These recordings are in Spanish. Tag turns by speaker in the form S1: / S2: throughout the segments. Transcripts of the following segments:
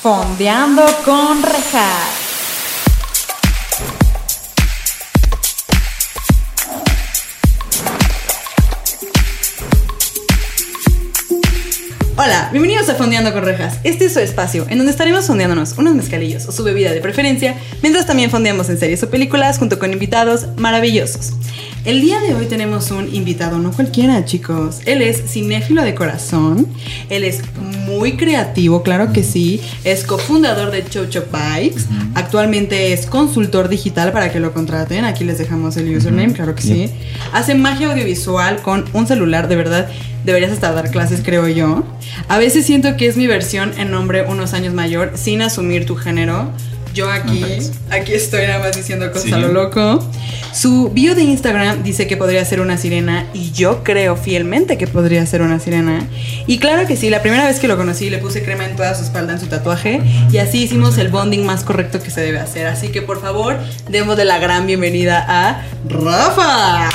S1: Fondeando con Rejas. Hola, bienvenidos a Fondeando con Rejas. Este es su espacio en donde estaremos fondeándonos unos mezcalillos o su bebida de preferencia, mientras también fondeamos en series o películas junto con invitados maravillosos. El día de hoy tenemos un invitado, no cualquiera, chicos. Él es cinéfilo de corazón, él es muy creativo, claro que sí, es cofundador de Chocho Bikes, actualmente es consultor digital para que lo contraten, aquí les dejamos el username, claro que sí. Hace magia audiovisual con un celular, de verdad, deberías hasta dar clases, creo yo. A veces siento que es mi versión en nombre unos años mayor, sin asumir tu género. Yo aquí,
S2: thanks.
S1: aquí estoy nada más diciendo cosas
S2: Sí.
S1: a lo loco. Su bio de Instagram dice que podría ser una sirena y yo creo fielmente que podría ser una sirena. Y claro que sí, la primera vez que lo conocí le puse crema en toda su espalda en su tatuaje y así hicimos el bonding más correcto que se debe hacer. Así que por favor, demos de la gran bienvenida a Rafa.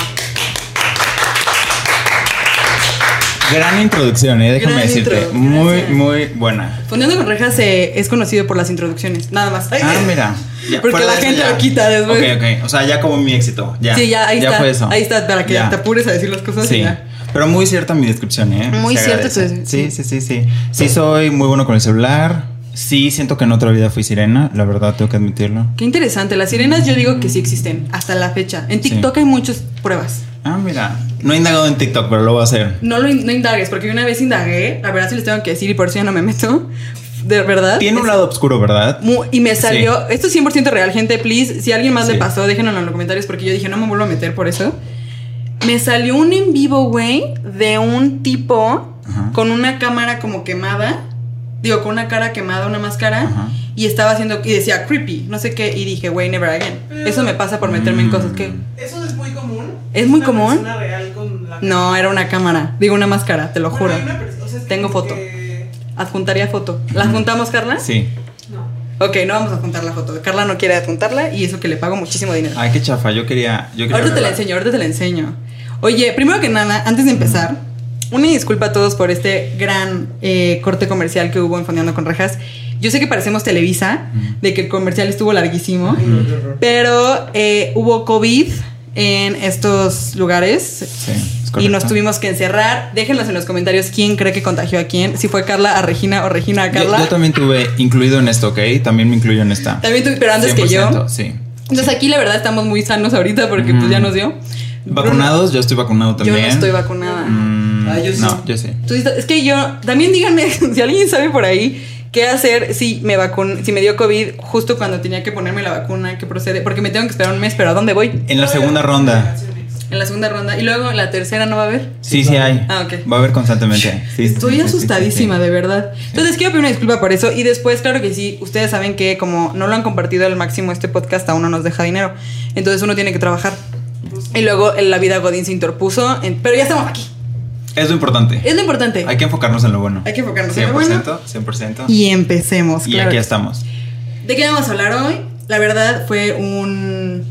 S2: Gran introducción, eh, déjame
S1: Gran
S2: decirte.
S1: intro,
S2: muy,
S1: gracias.
S2: muy buena.
S1: Fondeando con rejas eh, es conocido por las introducciones, nada más.
S2: Ah, mira. Ya,
S1: Porque
S2: fuera
S1: la
S2: de eso
S1: gente
S2: ya.
S1: lo quita después.
S2: Ok, ok. O sea, ya como mi éxito. Ya.
S1: sí, ya ahí está.
S2: fue eso.
S1: Ahí está, para que
S2: Ya.
S1: te apures a decir las cosas. y
S2: Sí.
S1: ya.
S2: Pero muy cierta mi descripción, ¿eh?
S1: Muy
S2: Se
S1: cierto
S2: agradece.
S1: tu-
S2: Sí, sí, sí, sí. Sí, soy muy bueno con el celular. Sí, siento que en otra vida fui sirena. La verdad, tengo que admitirlo.
S1: Qué interesante. Las sirenas yo digo que sí existen hasta la fecha. En
S2: Sí.
S1: TikTok hay muchas pruebas.
S2: Ah, mira. No he indagado en TikTok, pero lo voy a hacer.
S1: No lo in- no indagues, porque yo una vez indagué, la verdad sí les tengo que decir y por eso ya no me meto. De verdad.
S2: Tiene un
S1: Es
S2: lado oscuro, ¿verdad?
S1: mu- Y me salió, esto es 100% real, gente, please. Si a alguien más le
S2: Sí.
S1: pasó, déjenlo en los comentarios porque yo dije, no me vuelvo a meter por eso. Me salió un en vivo, güey, de un tipo
S2: Ajá.
S1: con una cámara como quemada. Digo, con una cara quemada, una máscara.
S2: Ajá.
S1: Y estaba haciendo, y decía creepy, no sé qué. Y dije, güey, never again. Eso me pasa por meterme en cosas
S2: Mm.
S1: que.
S3: Eso es muy común.
S1: ¿Es muy
S3: Una
S1: común?
S3: persona real con la
S1: No, era una cámara. Digo, una máscara, te lo
S3: Bueno,
S1: juro.
S3: hay una pers- o sea, es que
S1: Tengo
S3: es
S1: foto.
S3: que-
S1: Adjuntaría foto. ¿La adjuntamos, Carla?
S2: Sí.
S3: No.
S1: Ok, no vamos a adjuntar la foto. Carla no quiere adjuntarla y eso que le pago muchísimo dinero.
S2: Ay, qué chafa. Yo quería. Yo quería
S1: Ahorita te la
S2: verla.
S1: enseño, ahorita te la enseño. Oye, primero que nada, antes de empezar, una disculpa a todos por este gran eh, corte comercial que hubo en Fondeando con Rejas. Yo sé que parecemos Televisa, de que el comercial estuvo larguísimo, pero eh, hubo COVID en estos lugares
S2: es
S1: y nos
S2: correcto.
S1: tuvimos que encerrar. Déjenos en los comentarios quién cree que contagió a quién, si fue Carla a Regina o Regina a
S2: Yo-
S1: Carla.
S2: Yo, también tuve incluido en esto, ¿ok? También me incluyo en esta.
S1: También tuve- pero antes que yo.
S2: 100%, Sí.
S1: Entonces aquí la verdad estamos muy sanos ahorita porque pues ya nos dio.
S2: ¿Vacunados? Yo estoy vacunado
S1: Yo
S2: también.
S1: no estoy vacunada.
S2: Mm,
S3: Ah, yo sí.
S2: No, yo sí.
S1: Tú dices, es que yo, también díganme, si alguien sabe por ahí qué hacer si me vacun si me dio COVID justo cuando tenía que ponerme la vacuna, que procede, porque me tengo que esperar un mes, pero ¿a dónde voy?
S2: En la segunda ronda.
S1: En la segunda ronda. Y luego en la tercera no va a haber.
S2: Sí, sí hay.
S1: Ah, ok.
S2: Va a haber constantemente. Sí, sí,
S1: Estoy
S2: sí, sí,
S1: asustadísima,
S2: sí, sí.
S1: de verdad. Entonces quiero pedir una disculpa por eso. Y después, claro que sí, ustedes saben que como no lo han compartido al máximo este podcast, a uno nos deja dinero. Entonces uno tiene que trabajar. Y luego en la vida Godín se interpuso. en- pero ya estamos aquí.
S2: Es lo importante.
S1: Es lo importante.
S2: Hay que enfocarnos en lo bueno.
S1: Hay que enfocarnos en
S2: 100%,
S1: lo bueno.
S2: 100%. Y,
S1: Y empecemos. claro
S2: aquí
S1: que
S2: estamos.
S1: ¿De qué vamos a hablar hoy? La verdad fue un,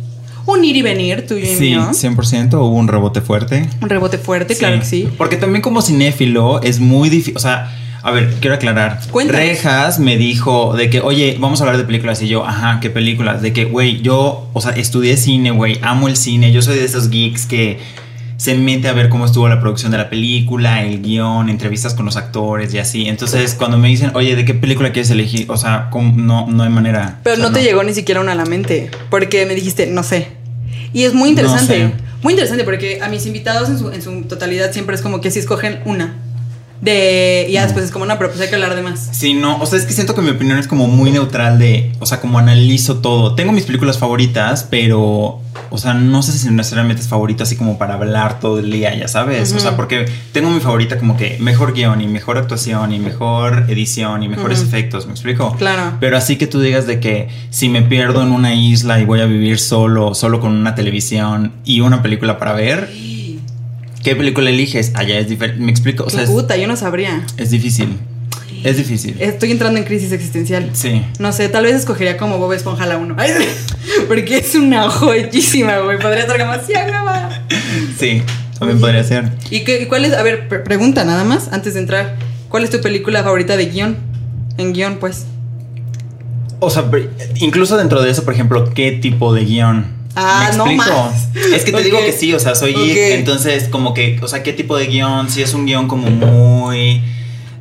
S1: un ir y venir tuyo y
S2: Sí,
S1: mío.
S2: 100%. Hubo un rebote fuerte.
S1: Un rebote fuerte, claro que sí.
S2: Porque también como cinéfilo es muy difícil, o sea, a ver, quiero aclarar.
S1: Cuéntanos.
S2: Rejas me dijo de que, oye, vamos a hablar de películas y yo, ajá, ¿qué películas? De que, güey, yo, o sea, estudié cine, güey, amo el cine, yo soy de esos geeks que se mete a ver cómo estuvo la producción de la película, el guión, entrevistas con los actores y así. Entonces, cuando me dicen, oye, ¿de qué película quieres elegir? O sea, ¿cómo? no, no hay manera.
S1: Pero
S2: O sea,
S1: no te llegó ni siquiera una a la mente, porque me dijiste, no sé. Y es muy
S2: No
S1: interesante.
S2: sé.
S1: Muy interesante, porque a mis invitados en su, en su totalidad siempre es como que si escogen una. De, y ya después es como una, pero pues hay que hablar de más.
S2: Sí, no, o sea, es que siento que mi opinión es como muy neutral de, o sea, como analizo todo. Tengo mis películas favoritas, pero, o sea, no sé si necesariamente es favorito así como para hablar todo el día, ya sabes. O sea, porque tengo mi favorita como que mejor guión y mejor actuación y mejor edición y mejores
S1: Ujú.
S2: efectos, ¿me explico?
S1: Claro.
S2: Pero así que tú digas de que si me pierdo en una isla y voy a vivir solo, solo con una televisión y una película para ver, ¿qué película eliges? Allá es diferente, ¿me explico? O sea, es,
S1: Puta, yo no sabría.
S2: es difícil. Es difícil.
S1: Estoy entrando en crisis existencial.
S2: Sí.
S1: No sé, tal vez escogería como Bob Esponja la 1. Porque es una joyísima, güey. Podría estar como así, güey.
S2: Sí, también podría ser.
S1: ¿Y, qué, y cuál es? A ver, pre- pregunta nada más antes de entrar. ¿Cuál es tu película favorita de guión? En guión, pues.
S2: o sea, pre- incluso dentro de eso, por ejemplo, ¿qué tipo de guión?
S1: Ah, no más.
S2: Es que te digo
S1: Ok.
S2: que sí, o sea, soy geek,
S1: Ok.
S2: entonces como que, o sea, ¿qué tipo de guión? Si es un guión como muy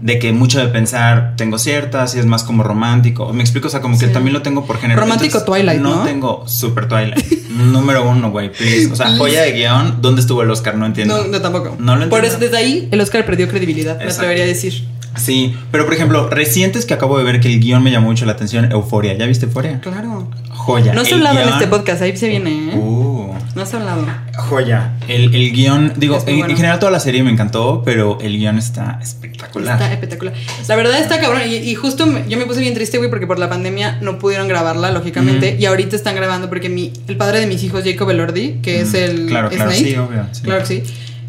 S2: de que mucho de pensar tengo cierta, si es más como romántico. Me explico, o sea, como que
S1: Sí.
S2: también lo tengo por género.
S1: Romántico Twilight, ¿no?
S2: tengo super Twilight. Número uno, güey, please. O sea,
S1: Please.
S2: joya de guión, ¿dónde estuvo el Oscar? No entiendo.
S1: No, no tampoco.
S2: No lo
S1: Por
S2: entiendo.
S1: eso desde ahí el Oscar perdió credibilidad, me
S2: Exacto.
S1: atrevería a decir.
S2: Sí, pero por ejemplo, recientes que acabo de ver que el guión me llamó mucho la atención, Euforia. ¿Ya viste Euforia?
S1: Claro.
S2: Joya.
S1: No se ha
S2: El
S1: hablado en
S2: guión-
S1: este podcast, ahí se viene, ¿eh?
S2: Uh,
S1: No se ha hablado.
S2: joya. El, el guión, digo,
S1: Es muy
S2: en, en
S1: bueno.
S2: general toda la serie me encantó, pero el guión está espectacular.
S1: Está espectacular. La verdad está cabrón. Y, y justo me- yo me puse bien triste, güey, porque por la pandemia no pudieron grabarla, lógicamente.
S2: Ujú.
S1: Y ahorita están grabando porque mi, el padre de mis hijos, Jacob Elordi, que es
S2: Mm,
S1: el
S2: Claro, claro,
S1: Snape.
S2: sí, obvio. sí.
S1: Claro que sí.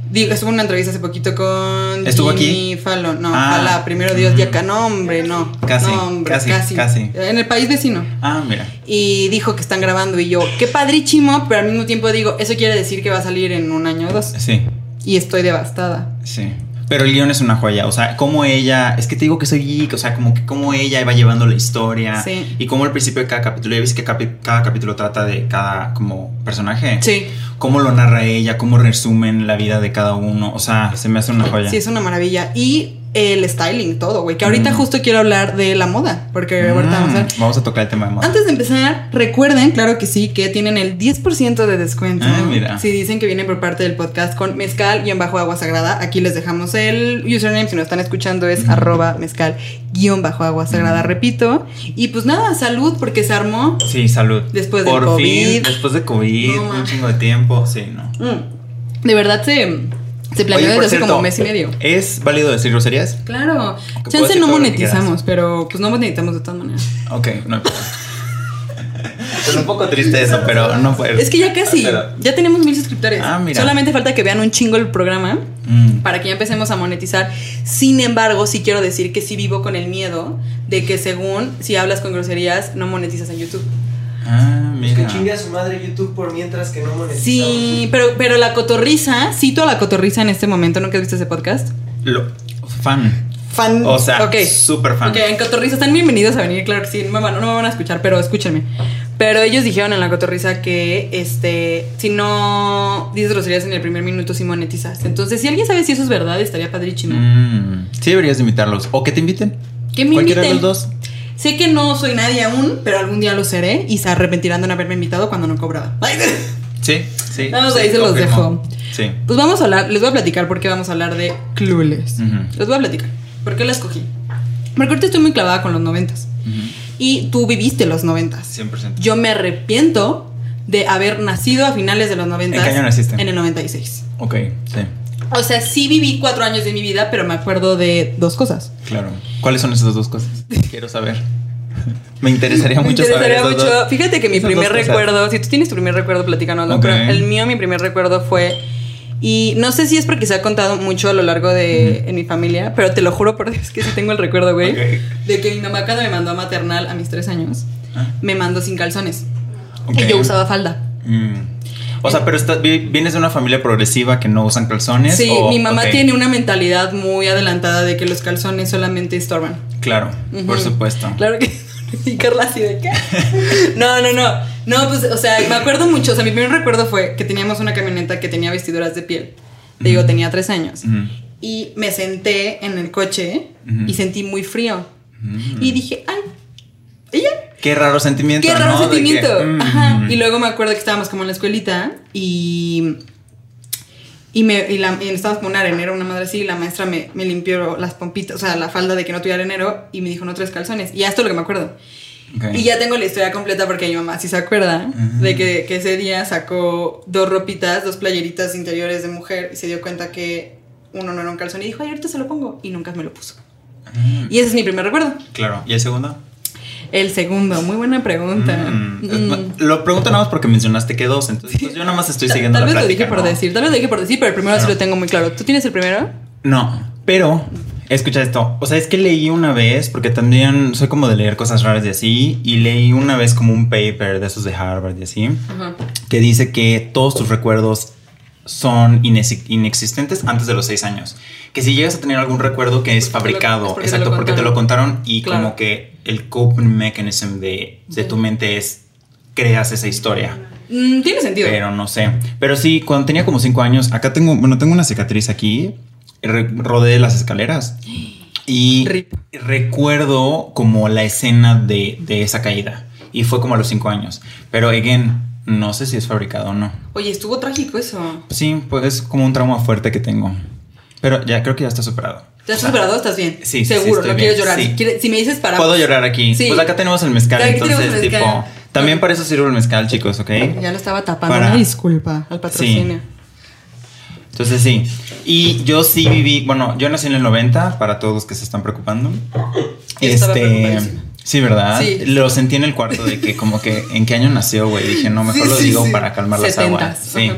S1: Digo, estuvo en una entrevista hace poquito con
S2: ¿Estuvo
S1: Jimmy Fallon. No,
S2: Ah.
S1: Fallon, primero Dios,
S2: Ujú.
S1: ya acá. No, hombre, no.
S2: Casi,
S1: No, hombre,
S2: casi, casi.
S1: En el país vecino.
S2: Ah, mira.
S1: Y dijo que están grabando. Y yo, qué padrísimo, pero al mismo tiempo digo, eso quiere decir que va a salir en un año o dos.
S2: Sí,
S1: Y estoy devastada.
S2: sí. Pero el guión es una joya, o sea, cómo ella, es que te digo que soy geek, o sea, como que cómo ella va llevando la historia
S1: Sí.
S2: y cómo al principio de cada capítulo, ya ves que capi- cada capítulo trata de cada como personaje.
S1: Sí.
S2: cómo lo narra ella, cómo resumen la vida de cada uno. O sea, se me hace una joya.
S1: Sí, es una maravilla. Y el styling, todo, güey. Que ahorita
S2: Mm.
S1: justo quiero hablar de la moda, porque ahorita vamos a
S2: Mm,
S1: ver.
S2: vamos a tocar el tema de moda.
S1: Antes de empezar, recuerden, claro que sí, que tienen el 10% de descuento.
S2: Ah, mira.
S1: Si dicen que vienen por parte del podcast con mezcal y en bajo agua sagrada. Aquí les dejamos el username. Si nos están escuchando es
S2: Ujú.
S1: arroba mezcal guión bajo agua
S2: Mm.
S1: sagrada, repito. Y pues nada, salud, porque se armó.
S2: Sí, salud.
S1: Después del
S2: Por fin,
S1: COVID.
S2: después de COVID,
S1: No, ma.
S2: un chingo de tiempo. Sí, no.
S1: Mm. De verdad se, se planeó
S2: Oye, por
S1: desde hace como
S2: cierto,
S1: un mes y medio.
S2: ¿Es válido decir groserías?
S1: Claro,
S2: puedo
S1: chance
S2: decir
S1: no
S2: todo lo que
S1: monetizamos, pero pues no monetizamos de todas maneras.
S2: Ok, no hay problema. Es un poco triste eso, pero no fue.
S1: Es que ya casi,
S2: Pero-
S1: ya tenemos mil suscriptores.
S2: Ah, mira.
S1: Solamente falta que vean un chingo el programa
S2: Mm,
S1: para que ya empecemos a monetizar. Sin embargo, sí quiero decir que sí vivo con el miedo de que según si hablas con groserías no monetizas en YouTube.
S2: Ah,
S4: Pues que
S2: mira.
S4: chingue a su madre YouTube por mientras que no monetizamos.
S1: Sí, pero, pero la cotorriza, cito a la cotorriza en este momento, ¿no que has visto ese podcast?
S2: Lo- fan.
S1: Fan.
S2: O sea,
S1: Ok.
S2: súper fan.
S1: Ok, en Cotorriza están bienvenidos a venir, claro que sí, no me, van, no me van a escuchar, pero escúchenme. Pero ellos dijeron en la Cotorriza que este, si no dices groserías en el primer minuto, si monetizas. Entonces, si alguien sabe si eso es verdad, estaría padrísimo.
S2: Mm, sí, deberías de invitarlos. O que te inviten.
S1: Que me
S2: Mm, Cualquiera
S1: inviten.
S2: de los dos.
S1: Sé que no soy nadie aún, pero algún día lo seré y se arrepentirán de no haberme invitado cuando no cobraba.
S2: Sí, sí.
S1: Vamos,
S2: sí,
S1: ahí se los
S2: confirmo.
S1: dejo.
S2: Sí.
S1: Pues vamos a hablar, les voy a platicar por qué vamos a hablar de Clueless.
S2: Ujú,
S1: Les voy a platicar por qué la escogí. Porque ahorita estoy muy clavada con los noventas
S2: ujú,
S1: y tú viviste los noventas.
S2: 100%.
S1: Yo me arrepiento de haber nacido a finales de los 90.
S2: ¿En qué año naciste?
S1: En el 96.
S2: Ok, sí,
S1: O sea, sí viví cuatro años de mi vida, pero me acuerdo de dos cosas.
S2: claro. ¿Cuáles son esas dos cosas? Quiero saber. Me interesaría
S1: Me
S2: mucho
S1: interesaría
S2: saber. esas
S1: mucho.
S2: dos-
S1: Fíjate que mi
S2: esas
S1: primer
S2: dos cosas.
S1: recuerdo, si tú tienes tu primer recuerdo, platícanoslo,
S2: Ok.
S1: pero el mío, mi primer recuerdo fue. Y no sé si es porque se ha contado mucho a lo largo de en mi familia, pero te lo juro por Dios que sí tengo el recuerdo, güey.
S2: Ok.
S1: De que mi mamá cuando me mandó a maternal a mis tres años,
S2: Ah,
S1: me mandó sin calzones.
S2: ok.
S1: Y yo usaba falda.
S2: Mm. O sea, pero estás- vi- vienes de una familia progresiva que no usan calzones.
S1: Sí,
S2: o-
S1: mi mamá
S2: ok,
S1: tiene una mentalidad muy adelantada de que los calzones solamente estorban.
S2: Claro, por
S1: Ujú.
S2: supuesto.
S1: Claro que. Y Carla así de qué. No, no, no. No, pues, o sea, me acuerdo mucho. O sea, mi primer recuerdo fue que teníamos una camioneta que tenía vestiduras de piel. Te Digo,
S2: Ujú.
S1: tenía tres años.
S2: Mm,
S1: Y me senté en el coche
S2: Ujú.
S1: y sentí muy frío.
S2: mm.
S1: Y dije, ay. Y ya,
S2: Qué raro sentimiento.
S1: Qué raro
S2: ¿no? De que,
S1: sentimiento.
S2: mm,
S1: Ajá. Y luego me acuerdo que estábamos como en la escuelita y. Y, me, y, la, y estábamos con un arenero, una madre así, y la maestra me, me limpió las pompitas, o sea, la falda de que no tuviera arenero, y me dijo no tres calzones. Y ya esto es lo que me acuerdo.
S2: ok.
S1: Y ya tengo la historia completa porque mi mamá sí se acuerda
S2: Ujú.
S1: de que, que ese día sacó dos ropitas, dos playeritas interiores de mujer, y se dio cuenta que uno no era un calzón, y dijo, ay, ahorita se lo pongo, y nunca me lo puso.
S2: Mm,
S1: Y ese es mi primer recuerdo.
S2: Claro. ¿Y el segundo?
S1: El segundo, muy buena pregunta.
S2: Mm, es
S1: Mm.
S2: ma- Lo pregunto nada más porque mencionaste que dos. Entonces, pues, yo nada más estoy
S1: Ta-
S2: siguiendo
S1: tal vez
S2: la
S1: lo
S2: plática,
S1: dije por
S2: ¿no?
S1: decir, tal vez lo dije por decir, pero el primero sí
S2: Claro.
S1: lo tengo muy claro. ¿Tú tienes el primero?
S2: No, pero escucha esto. O sea, es que leí una vez, porque también soy como de leer cosas raras y así, y leí una vez como un paper de esos de Harvard y así, que dice que todos tus recuerdos son inexi- inexistentes antes de los seis años. Que si llegas a tener algún recuerdo que es
S1: Porque te lo-
S2: fabricado,
S1: es porque te
S2: exacto,
S1: lo
S2: porque te lo contaron y
S1: Claro.
S2: como que el coping mechanism de, de
S1: Sí.
S2: tu mente es creas esa historia.
S1: Mm, tiene sentido.
S2: Pero no sé. Pero sí, cuando tenía como cinco años, acá tengo, bueno, tengo una cicatriz aquí, re- rodeé las escaleras y
S1: Rip.
S2: recuerdo como la escena de, de esa caída y fue como a los cinco años. Pero again, no sé si es fabricado o no.
S1: Oye, estuvo trágico eso.
S2: Sí, pues es como un trauma fuerte que tengo. Pero ya creo que ya está superado.
S1: ¿Te has
S2: O sea,
S1: superado? ¿Estás bien?
S2: sí, sí, sí,
S1: Seguro,
S2: estoy
S1: no
S2: bien,
S1: quiero llorar.
S2: sí.
S1: Quiere- Si me dices para.
S2: Puedo llorar aquí.
S1: Sí.
S2: Pues acá tenemos el mezcal,
S1: Aquí tenemos
S2: entonces,
S1: el mezcal.
S2: tipo. También para eso sirve el mezcal, chicos, ¿ok?
S1: Ya lo estaba tapando.
S2: Para-
S1: Una disculpa al patrocinio.
S2: Entonces sí. Y yo sí viví, bueno, yo nací en el 90, para todos los que se están preocupando. Este,
S1: Yo estaba preocupadísima.
S2: sí, ¿verdad?
S1: Sí.
S2: Lo sentí en el cuarto de que como que en qué año nació, güey. Dije, no, mejor
S1: Sí,
S2: lo
S1: sí,
S2: digo
S1: sí.
S2: para calmar las aguas.
S1: 70s,
S2: Sí.
S1: ajá.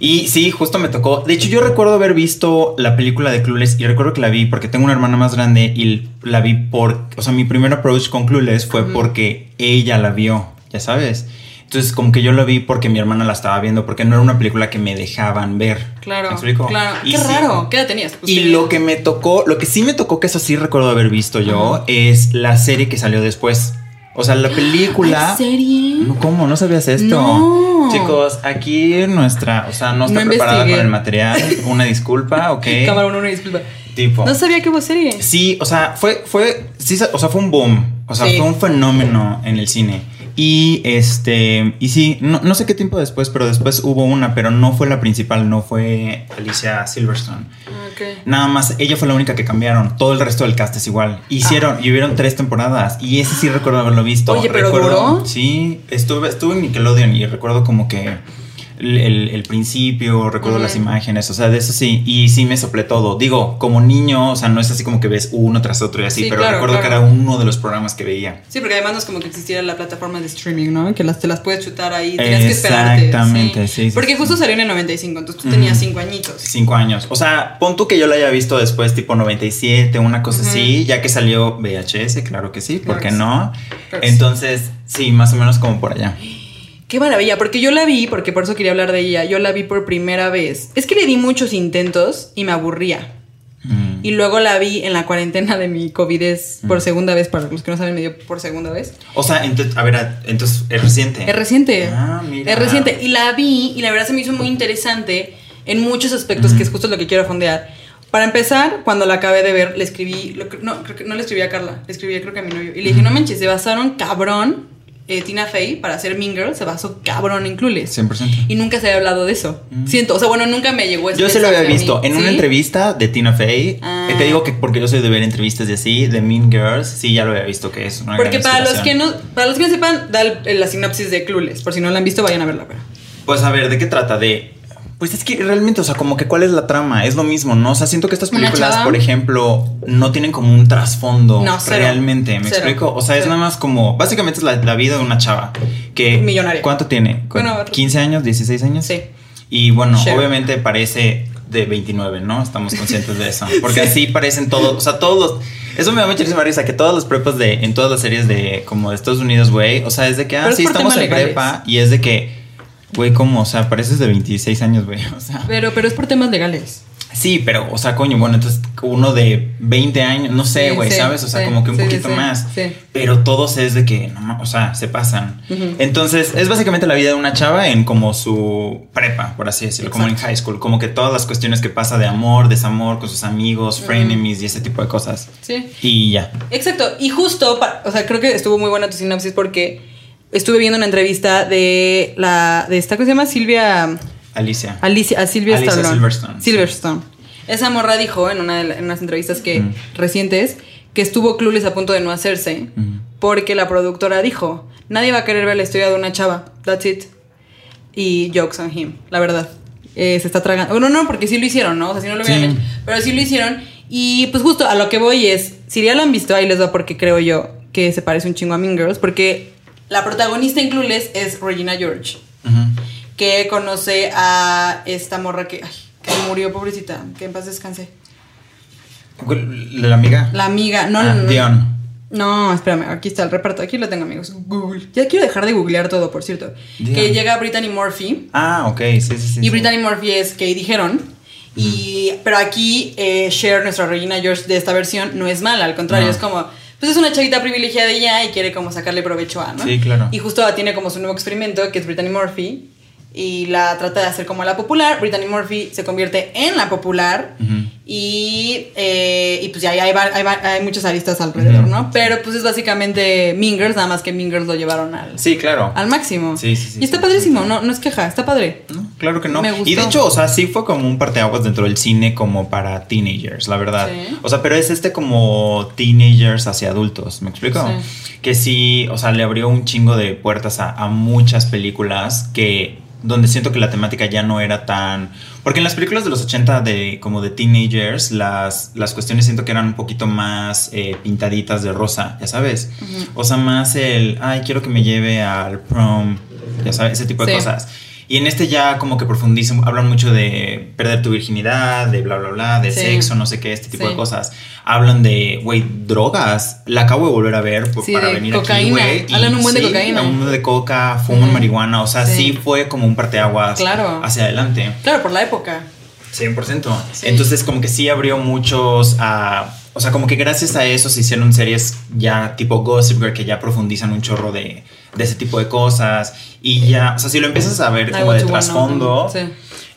S2: Y sí, justo me tocó. De hecho, yo recuerdo haber visto la película de Clueless y recuerdo que la vi porque tengo una hermana más grande y la vi por. O sea, mi primer approach con Clueless fue porque ella la vio, ya sabes. Entonces, como que yo la vi porque mi hermana la estaba viendo, porque no era una película que me dejaban ver.
S1: Claro.
S2: ¿Me explico?
S1: Claro.
S2: Y
S1: Qué
S2: sí,
S1: raro. ¿Qué edad tenías? Pues
S2: y
S1: sí.
S2: lo que me tocó, lo que sí me tocó, que eso sí recuerdo haber visto yo, es la serie que salió después. O sea, la película.
S1: ¿En serio?
S2: No, ¿Cómo? ¿No sabías esto?
S1: No.
S2: Chicos, aquí nuestra, o sea, no está
S1: No
S2: preparada
S1: investigué.
S2: con el material. Una disculpa, Ah, ¿ok? Oh.
S1: Cámara uno, una disculpa.
S2: Tipo.
S1: No sabía que hubo serie.
S2: Sí, o sea, fue, fue, sí, o sea, fue un boom. O sea,
S1: Sí.
S2: fue un fenómeno en el cine. Y este, y sí, no, no sé qué tiempo después, pero después hubo una, pero no fue la principal, no fue Alicia Silverstone.
S1: Ah, Ok.
S2: Nada más, ella fue la única que cambiaron. Todo el resto del cast es igual. Hicieron, y hubieron tres temporadas. Y ese sí recuerdo haberlo visto.
S1: Ah. Oye, ¿pero
S2: recuerdo,
S1: duró?
S2: Sí, estuve, estuve en Nickelodeon y recuerdo como que el, el- el principio, recuerdo
S1: Ujú.
S2: las imágenes, o sea, de eso sí. Y sí me soplé todo. Digo, como niño, o sea, no es así como que ves uno tras otro y así,
S1: Sí,
S2: pero
S1: claro,
S2: recuerdo
S1: claro.
S2: que era uno de los programas que veía.
S1: Sí, porque además no es como que existiera la plataforma de streaming, ¿no? Que las, te las puedes chutar ahí, tenías que esperarte.
S2: Exactamente, sí, sí,
S1: Porque
S2: sí.
S1: justo salió en el 95, entonces tú tenías
S2: Ujú.
S1: 5 añitos.
S2: Cinco años. O sea, pon tú que yo la haya visto después, tipo 97, una cosa
S1: Ujú.
S2: así, ya que salió VHS, claro que sí,
S1: Claro
S2: ¿por
S1: que
S2: qué
S1: sí.
S2: no?
S1: Claro que sí.
S2: Entonces, sí, más o menos como por allá.
S1: Qué maravilla, porque yo la vi, porque por eso quería hablar de ella, yo la vi por primera vez. Es que le di muchos intentos y me aburría.
S2: Mm.
S1: Y luego la vi en la cuarentena de mi COVID por
S2: Mm.
S1: segunda vez, para los que no saben, me dio por segunda vez.
S2: O sea, ente- a ver, a- entonces es reciente.
S1: Es reciente.
S2: Ah, mira.
S1: Es reciente. Y la vi y la verdad se me hizo muy interesante en muchos aspectos,
S2: Ujú.
S1: que es justo lo que quiero fondear. Para empezar, cuando la acabé de ver, le escribí, lo que- no, creo que no le escribí a Carla, le escribí creo que a mi novio. Y le dije, no manches, se basaron cabrón, eh, Tina Fey, para hacer Mean Girl, se basó cabrón en Clueless.
S2: 100%.
S1: Y nunca se había hablado de eso.
S2: Mm.
S1: Siento, o sea, bueno, nunca me llegó ese
S2: Yo se lo había
S1: mensaje a mí.
S2: visto en una
S1: ¿Sí?
S2: entrevista de Tina Fey.
S1: Ah.
S2: Eh, Te digo que porque yo soy de ver entrevistas y así, de Mean Girls, sí, ya lo había visto que es una gran
S1: Porque para los, que
S2: inspiración.
S1: no, para los que no sepan, da el- la sinopsis de Clueless. Por si no la han visto, vayan a verla. Pero.
S2: Pues a ver, ¿de qué trata? De... Pues es que realmente, o sea, como que cuál es la trama, es lo mismo, ¿no? O sea, siento que estas
S1: Una
S2: películas,
S1: chava.
S2: por ejemplo, no tienen como un trasfondo
S1: No, cero.
S2: realmente, ¿me
S1: Cero.
S2: explico? O sea, es
S1: Cero.
S2: nada más como, básicamente es la, la vida de una chava que...
S1: Millonaria.
S2: ¿Cuánto tiene? ¿Cu-
S1: Bueno,
S2: 15 años, 16 años.
S1: Sí.
S2: Y bueno,
S1: Sure.
S2: obviamente parece de 29, ¿no? Estamos conscientes de eso. Porque así parecen todos, o sea, todos los... Eso me da mucha risa, Marisa, que todas las prepas de, en todas las series de, como de Estados Unidos, güey, o sea, es de que, ah,
S1: Pero es
S2: sí,
S1: por
S2: estamos
S1: temas
S2: en
S1: legales.
S2: prepa y es de que, güey, ¿cómo? O sea, pareces de 26 años, güey, o sea.
S1: Pero, pero es por temas legales.
S2: Sí, pero, o sea, coño, bueno, entonces uno de 20 años, no sé,
S1: Sí,
S2: güey,
S1: sí,
S2: ¿sabes? O sea,
S1: sí,
S2: como que un
S1: sí, sí,
S2: poquito
S1: sí,
S2: más.
S1: sí.
S2: Pero todos es de que, no, ma- o sea, se pasan.
S1: Ujú.
S2: Entonces, es básicamente la vida de una chava en como su prepa, por así decirlo, como en high school, como que todas las cuestiones que pasa de amor, desamor con sus amigos, frenemies y ese tipo de cosas.
S1: Sí.
S2: Y ya.
S1: Exacto, y justo, pa- o sea, creo que estuvo muy buena tu sinopsis porque estuve viendo una entrevista de la de esta que se llama Silvia
S2: Alicia.
S1: Alicia a Silvia
S2: Alicia
S1: Stallone.
S2: Silverstone, sí.
S1: Silverstone. Esa morra dijo en una de la- en unas entrevistas que
S2: Mm.
S1: recientes que estuvo Clueless a punto de no hacerse
S2: Mm.
S1: porque la productora dijo, "Nadie va a querer ver la historia de una chava." That's it. Y jokes on him, la verdad. Eh, se está tragando. Bueno, no, porque sí lo hicieron, ¿no? O sea, si no lo hubieran
S2: Sí.
S1: hecho. Pero sí lo hicieron. Y pues justo a lo que voy es, si ya lo han visto, ahí les va porque creo yo que se parece un chingo a Mean Girls, porque la protagonista en Clueless es Regina George,
S2: Ujú.
S1: que conoce a esta morra que, ay, que murió, pobrecita, que en paz descanse.
S2: ¿La amiga?
S1: La amiga, no,
S2: Ah,
S1: no, no.
S2: Dion.
S1: No, espérame, aquí está el reparto, aquí lo tengo, amigos. Google. Ya quiero dejar de googlear todo, por cierto.
S2: Ya.
S1: Que llega Brittany Murphy.
S2: Ah, ok, sí, sí, sí.
S1: y
S2: sí. Mm.
S1: Brittany Murphy es que dijeron. Y, pero aquí eh, Cher, nuestra reina George de esta versión, no es mala, al contrario,
S2: No.
S1: es como, pues es una chavita privilegiada de ella y quiere como sacarle provecho a, ¿no?
S2: Sí, claro.
S1: Y justo tiene como su nuevo experimento, que es Brittany Murphy, y la trata de hacer como la popular. Brittany Murphy se convierte en la popular,
S2: Ujú.
S1: y, eh, y pues ya ya hay, va- hay va- hay muchas aristas alrededor,
S2: Ujú.
S1: ¿no? Pero pues es básicamente Mingers, nada más que Mingers lo llevaron al,
S2: Sí, claro.
S1: al máximo.
S2: Sí, sí, sí,
S1: y está
S2: sí,
S1: padrísimo, no, no es queja, está padre.
S2: No, Claro que no.
S1: Me gustó.
S2: Y de hecho, o sea, sí fue como un parteaguas dentro del cine como para teenagers, la verdad.
S1: Sí.
S2: O sea, pero es este como teenagers hacia adultos, ¿me explico? Que sí, o sea, le abrió un chingo de puertas a, a muchas películas que donde siento que la temática ya no era tan... Porque en las películas de los 80 de, como de teenagers, las, las cuestiones siento que eran un poquito más eh, pintaditas de rosa, ya sabes.
S1: Ujú.
S2: O sea, más el, ay, quiero que me lleve al prom, ya sabes, ese tipo de
S1: Sí.
S2: cosas. Y en este ya como que profundizan, hablan mucho de perder tu virginidad, de bla, bla, bla, de
S1: Sí.
S2: sexo, no sé qué, este tipo
S1: Sí.
S2: de cosas. Hablan de, güey, drogas. La acabo de volver a ver por-
S1: Sí,
S2: para
S1: de
S2: venir aquí,
S1: cocaína.
S2: güey. y
S1: Hablan un buen de
S2: sí,
S1: cocaína.
S2: hablan Un buen de coca, fuman
S1: Ujú.
S2: marihuana. O sea,
S1: Sí.
S2: sí. fue como un parteaguas
S1: Claro.
S2: hacia adelante.
S1: Claro, por la época.
S2: 100%.
S1: Sí.
S2: Entonces, como que sí abrió muchos a. O sea, como que gracias a eso se hicieron series ya tipo Gossip Girl que ya profundizan un chorro de, de ese tipo de cosas. Y ya, o sea, si lo empiezas a ver como
S1: Algo
S2: de
S1: chihuahua,
S2: trasfondo,
S1: oh, ¿no? Sí.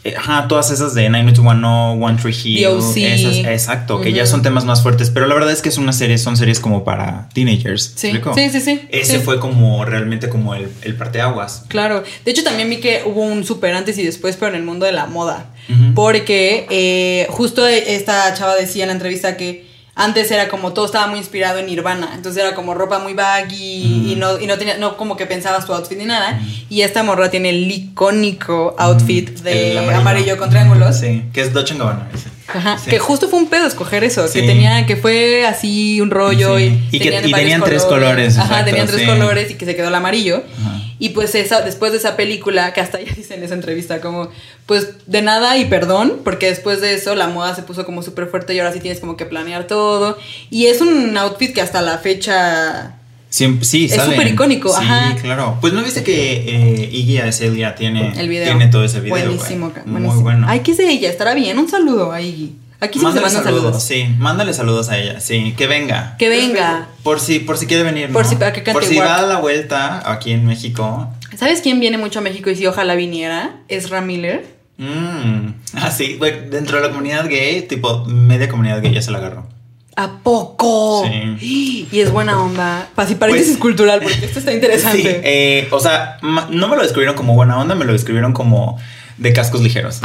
S2: eh, ajá, todas esas de 90210, One Tree Hill,
S1: DOC.
S2: esas, exacto, que ya
S1: Ujú.
S2: son temas más fuertes. Pero la verdad es que es una serie, son series como para teenagers. ¿me
S1: Sí,
S2: explico?
S1: sí, sí, sí.
S2: Ese
S1: Sí.
S2: fue como realmente como el, el parteaguas.
S1: Claro. De hecho, también vi que hubo un super antes y después, pero en el mundo de la moda.
S2: Ujú.
S1: Porque eh, justo esta chava decía en la entrevista que antes era como todo estaba muy inspirado en Nirvana. Entonces era como ropa muy baggy y
S2: Mm.
S1: no, y no tenía, no como que pensabas tu outfit ni nada. Y esta morra tiene el icónico outfit de
S2: Mm, El
S1: amarillo. con triángulos.
S2: Sí, que es Dolce Gabbana. ese.
S1: Ajá,
S2: Sí.
S1: Que justo fue un pedo escoger eso, que
S2: Sí.
S1: tenía, que fue así un rollo
S2: Sí.
S1: y,
S2: Y que- y
S1: varios
S2: tenían tres colores,
S1: Ajá,
S2: exacto,
S1: tenían tres
S2: sí.
S1: colores y que se quedó el amarillo.
S2: Ajá.
S1: Y pues esa, después de esa película, que hasta ya dicen en esa entrevista, como, pues de nada y perdón, porque después de eso la moda se puso como súper fuerte y ahora sí tienes como que planear todo. Y es un outfit que hasta la fecha...
S2: Siem- sí,
S1: Es
S2: salen.
S1: súper icónico,
S2: Sí,
S1: ajá.
S2: claro. Pues no viste que eh, Iggy Azalea tiene,
S1: El video.
S2: Mm, tiene todo ese video. güey?
S1: Buenísimo, ca-
S2: Muy
S1: buenísimo.
S2: bueno.
S1: Ay, ¿qué es de ella? ¿Estará bien? Un saludo a Iggy. Aquí sí se
S2: mándale
S1: mandan
S2: saludos.
S1: saludos.
S2: Sí, mándale saludos a ella. Sí, que venga.
S1: Que venga.
S2: Por si, por si quiere venir.
S1: Por
S2: ¿no?
S1: si- para que cante
S2: Por si
S1: guac.
S2: va a la vuelta aquí en México.
S1: ¿Sabes quién viene mucho a México y si ojalá viniera? Es Miller.
S2: Mm. Así, güey, dentro de la comunidad gay, tipo media comunidad gay ya se la agarró.
S1: ¿A poco? Y es buena onda. Pa- si paréntesis
S2: Pues-
S1: cultural, porque esto está
S2: Sí,
S1: interesante.
S2: eh, o sea, ma- no me lo describieron como buena onda, me lo describieron como de cascos ligeros.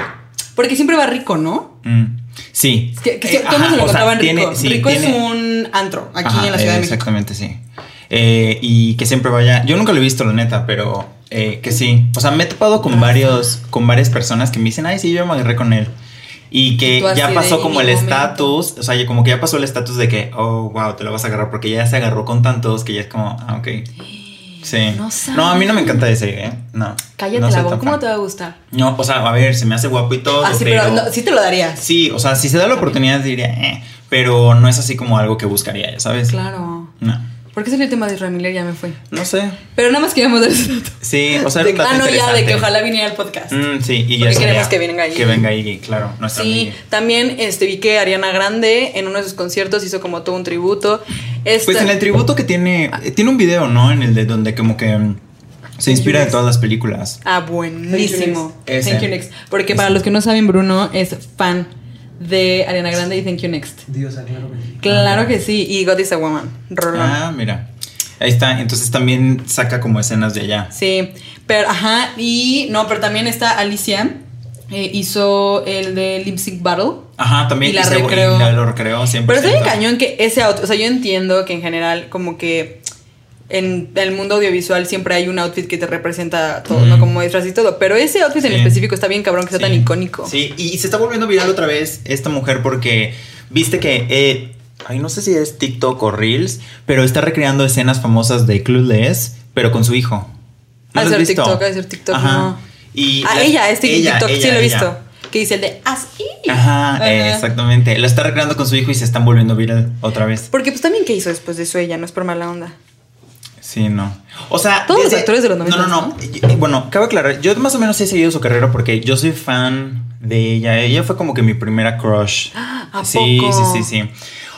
S1: Porque siempre va rico, ¿no?
S2: Mm. Sí.
S1: Que, que
S2: Eh,
S1: se- todo el
S2: ajá,
S1: mundo lo
S2: o sea,
S1: encontraba en
S2: tiene-
S1: rico.
S2: sí,
S1: rico es
S2: tiene-
S1: un antro aquí
S2: Ajá,
S1: en la Ciudad
S2: eh,
S1: de México.
S2: Exactamente, sí. Eh, y que siempre vaya. Yo nunca lo he visto, la neta, pero eh, que sí. O sea, me he topado
S1: Ah,
S2: con varios, con varias personas que me dicen, ay, sí, yo me agarré con él. Y
S1: Y
S2: que
S1: tú así
S2: ya
S1: de,
S2: pasó
S1: "En
S2: como
S1: mi
S2: el
S1: momento".
S2: estatus, o sea, ya como que ya pasó el estatus de que, oh, wow, te lo vas a agarrar porque ya se agarró con tantos que ya es como, ah, ok. Sí.
S1: No
S2: a mí no me
S1: sabes.
S2: encanta ese, ¿eh? No.
S1: Cállate
S2: no soy
S1: la
S2: tan
S1: boca. ¿Cómo
S2: fan.
S1: te va a gustar?
S2: No, o sea, a ver, se me hace guapo y todo.
S1: Ah, sí, pero, no, sí te lo darías.
S2: Sí, o sea, si se da la oportunidad diría, eh, pero no es así como algo que buscaría, ya sabes.
S1: Claro.
S2: No,
S1: ¿Por qué salió el tema de Miller? Ya me fue.
S2: no sé.
S1: Pero nada más queríamos dar ese dato.
S2: Sí, o sea, era
S1: De
S2: un
S1: que-
S2: dato
S1: ah, no, ya, de
S2: interesante.
S1: que ojalá viniera al podcast.
S2: Mm, sí, y ya
S1: Porque
S2: sería-
S1: queremos que venga Iggy.
S2: Que venga Iggy, claro, nuestra
S1: Sí,
S2: amiga.
S1: también este, vi que Ariana Grande en uno de sus conciertos hizo como todo un tributo. Este Esta-
S2: Pues en el tributo que tiene,
S1: Ah.
S2: eh, tiene un video, ¿no? En el de donde como que mm, se inspira de todas las películas.
S1: Ah, buenísimo.
S2: Thank You Next.
S1: Thank
S2: Ese.
S1: you next. Porque
S2: Ese.
S1: para los que no saben, Bruno es fan de Ariana Grande y Thank you next.
S4: Dios, aclaro que
S1: Claro que sí. Y God is a woman. Rolón.
S2: Ah, mira. Ahí está, entonces también saca como escenas de allá.
S1: Sí. Pero, ajá. Y no, pero también está Alicia. eh, hizo el de Lip Sync Battle.
S2: Ajá, también
S1: Y la
S2: ese güey
S1: recreó.
S2: la- lo recreó 100%.
S1: Pero está bien cañón que ese outfit, o sea, yo entiendo que en general como que en el mundo audiovisual siempre hay un outfit que te representa todo,
S2: Mm.
S1: ¿no? Como disfraz y todo, pero ese outfit en
S2: Sí.
S1: específico está bien cabrón que sea tan
S2: Sí.
S1: icónico.
S2: Sí, y se está volviendo viral otra vez esta mujer porque viste que. eh, ay, no sé si es TikTok o Reels, pero está recreando escenas famosas de Clueless, pero con su hijo. ¿No
S1: Ha de
S2: lo
S1: ser
S2: has visto?
S1: TikTok, ha de ser TikTok, no.
S2: Y
S1: Ah,
S2: la-
S1: ella, este TikTok, sí lo he
S2: ella.
S1: visto. que dice el de "Ah, así.
S2: Ajá,
S1: Ajá.
S2: eh, exactamente. Lo está recreando con su hijo y se están volviendo viral otra vez.
S1: Porque pues también qué hizo después de eso ella, no es por mala onda.
S2: Sí, no. O sea,
S1: Todos los actores de los
S2: No, no, no. Y- Bueno, cabe aclarar, yo más o menos he seguido su carrera porque yo soy fan de ella. Ella fue como que mi primera crush.
S1: ¿A
S2: sí,
S1: poco?
S2: sí, sí, sí.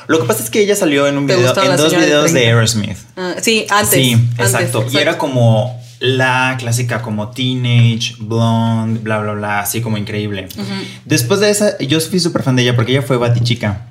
S2: Lo que pasa es que ella salió en un
S1: ¿Te
S2: video,
S1: gustaba
S2: en
S1: la
S2: dos
S1: señora de
S2: videos de
S1: 30?
S2: Aerosmith.
S1: Ah, sí, antes.
S2: Sí,
S1: antes,
S2: exacto. Y era como la clásica como teenage, blonde, bla, bla, bla, así como increíble. Después de esa, yo fui súper fan de ella porque ella fue Batichica.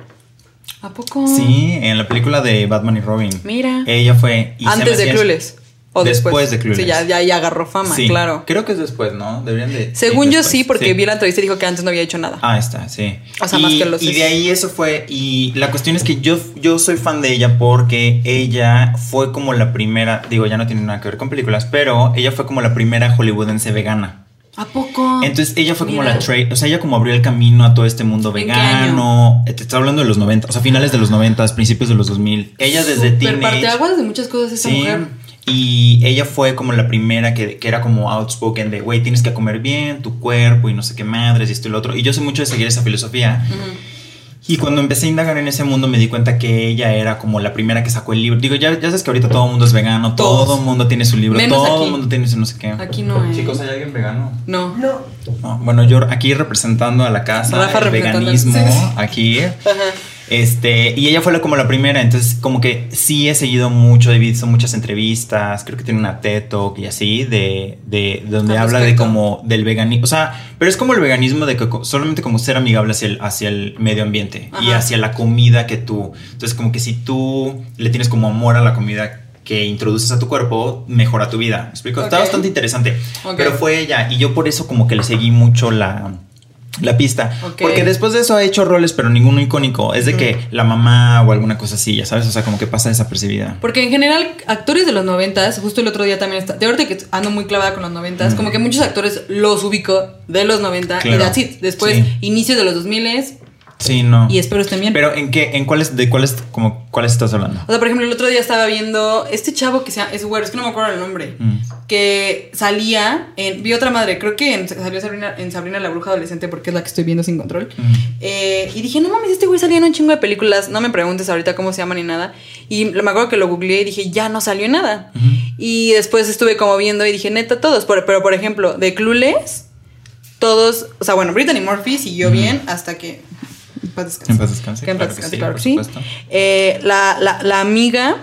S1: ¿A poco?
S2: Sí, en la película de Batman y Robin.
S1: Oh. Mira.
S2: Ella fue... y se me
S1: antes de
S2: hacía-
S1: Clueless. O después.
S2: Después de Clueless.
S1: Sí, ya, ya, ya agarró fama,
S2: Sí,
S1: claro.
S2: Creo que es después, ¿no? Deberían de...
S1: Según yo
S2: después,
S1: sí, porque vi la entrevista y dijo que antes no había hecho nada.
S2: Ah, está, sí.
S1: O sea,
S2: y,
S1: más que los-
S2: Y de ahí eso fue. Y la cuestión es que yo, yo soy fan de ella porque ella fue como la primera. Digo, ya no tiene nada que ver con películas, pero ella fue como la primera hollywoodense vegana.
S1: ¿A poco?
S2: Entonces ella fue como
S1: Ah, Mira.
S2: la trade. O sea, ella como abrió el camino a todo este mundo
S1: ¿En qué
S2: vegano. Eh, Te estoy hablando de los 90, o sea, finales de los 90, principios de los 2000. Ella desde
S1: Súper
S2: teenage.
S1: parteaguas de muchas cosas esa
S2: Sí.
S1: mujer.
S2: Y ella fue como la primera que, que era como outspoken de, güey, tienes que comer bien tu cuerpo y no sé qué madres y esto y lo otro. Y yo soy mucho de seguir esa filosofía. Y cuando empecé a indagar en ese mundo me di cuenta que ella era como la primera que sacó el libro. Digo, ya, ya sabes que ahorita todo el mundo es vegano,
S1: Todos.
S2: todo el mundo tiene su libro,
S1: Menos
S2: todo
S1: aquí.
S2: el mundo tiene su no sé qué.
S1: Aquí no eh. es.
S2: ¿hay alguien vegano?
S1: No.
S4: No,
S2: No, bueno, yo aquí representando a la casa,
S1: Rafa
S2: el
S1: representando-
S2: veganismo,
S1: sí, sí.
S2: aquí. Este, y ella fue la- como la primera, entonces como que sí he seguido mucho, he visto muchas entrevistas, creo que tiene una TED Talk y así, de, de donde
S1: Al
S2: habla
S1: respecto.
S2: de como del veganismo, o sea, pero es como el veganismo de que co- solamente como ser amigable hacia el, hacia el medio ambiente y
S1: Ajá.
S2: hacia la comida que tú, entonces como que si tú le tienes como amor a la comida que introduces a tu cuerpo, mejora tu vida, ¿me explico? Está
S1: Ok.
S2: bastante interesante,
S1: Ok.
S2: pero fue ella y yo por eso como que le seguí mucho la... La pista.
S1: Ok.
S2: Porque después de eso ha hecho roles, pero ninguno icónico. Es de que la mamá o alguna cosa así, ya sabes, o sea, como que pasa desapercibida.
S1: Porque en general, actores de los noventas, justo el otro día también está. De ahorita que ando muy clavada con los noventas, como que muchos actores los ubico de los 90 y
S2: Claro.
S1: that's it. Después,
S2: Sí.
S1: inicio de los 2000
S2: Sí, no.
S1: y espero estén bien.
S2: Pero en qué, en cuáles, de cuáles, como cuáles estás hablando?
S1: o sea, por ejemplo, el otro día estaba viendo este chavo que sea, es güero, es que no me acuerdo el nombre,
S2: Mm.
S1: que salía en. Vi otra madre, creo que en, salió Sabrina, en Sabrina la Bruja Adolescente porque es la que estoy viendo sin control.
S2: Mm.
S1: Eh, y dije, no mames, este güey salía en un chingo de películas. No me preguntes ahorita cómo se llama ni nada. Y lo- me acuerdo que lo googleé y dije, ya no salió en nada. Y después estuve como viendo y dije, neta, todos. Por- pero por ejemplo, de Clueless, todos. O sea, bueno, Brittany Murphy siguió bien hasta que. en paz descanse.
S2: En paz descanse,
S1: Que en paz
S2: claro que
S1: descanse,
S2: sí,
S1: claro que
S2: por
S1: sí.
S2: supuesto.
S1: Eh, la, la- la amiga,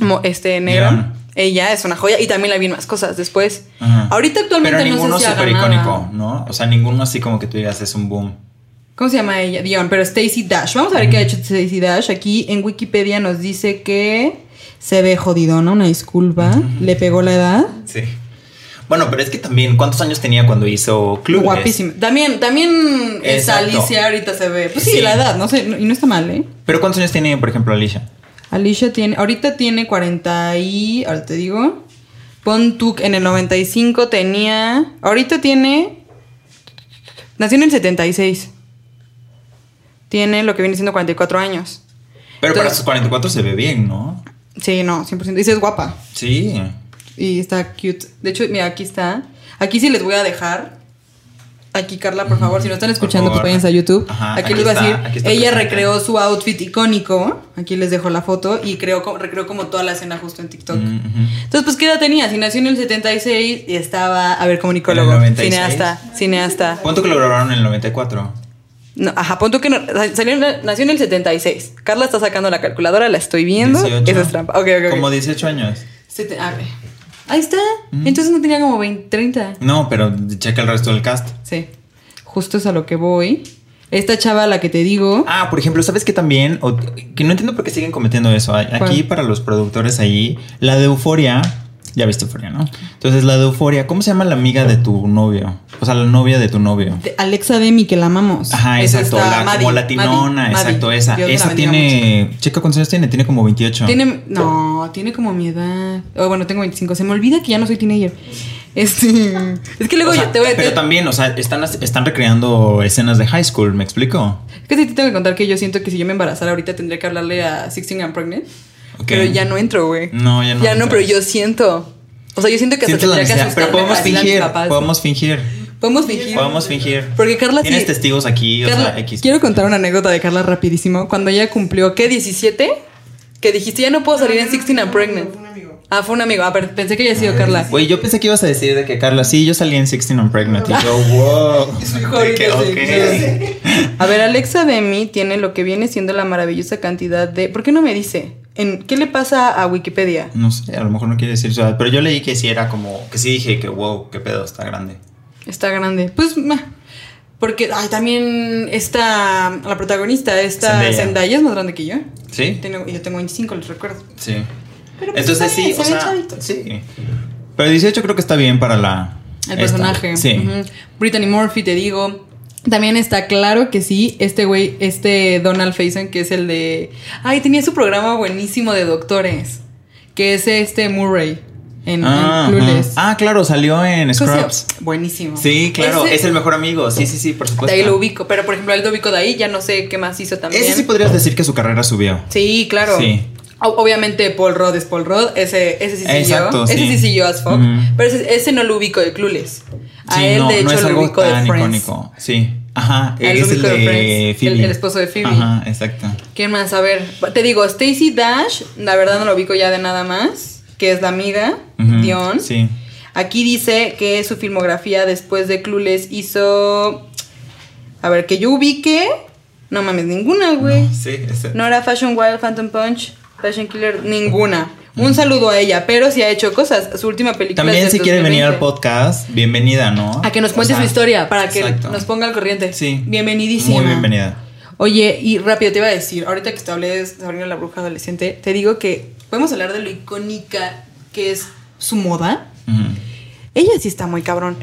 S1: mo- este negro,
S2: Diana.
S1: ella es una joya. Y también la vi en más cosas después.
S2: Ajá.
S1: Ahorita actualmente
S2: Pero
S1: no
S2: ninguno
S1: sé si
S2: súper
S1: haga
S2: icónico,
S1: nada.
S2: ¿no? O sea, ninguno así como que tú digas es un boom.
S1: ¿Cómo se llama ella? Dion, pero Stacy Dash. Vamos a ver qué ha hecho Stacy Dash. Aquí en Wikipedia nos dice que se ve jodidona, una disculpa. Le pegó la edad.
S2: Sí. Bueno, pero es que también, ¿cuántos años tenía cuando hizo Club?
S1: Guapísima. También, también esa
S2: Exacto.
S1: Alicia ahorita se ve. Pues sí,
S2: Sí.
S1: la edad, no sé, no- y no está mal, ¿eh?
S2: Pero ¿cuántos años tiene, por ejemplo, Alicia?
S1: Alicia tiene, ahorita tiene 40 y, ahora te digo, pon tú que en el 95 tenía, ahorita tiene, nació en el 76. Tiene lo que viene siendo 44 años.
S2: Pero para
S1: Entonces-
S2: sus 44 se ve bien, ¿no?
S1: Sí, no, 100%. Dice es guapa
S2: Sí.
S1: y está cute. De hecho, mira, aquí está. Aquí sí les voy a dejar. Aquí, Carla, por favor, si no están escuchando, pues
S2: favor.
S1: vayan a YouTube.
S2: Ajá,
S1: aquí,
S2: aquí
S1: les voy a
S2: está,
S1: decir,
S2: aquí está
S1: ella
S2: presente.
S1: recreó su outfit icónico. Aquí les dejo la foto y creó, co- recreó como toda la escena justo en TikTok.
S2: Mm, ujú.
S1: Entonces, pues, ¿qué edad tenía? Si nació en el 76 y estaba, a ver, comunicólogo,
S2: En el 96.
S1: cineasta, cineasta.
S2: ¿Cuánto que lo grabaron en el 94?
S1: No, ajá, pon tú que no- salió en- nació en el 76. Carla está sacando la calculadora, la estoy viendo.
S2: 18.
S1: Eso es trampa. Ok, ok, ok.
S2: Como Mm. 18 años.
S1: Sete- a ver. Ahí está. Entonces no tenía como 20, 30.
S2: No, pero checa el resto del cast.
S1: Sí. Justo es a lo que voy. Esta chava a la que te digo.
S2: Ah, por ejemplo, ¿sabes que también? O- que no entiendo por qué siguen cometiendo eso. A- Aquí
S1: ¿Cuál?
S2: para los productores ahí, la de Euforia, ya viste Euforia, ¿no? Entonces, la de Euforia, ¿cómo se llama la amiga de tu novio? O sea, la novia de tu novio.
S1: de Alexa Demi, que la amamos.
S2: Ajá,
S1: Esa
S2: exacto,
S1: está
S2: la,
S1: Maddie,
S2: como latinona,
S1: Maddie,
S2: exacto,
S1: Maddie.
S2: esa.
S1: Dios la
S2: esa
S1: bendiga
S2: tiene, checa cuántos años tiene, tiene como 28.
S1: mucho. Tiene, no, tiene como mi edad. Oh, bueno, tengo 25. Se me olvida que ya no soy teenager. Este, es que luego
S2: O sea,
S1: yo te voy a...
S2: pero
S1: te-
S2: también, o sea, están, están recreando escenas de high school, ¿me explico?
S1: Es que sí te tengo que contar que yo siento que si yo me embarazara ahorita tendría que hablarle a Sixteen and Pregnant.
S2: Ok.
S1: Pero ya no entro, güey.
S2: No, ya no
S1: Ya no,
S2: entras.
S1: pero yo siento. O sea, yo siento que hasta
S2: Siento la
S1: tendría que
S2: necesidad,
S1: asustarme
S2: pero podemos
S1: para decirle a mis
S2: fingir,
S1: papás.
S2: podemos fingir.
S1: Podemos fingir.
S2: Podemos fingir.
S1: Porque Carla sí-
S2: Tienes testigos aquí, o
S1: Carla,
S2: sea, X.
S1: Quiero contar una anécdota de Carla rapidísimo. Cuando ella cumplió, ¿qué? ¿17? Que dijiste, ya no puedo salir en 16 and pregnant.
S3: Un amigo.
S1: Ah, fue un amigo. Ah, pero pensé que había sido Carla.
S2: Güey, yo pensé que ibas a decir de que Carla, sí, yo salí en 16 on Pregnant. Y yo, wow.
S1: Su hijo ahorita
S2: Que,
S1: sí,
S2: ok.
S1: A ver, Alexa de mí tiene lo que viene siendo la maravillosa cantidad de. ¿Por qué no me dice? ¿En ¿Qué le pasa a Wikipedia?
S2: No sé, a lo mejor no quiere decir su edad, pero yo leí que sí era como, que sí dije que wow, qué pedo, está grande.
S1: Está grande. Pues, meh. porque ay, también está la protagonista, esta
S2: Zendaya.
S1: Zendaya. es más grande que yo.
S2: ¿Sí?
S1: Tengo- yo tengo 25, les recuerdo.
S2: Sí.
S1: Pero pues
S2: Entonces
S1: está bien,
S2: sí,
S1: se
S2: o
S1: ve
S2: sea,
S1: chavito.
S2: sí. Pero 18 creo que está bien para la...
S1: El
S2: esta.
S1: personaje.
S2: Sí.
S1: Ujú. Brittany Murphy, te digo. También está claro que sí, este güey, este Donald Faison, que es el de. Ay, tenía su programa buenísimo de doctores. Que es este Murray. En, en
S2: Ah, ajá.
S1: Clueless. Pues
S2: ah, claro, salió en Scrubs.
S1: Entonces, buenísimo.
S2: Sí, claro,
S1: Ese-
S2: es el mejor amigo. Sí, sí, sí, por
S1: De
S2: supuesto.
S1: ahí lo ubico. Pero por ejemplo, él lo ubico de ahí, ya no sé qué más hizo también.
S2: Ese sí podrías decir que su carrera subió.
S1: Sí, claro.
S2: Sí.
S1: O- obviamente Paul Rod es Paul Rod, ese, ese sí siguió.
S2: Exacto,
S1: ese
S2: sí.
S1: sí siguió as fuck.
S2: Ujú.
S1: Pero ese, ese no lo ubico de Clueless. A
S2: Sí,
S1: él, de hecho, lo ubico de Friends. Ah,
S2: icónico. Sí. Ajá,
S1: El
S2: es el
S1: único de
S2: de
S1: Friends,
S2: Phoebe.
S1: el- el esposo de Phoebe.
S2: Ajá, exacto.
S1: ¿Quién más? A ver, te digo, Stacy Dash, la verdad no lo ubico ya de nada más, que es la amiga,
S2: Ujú,
S1: Dion.
S2: Sí.
S1: Aquí dice que su filmografía después de Clueless hizo... A ver, que yo ubique... No mames, ninguna, güey.
S2: No, sí, ese.
S1: No era Fashion Wild, Phantom Punch, Fashion Killer, ninguna. Un saludo a ella, pero sí ha hecho cosas. Su última película
S2: También
S1: es del
S2: si quiere venir
S1: 2020.
S2: al podcast, bienvenida, ¿no?
S1: A que nos cuente
S2: O sea,
S1: su historia, para que
S2: exacto.
S1: nos ponga al corriente.
S2: Sí.
S1: Bienvenidísima.
S2: Muy bienvenida.
S1: Oye, y rápido te iba a decir, ahorita que te hablé de Sabrina la Bruja Adolescente, te digo que podemos hablar de lo icónica que es su moda.
S2: Ujú.
S1: Ella sí está muy cabrón,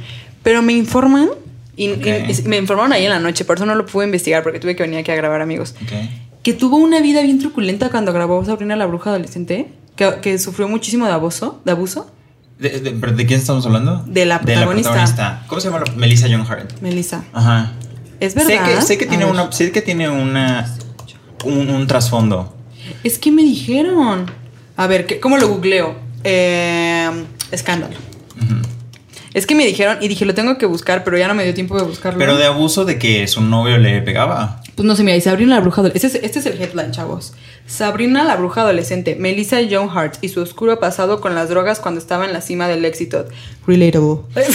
S1: pero me informan, y, y-
S2: Ok.
S1: y me informaron ahí en la noche, por eso no lo pude investigar porque tuve que venir aquí a grabar, amigos.
S2: Ok.
S1: Que tuvo una vida bien truculenta cuando grabó Sabrina la Bruja Adolescente, que, que sufrió muchísimo de abuso, de abuso.
S2: ¿De, de, pero ¿de quién estamos hablando?
S1: De la protagonista.
S2: protagonista. ¿Cómo se llama? la- Melissa John Hart.
S1: Melissa,
S2: Ajá.
S1: es
S2: Sé
S1: verdad.
S2: que, sé que
S1: A
S2: tiene
S1: ver.
S2: una, sé que tiene una un, un trasfondo.
S1: Es que me dijeron. A ver, ¿qué- ¿cómo lo googleo? Eh, escándalo.
S2: Ujú.
S1: Es que me dijeron y dije, lo tengo que buscar, pero ya no me dio tiempo de buscarlo.
S2: Pero de abuso de que su novio le pegaba.
S1: Pues no sé, mira, y Sabrina la Bruja Adolescente. Este es, este es el headline, chavos. Sabrina la Bruja Adolescente, Melissa Joan Hart y su oscuro pasado con las drogas cuando estaba en la cima del éxito. Relatable.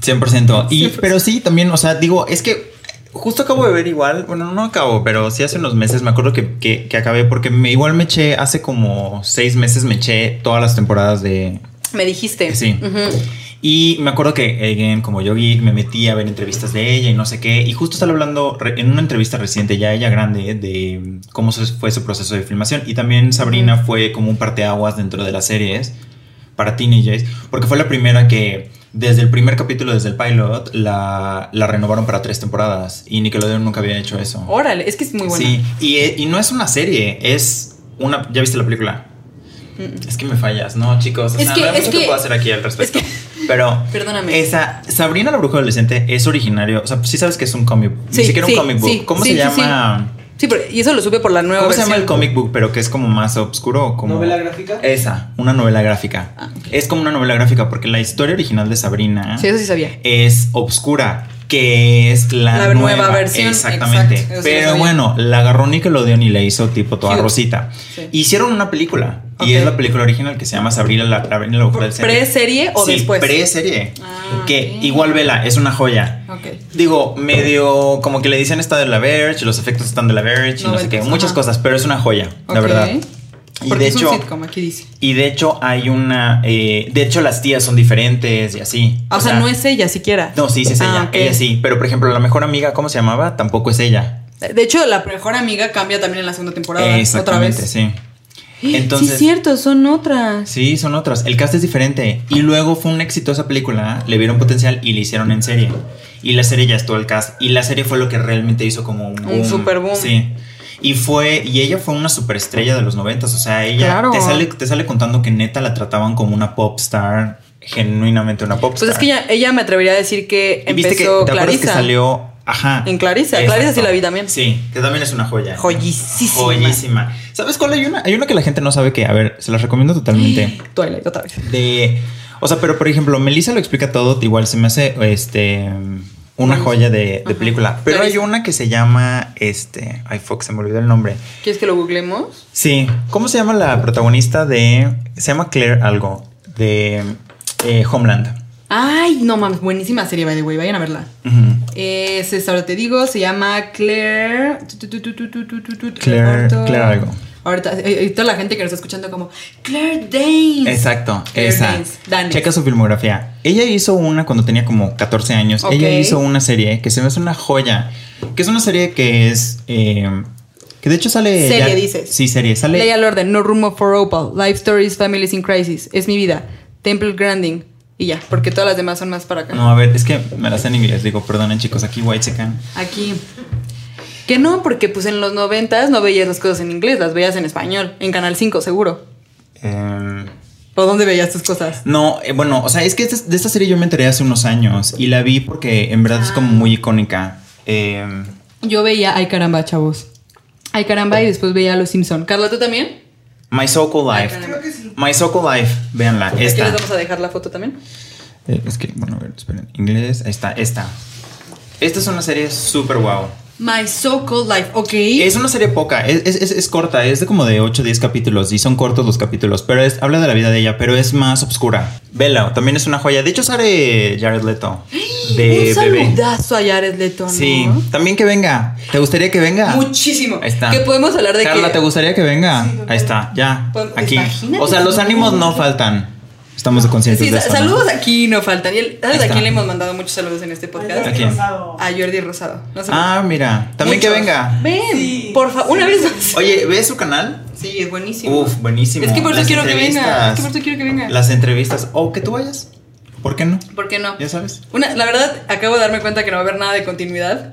S2: 100%. Y,
S1: 100%.
S2: Pero sí, también, o sea, digo, es que justo acabo de ver igual, bueno, no acabo, pero sí hace unos meses me acuerdo que, que- que acabé porque me, igual me eché, hace como seis meses me eché todas las temporadas de...
S1: me dijiste.
S2: Sí.
S1: Ujú.
S2: Y me acuerdo que, again, como yo geek, me metí a ver entrevistas de ella y no sé qué. Y justo estaba hablando re- en una entrevista reciente, ya ella grande, de cómo se- fue su proceso de filmación. Y también Sabrina fue como un parteaguas dentro de las series para teenagers, porque fue la primera que desde el primer capítulo, desde el pilot, la, la renovaron para tres temporadas y Nickelodeon nunca había hecho eso.
S1: Órale, es que es muy buena.
S2: Sí, y, e- y no es una serie, es una... ¿Ya viste la película?
S1: Mm.
S2: Es que me fallas, ¿no, chicos? O
S1: Es
S2: sea,
S1: que-
S2: no hay
S1: es
S2: mucho que,
S1: que-
S2: puedo hacer aquí al respecto.
S1: es
S2: Pero...
S1: Perdóname.
S2: Esa, Sabrina la Bruja Adolescente es originario, o sea, sí sabes que es un comic book,
S1: Sí,
S2: ni siquiera
S1: sí,
S2: un comic book.
S1: sí,
S2: ¿Cómo
S1: sí,
S2: se
S1: sí, sí.
S2: llama?
S1: Sí, pero- y eso lo supe por la nueva
S2: ¿Cómo se llama el
S1: versión.
S2: comic book, pero que es como más oscuro? Como...
S4: ¿Novela gráfica?
S1: Eh,
S2: Esa, una novela gráfica.
S1: Ah, ok.
S2: Es como una novela gráfica porque la historia original de Sabrina
S1: Sí, eso sí sabía.
S2: es obscura, que es la,
S1: La nueva versión,
S2: Exactamente.
S1: exacto, eso sí lo
S2: Pero
S1: sabía.
S2: bueno, la agarró Nickelodeon y la hizo tipo toda
S1: Cute.
S2: rosita.
S1: Sí.
S2: Hicieron una película
S1: Ok.
S2: y es la película original que se llama Sabrina la, Sabrina la Bruja del Centro.
S1: ¿Pre-serie o
S2: Sí,
S1: después?
S2: pre-serie.
S1: Ah,
S2: que
S1: ok.
S2: igual vela, es una joya.
S1: Ok.
S2: Digo, medio como que le dicen está de la Verge, los efectos están de la Verge, y no sé qué,
S1: Noventas,
S2: muchas
S1: ajá.
S2: cosas, pero es una joya, la
S1: Ok.
S2: verdad. Y
S1: Porque
S2: de
S1: es un
S2: hecho,
S1: sitcom, aquí dice.
S2: y de hecho hay una, eh, de hecho las tías son diferentes y así.
S1: Ah, O, sea, no es ella siquiera.
S2: No, sí, sí es
S1: Ah,
S2: ella,
S1: ok.
S2: ella sí, pero por ejemplo la mejor amiga, ¿cómo se llamaba? Tampoco es ella.
S1: De hecho, la mejor amiga cambia también en la segunda temporada. Otra
S2: Exactamente,
S1: vez.
S2: sí.
S1: sí,
S2: Entonces,
S1: es cierto, son otras.
S2: sí, son otras. El cast es diferente. Y luego fue una exitosa película, le vieron potencial y le hicieron en serie. Y la serie ya estuvo el cast. Y la serie fue lo que realmente hizo como un,
S1: Un super boom.
S2: Sí. Y fue, y ella fue una superestrella de los noventas. O sea, ella
S1: Claro.
S2: te, sale, te sale contando que neta la trataban como una pop star, genuinamente una pop
S1: Pues
S2: star.
S1: es que ella, ella me atrevería a decir que
S2: Y viste que,
S1: empezó
S2: ¿te acuerdas
S1: Clarisa.
S2: que salió? Ajá.
S1: En Clarisa. Clarisa sí la vi también.
S2: Sí, que también es una joya.
S1: Joyisísima.
S2: Joyísima. ¿Sabes cuál? Hay una, hay una que la gente no sabe que, a ver, se las recomiendo totalmente.
S1: Twilight, otra vez.
S2: De O sea, pero por ejemplo, Melissa lo explica todo, igual se me hace este una joya de, de
S1: Ajá.
S2: película. Pero hay
S1: Clarísimo.
S2: una que se llama este. Ay, fuck, se me olvidó el nombre.
S1: ¿Quieres que lo googlemos?
S2: Sí. ¿Cómo se llama la protagonista de. Se llama Claire Algo, de eh, Homeland.
S1: Ay, no mames, buenísima serie, by the way, vayan a verla.
S2: Ujú.
S1: Es esta, ahora te digo, se llama Claire. tu, tu, tu, tu, tu, tu, tu, tu,
S2: Claire-
S1: reporto.
S2: Claire algo.
S1: Ahorita, eh, eh, toda la gente que nos está escuchando, como Claire Danes.
S2: Exacto,
S1: Claire
S2: esa.
S1: Danes, Danes.
S2: Checa su filmografía. Ella hizo una cuando tenía como 14 años.
S1: Ok.
S2: Ella hizo una serie que se me hace una joya. Que es una serie que es. eh, que de hecho sale.
S1: Serie,
S2: ya-
S1: dices.
S2: Sí, serie. Sale.
S1: Ley al orden, No Room for Opal, Life Stories, Families in Crisis, Es mi vida, Temple Granding y ya, porque todas las demás son más para acá.
S2: No, a ver, es que me la sé en inglés. Digo, perdonen, chicos, aquí white secan.
S1: Aquí. Que no, porque pues en los noventas no veías las cosas en inglés, las veías en español, en Canal 5 seguro.
S2: Eh,
S1: ¿O dónde veías tus cosas?
S2: No, eh, bueno, o sea, es que esta- de esta serie yo me enteré hace unos años y la vi porque en verdad es
S1: Ah.
S2: como muy icónica. Eh,
S1: Yo veía Ay caramba, chavos. Ay caramba y después veía Los Simpson. Carla, ¿tú también?
S2: My Soco Life.
S1: caramba.
S3: Creo que sí.
S2: My Soco Life, véanla.
S1: Aquí les
S2: Esta.
S1: vamos a dejar la foto también.
S2: Eh, es que, bueno, a ver, esperen. Inglés, ahí está, esta. Esta es una serie súper guau.
S1: My So-Called Life, ok.
S2: Es una serie poca, es, es- es- es corta, es de como de 8 o 10 capítulos y son cortos los capítulos, pero es, habla de la vida de ella, pero es más obscura. Vela, también es una joya. De hecho, sale Jared Leto de
S1: Un
S2: bebé.
S1: saludazo a Jared Leto, ¿no?
S2: Sí, también que venga. ¿Te gustaría que venga?
S1: Muchísimo.
S2: Ahí está.
S1: Que podemos hablar de
S2: Carla,
S1: que...
S2: ¿te gustaría que venga?
S3: Sí, totalmente.
S2: Ahí está, ya.
S1: Pues,
S2: Aquí.
S1: imagínate.
S2: O sea, los ánimos no faltan. Estamos de conscientes
S1: Sí,
S2: de
S1: sa-
S2: eso. ¿no?
S1: saludos aquí no faltan. Y el- ¿Sabes
S2: Ahí
S1: a
S2: está.
S1: quién le hemos mandado muchos saludos en
S3: Pues
S1: este podcast?
S2: ¿A quién?
S1: A Jordi Rosado. No sé
S2: Ah, mira. También que
S1: Muchos.
S2: venga.
S1: Ven,
S3: Sí,
S1: por favor, una vez más.
S2: Oye, ¿ves su canal?
S1: Sí, es buenísimo.
S2: Uf, buenísimo.
S1: Es que por eso
S2: Las
S1: quiero que venga.
S2: entrevistas.
S1: Es que por eso quiero que venga.
S2: Las entrevistas. O que tú vayas. ¿Por qué no?
S1: ¿Por qué no?
S2: Ya sabes.
S1: Una, la verdad, acabo de darme cuenta que no va a haber nada de continuidad.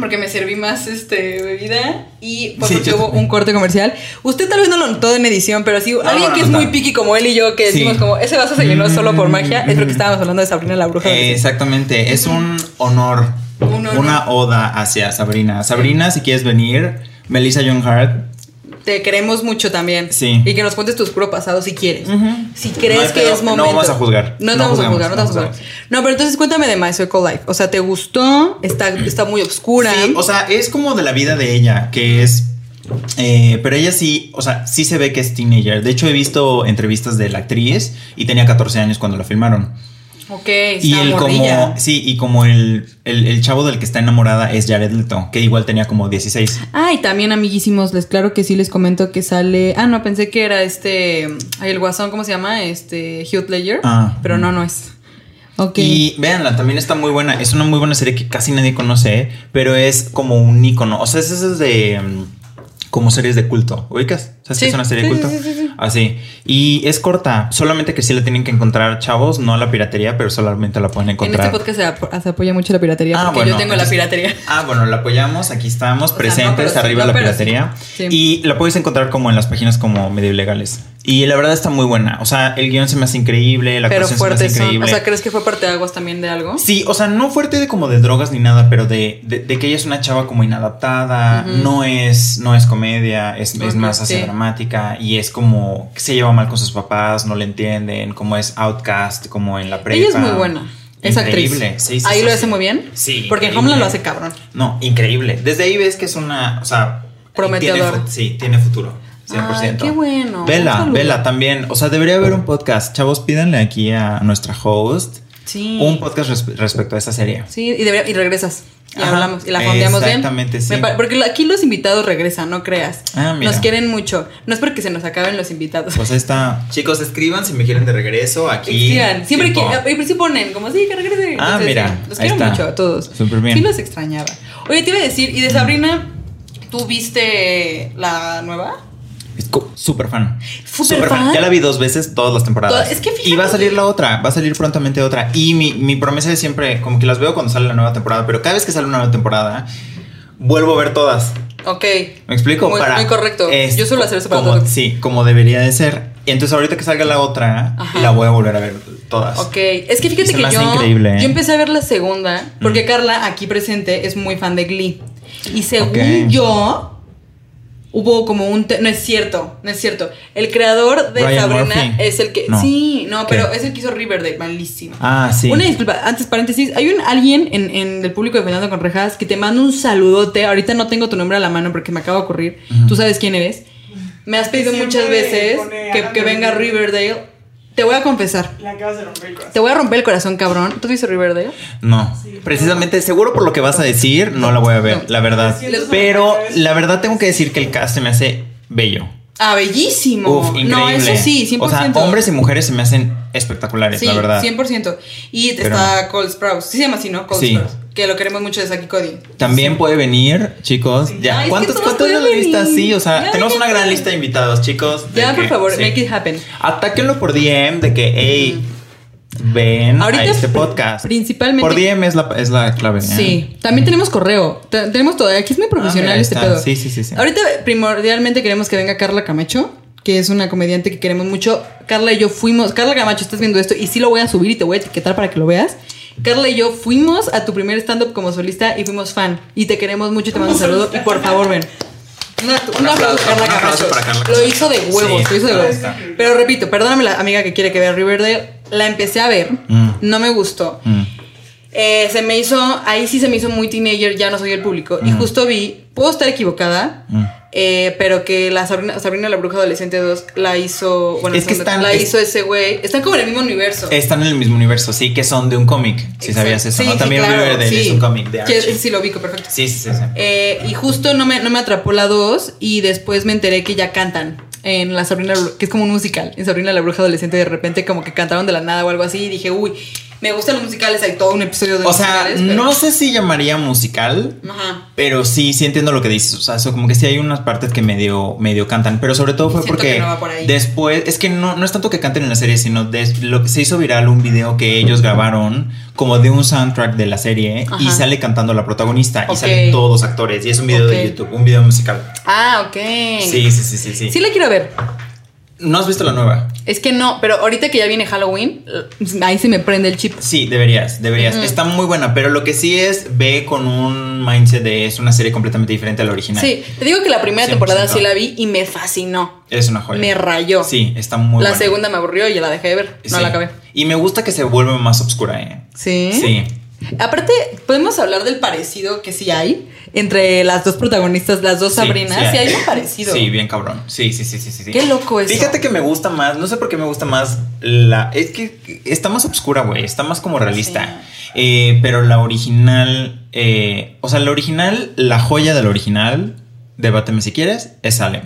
S1: Porque me serví más este, bebida y pues,
S2: Sí,
S1: porque
S2: yo
S1: hubo
S2: también.
S1: un corte comercial. Usted tal vez no lo notó en edición, pero sí, alguien
S2: no,
S1: que
S2: no
S1: es muy
S2: está.
S1: piqui como él y yo, que decimos
S2: Sí.
S1: como, ese vaso se llenó solo por magia, es lo
S2: Mm.
S1: que estábamos hablando de Sabrina la Bruja.
S2: Eh, exactamente. Es un honor.
S1: Un honor.
S2: Una oda hacia Sabrina. Sabrina, si quieres venir. Melissa John Hart.
S1: Te queremos mucho también.
S2: Sí.
S1: Y que nos cuentes tu oscuro pasado si quieres.
S2: Ujú.
S1: Si
S2: No hay
S1: crees que
S2: pedo,
S1: es
S2: no
S1: momento.
S2: vamos a juzgar.
S1: No, te
S2: No
S1: vamos a
S2: juzgamos,
S1: juzgar, no te vamos a
S2: no
S1: juzgar. No, pero entonces cuéntame de My Circle Life. O sea, ¿te gustó? Está, está muy oscura.
S2: Sí, o sea, es como de la vida de ella, que es. eh, pero ella sí, o sea, sí se ve que es teenager. De hecho, he visto entrevistas de la actriz y tenía 14 años cuando la filmaron.
S1: ok,
S2: Y
S1: está
S2: el
S1: morrilla.
S2: como. Sí, y como el, el, el chavo del que está enamorada es Jared Leto, que igual tenía como 16.
S1: Ah, y también amiguísimos, les claro que sí les comento que sale. Ah, no, pensé que era este. ay, el guasón, ¿cómo se llama? Este. Hugh Ledger.
S2: Ah.
S1: Pero no, no es. Ok.
S2: Y véanla, también está muy buena. Es una muy buena serie que casi nadie conoce, pero es como un icono. O sea, es esas de. mm, Como series de culto. ¿Ubicas? ¿Sabes
S1: Sí,
S2: que es una serie de
S1: sí,
S2: culto?
S1: sí, sí, sí.
S2: Así. Y es corta. Solamente que sí la tienen que encontrar, chavos. No la piratería, pero solamente la pueden
S1: en este
S2: encontrar.
S1: podcast se, ap- se apoya mucho la piratería.
S2: Ah,
S1: porque
S2: bueno,
S1: yo tengo la
S2: entonces-
S1: piratería.
S2: Ah, bueno, la apoyamos, aquí estamos,
S1: O sea, no,
S2: presentes,
S1: pero sí,
S2: arriba
S1: no,
S2: la
S1: pero sí.
S2: piratería.
S1: Sí.
S2: Y la puedes encontrar como en las páginas como medio legales. Y la verdad está muy buena. O sea, el guión se me hace increíble, la
S1: pero
S2: actuación se me hace
S1: fuertes son.
S2: increíble.
S1: O sea, ¿crees que fue parte de aguas también de algo?
S2: Sí, o sea, no fuerte de como de drogas ni nada, pero de, de, de que ella es una chava como inadaptada,
S1: Ujú.
S2: no es no es comedia, es, es
S1: Ujú,
S2: más hacia
S1: sí.
S2: dramática y es como que se lleva mal con sus papás, no le entienden, como es outcast, como en la prepa.
S1: Ella es muy buena. Es
S2: Increíble,
S1: actriz.
S2: sí, sí,
S1: Ahí
S2: sí,
S1: lo
S2: sí.
S1: hace muy bien.
S2: Sí,
S1: Porque en
S2: increíble.
S1: Homeland lo hace cabrón.
S2: No, increíble. Desde ahí ves que es una, o sea,
S1: Prometedor.
S2: tiene fu- sí, tiene futuro. 100%.
S1: Ay, qué bueno. Un
S2: Vela,
S1: saludo.
S2: vela también. O sea, debería haber un podcast. Chavos, pídanle aquí a nuestra host
S1: Sí.
S2: un podcast res- respecto a esta serie.
S1: Sí, y, debería- y regresas. Y
S2: Ajá,
S1: hablamos. Y la fondeamos bien.
S2: exactamente, sí.
S1: Me pa- porque lo- aquí los invitados regresan, no creas.
S2: Ah, mira.
S1: Nos quieren mucho. No es porque se nos acaben los invitados.
S2: Pues ahí está. Chicos, escriban si me quieren de regreso aquí.
S1: Escriban. Siempre
S2: Tipo,
S1: que. y sí ponen, como sí, que regrese.
S2: Ah, mira,
S1: sí, Los
S2: ahí
S1: quiero
S2: está.
S1: mucho a todos.
S2: Súper bien.
S1: Sí, los extrañaba. Oye, te iba a decir, ¿y de Sabrina, tú viste la nueva?
S2: es co- Súper fan.
S1: ¿Súper
S2: Súper
S1: fan?
S2: Ya la vi dos veces todas las temporadas.
S1: Todas- es que fíjate
S2: y va a salir
S1: que-
S2: la otra, va a salir prontamente otra. Y mi, mi promesa es siempre, como que las veo cuando sale la nueva temporada, pero cada vez que sale una nueva temporada, vuelvo a ver todas.
S1: Ok.
S2: ¿Me explico?
S1: Muy- muy correcto. Yo suelo hacer eso para
S2: como,
S1: todo.
S2: Sí, como debería de ser. Y entonces ahorita que salga la otra,
S1: Ajá.
S2: la voy a volver a ver todas.
S1: Ok, es que fíjate
S2: Se
S1: que
S2: me hace
S1: yo,
S2: increíble, ¿eh?
S1: yo empecé a ver la segunda, porque
S2: Mm.
S1: Carla, aquí presente, es muy fan de Glee. Y según
S2: Ok.
S1: yo, hubo como un... te- No es cierto, no es cierto. El creador de
S2: Ryan
S1: Sabrina
S2: Murphy.
S1: es el que...
S2: No.
S1: Sí, no,
S2: ¿Qué?
S1: pero es el que hizo Riverdale, malísimo.
S2: Ah, sí.
S1: Una disculpa, antes paréntesis, hay un alguien en, en el público de Fernando con Rejas que te manda un saludote, ahorita no tengo tu nombre a la mano porque me acaba de ocurrir,
S2: Ujú.
S1: tú sabes quién eres, me has pedido
S3: Siempre
S1: muchas veces
S3: pone,
S1: que,
S3: hágame
S1: que venga
S3: Riverdale.
S1: Riverdale, te voy a confesar,
S3: La acabas de romper el corazón.
S1: te voy a romper el corazón cabrón, ¿tú dices Riverdale?
S2: No,
S3: Sí.
S2: precisamente seguro por lo que vas a decir, no la voy a ver,
S1: No.
S2: la verdad.
S3: Les-
S2: Pero la verdad tengo que decir que el cast se me hace bello.
S1: Ah, bellísimo.
S2: Uf, increíble.
S1: No, eso sí, 100%.
S2: O sea, hombres y mujeres se me hacen espectaculares,
S1: Sí,
S2: la verdad.
S1: 100%. Y
S2: Pero
S1: está Cole Sprouse. Sí se llama así, ¿no? Cole
S2: Sí.
S1: Sprouse. Que lo queremos mucho de Saki Cody.
S2: También puede venir, chicos. Ya,
S1: Ay, es que
S2: ¿cuántos,
S1: todos
S2: cuántos de la
S1: pueden
S2: lista?
S1: venir.
S2: Sí, o sea,
S1: Ya,
S2: tenemos
S1: ya,
S2: una
S1: ya.
S2: gran lista de invitados, chicos. de
S1: Ya, por
S2: que-
S1: favor,
S2: sí.
S1: make it happen.
S2: Atáquenlo por DM de que, hey, ven
S1: Ahorita
S2: a este
S1: pri-
S2: podcast.
S1: principalmente-
S2: Por DM es la, es la clave. ¿eh?
S1: Sí, también tenemos correo. Te- tenemos todo. Aquí es muy profesional
S2: Ah, mira,
S1: este
S2: está.
S1: pedo.
S2: Sí, sí, sí, sí.
S1: Ahorita primordialmente queremos que venga Carla Camacho, que es una comediante que queremos mucho. Carla y yo fuimos. Carla Camacho, estás viendo esto y sí lo voy a subir y te voy a etiquetar para que lo veas. Carla y yo fuimos a tu primer stand-up como solista y fuimos fan. Y te queremos mucho, y te mando un saludo y por favor ven. Una- un, aplauso, Carla
S2: un aplauso
S1: Camacho.
S2: para Carla
S1: Lo
S2: Camacho.
S1: hizo de huevos,
S2: Sí,
S1: lo hizo de
S2: ahí
S1: huevos.
S2: está.
S1: Pero repito, perdóname la amiga que quiere que vea Riverdale. La empecé a ver,
S2: Mm.
S1: no me gustó.
S2: Mm.
S1: Eh, se me hizo, ahí sí se me hizo muy teenager, ya no soy el público. Y
S2: Ujú.
S1: justo vi, puedo estar equivocada,
S2: Mm.
S1: eh, pero que la Sabrina, Sabrina la Bruja Adolescente 2 la hizo, bueno,
S2: Es que
S1: son-
S2: están-
S1: la
S2: es-
S1: hizo ese güey. Están como en el mismo universo.
S2: Están en el mismo universo, sí, que son de un cómic. Si sabías
S1: Exacto.
S2: eso,
S1: Sí,
S2: ¿no?
S1: sí,
S2: También
S1: claro,
S2: Riverdale
S1: sí.
S2: es un cómic de
S1: Que-
S2: Archie.
S1: Sí, lo ubico, perfecto.
S2: Sí, sí, sí. sí.
S1: Eh, y justo no me, no me atrapó la 2 y después me enteré que ya cantan en la Sabrina, la Bru- que es como un musical, en Sabrina la Bruja Adolescente de repente como que cantaron de la nada o algo así y dije, uy, me gustan los musicales, hay todo un episodio de
S2: O sea,
S1: musicales, pero-
S2: no sé si llamaría musical,
S1: Ajá.
S2: pero sí, sí entiendo lo que dices. O sea, eso como que sí hay unas partes que medio, medio cantan, pero sobre todo fue
S1: Siento
S2: porque
S1: que no va por ahí.
S2: después, es que no, no es tanto que canten en la serie, sino des- lo que se hizo viral un video que ellos grabaron como de un soundtrack de la serie y
S1: Ajá.
S2: sale cantando la protagonista y
S1: Ok.
S2: salen todos los actores y es un video
S1: Ok.
S2: de YouTube, un video musical.
S1: Ah, ok.
S2: Sí, sí, sí, sí, sí.
S1: Sí la quiero ver.
S2: ¿No has visto la nueva?
S1: Es que no, pero ahorita que ya viene Halloween, l- ahí se me prende el chip.
S2: Sí, deberías, deberías.
S1: Ujú.
S2: Está muy buena, pero lo que sí es ve con un mindset de es una serie completamente diferente a la original.
S1: Sí, te digo que la primera
S2: 100%.
S1: temporada sí la vi y me fascinó.
S2: Es una joya.
S1: Me rayó.
S2: Sí, está muy
S1: la
S2: buena.
S1: segunda me aburrió y ya la dejé de ver. No
S2: Sí.
S1: la acabé.
S2: Y me gusta que se vuelve más oscura, ¿eh?
S1: Sí.
S2: Sí.
S1: Aparte, podemos hablar del parecido que sí hay entre las dos protagonistas, las dos
S2: Sí,
S1: Sabrinas. Sí, hay un parecido.
S2: Sí, bien cabrón. Sí, sí, sí, sí, sí. sí.
S1: Qué loco eso.
S2: Fíjate que me gusta más, no sé por qué me gusta más la... Es que está más oscura, güey, está más como realista. Eh, pero la original, eh, o sea, la original, la joya del original, debáteme si quieres, es Salem.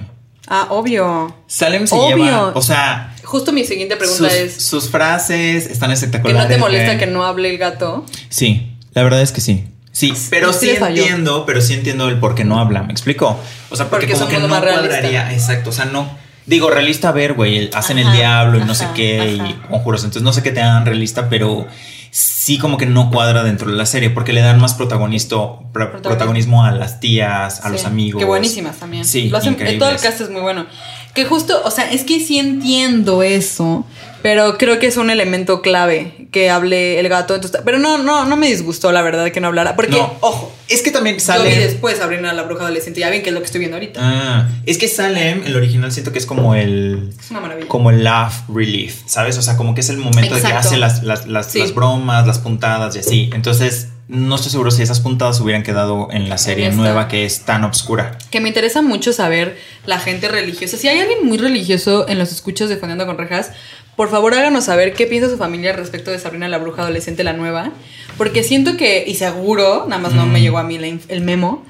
S1: Ah, obvio.
S2: Salem se
S1: Obvio.
S2: lleva, o sea,
S1: Justo mi siguiente pregunta
S2: sus,
S1: es:
S2: sus frases están
S1: ¿que
S2: espectaculares.
S1: no te molesta
S2: güey.
S1: que no hable el gato?
S2: Sí, la verdad es que sí. Sí, pero
S1: sí
S2: sí
S1: le falló.
S2: entiendo, pero sí entiendo el por qué no habla, ¿me explico? O sea, porque,
S1: Porque
S2: como que
S1: somos lo
S2: no
S1: más realista.
S2: cuadraría, exacto, o sea, no. Digo, realista, a ver, güey, el- hacen
S1: Ajá,
S2: el diablo y no sé
S1: ajá,
S2: qué, y
S1: ajá.
S2: conjuros, entonces no sé qué te dan realista, pero sí como que no cuadra dentro de la serie, porque le dan más protagonisto, pro-
S1: Protagonismo.
S2: protagonismo a las tías, a
S1: Sí,
S2: los amigos.
S1: Que buenísimas también.
S2: Sí,
S1: Lo hacen- en todo el
S2: increíbles.
S1: cast es muy bueno. Que justo, o sea, es que sí entiendo eso, pero creo que es un elemento clave que hable el gato. entonces- pero no, no, no me disgustó la verdad que no hablara. Porque,
S2: No.
S1: ojo,
S2: Es que también
S1: yo vi
S2: sale...
S1: después Sabrina la bruja adolescente. Ya ven que es lo que estoy viendo ahorita.
S2: Ah, es que Salem, el original, siento que es como el...
S1: Es una maravilla.
S2: como el laugh relief, ¿sabes? O sea, como que es el momento de que
S1: Exacto.
S2: hace las, las, las,
S1: Sí.
S2: las bromas, las puntadas y así. Entonces, no estoy seguro si esas puntadas hubieran quedado en la serie
S1: está.
S2: nueva que es tan obscura.
S1: Que me interesa mucho saber la gente religiosa. Si hay alguien muy religioso en los escuchos de Fondeando con Rejas, por favor háganos saber qué piensa su familia respecto de Sabrina la Bruja Adolescente, la nueva. Porque siento que, y seguro, nada más no
S2: Mm.
S1: me llegó a mí la inf- el memo,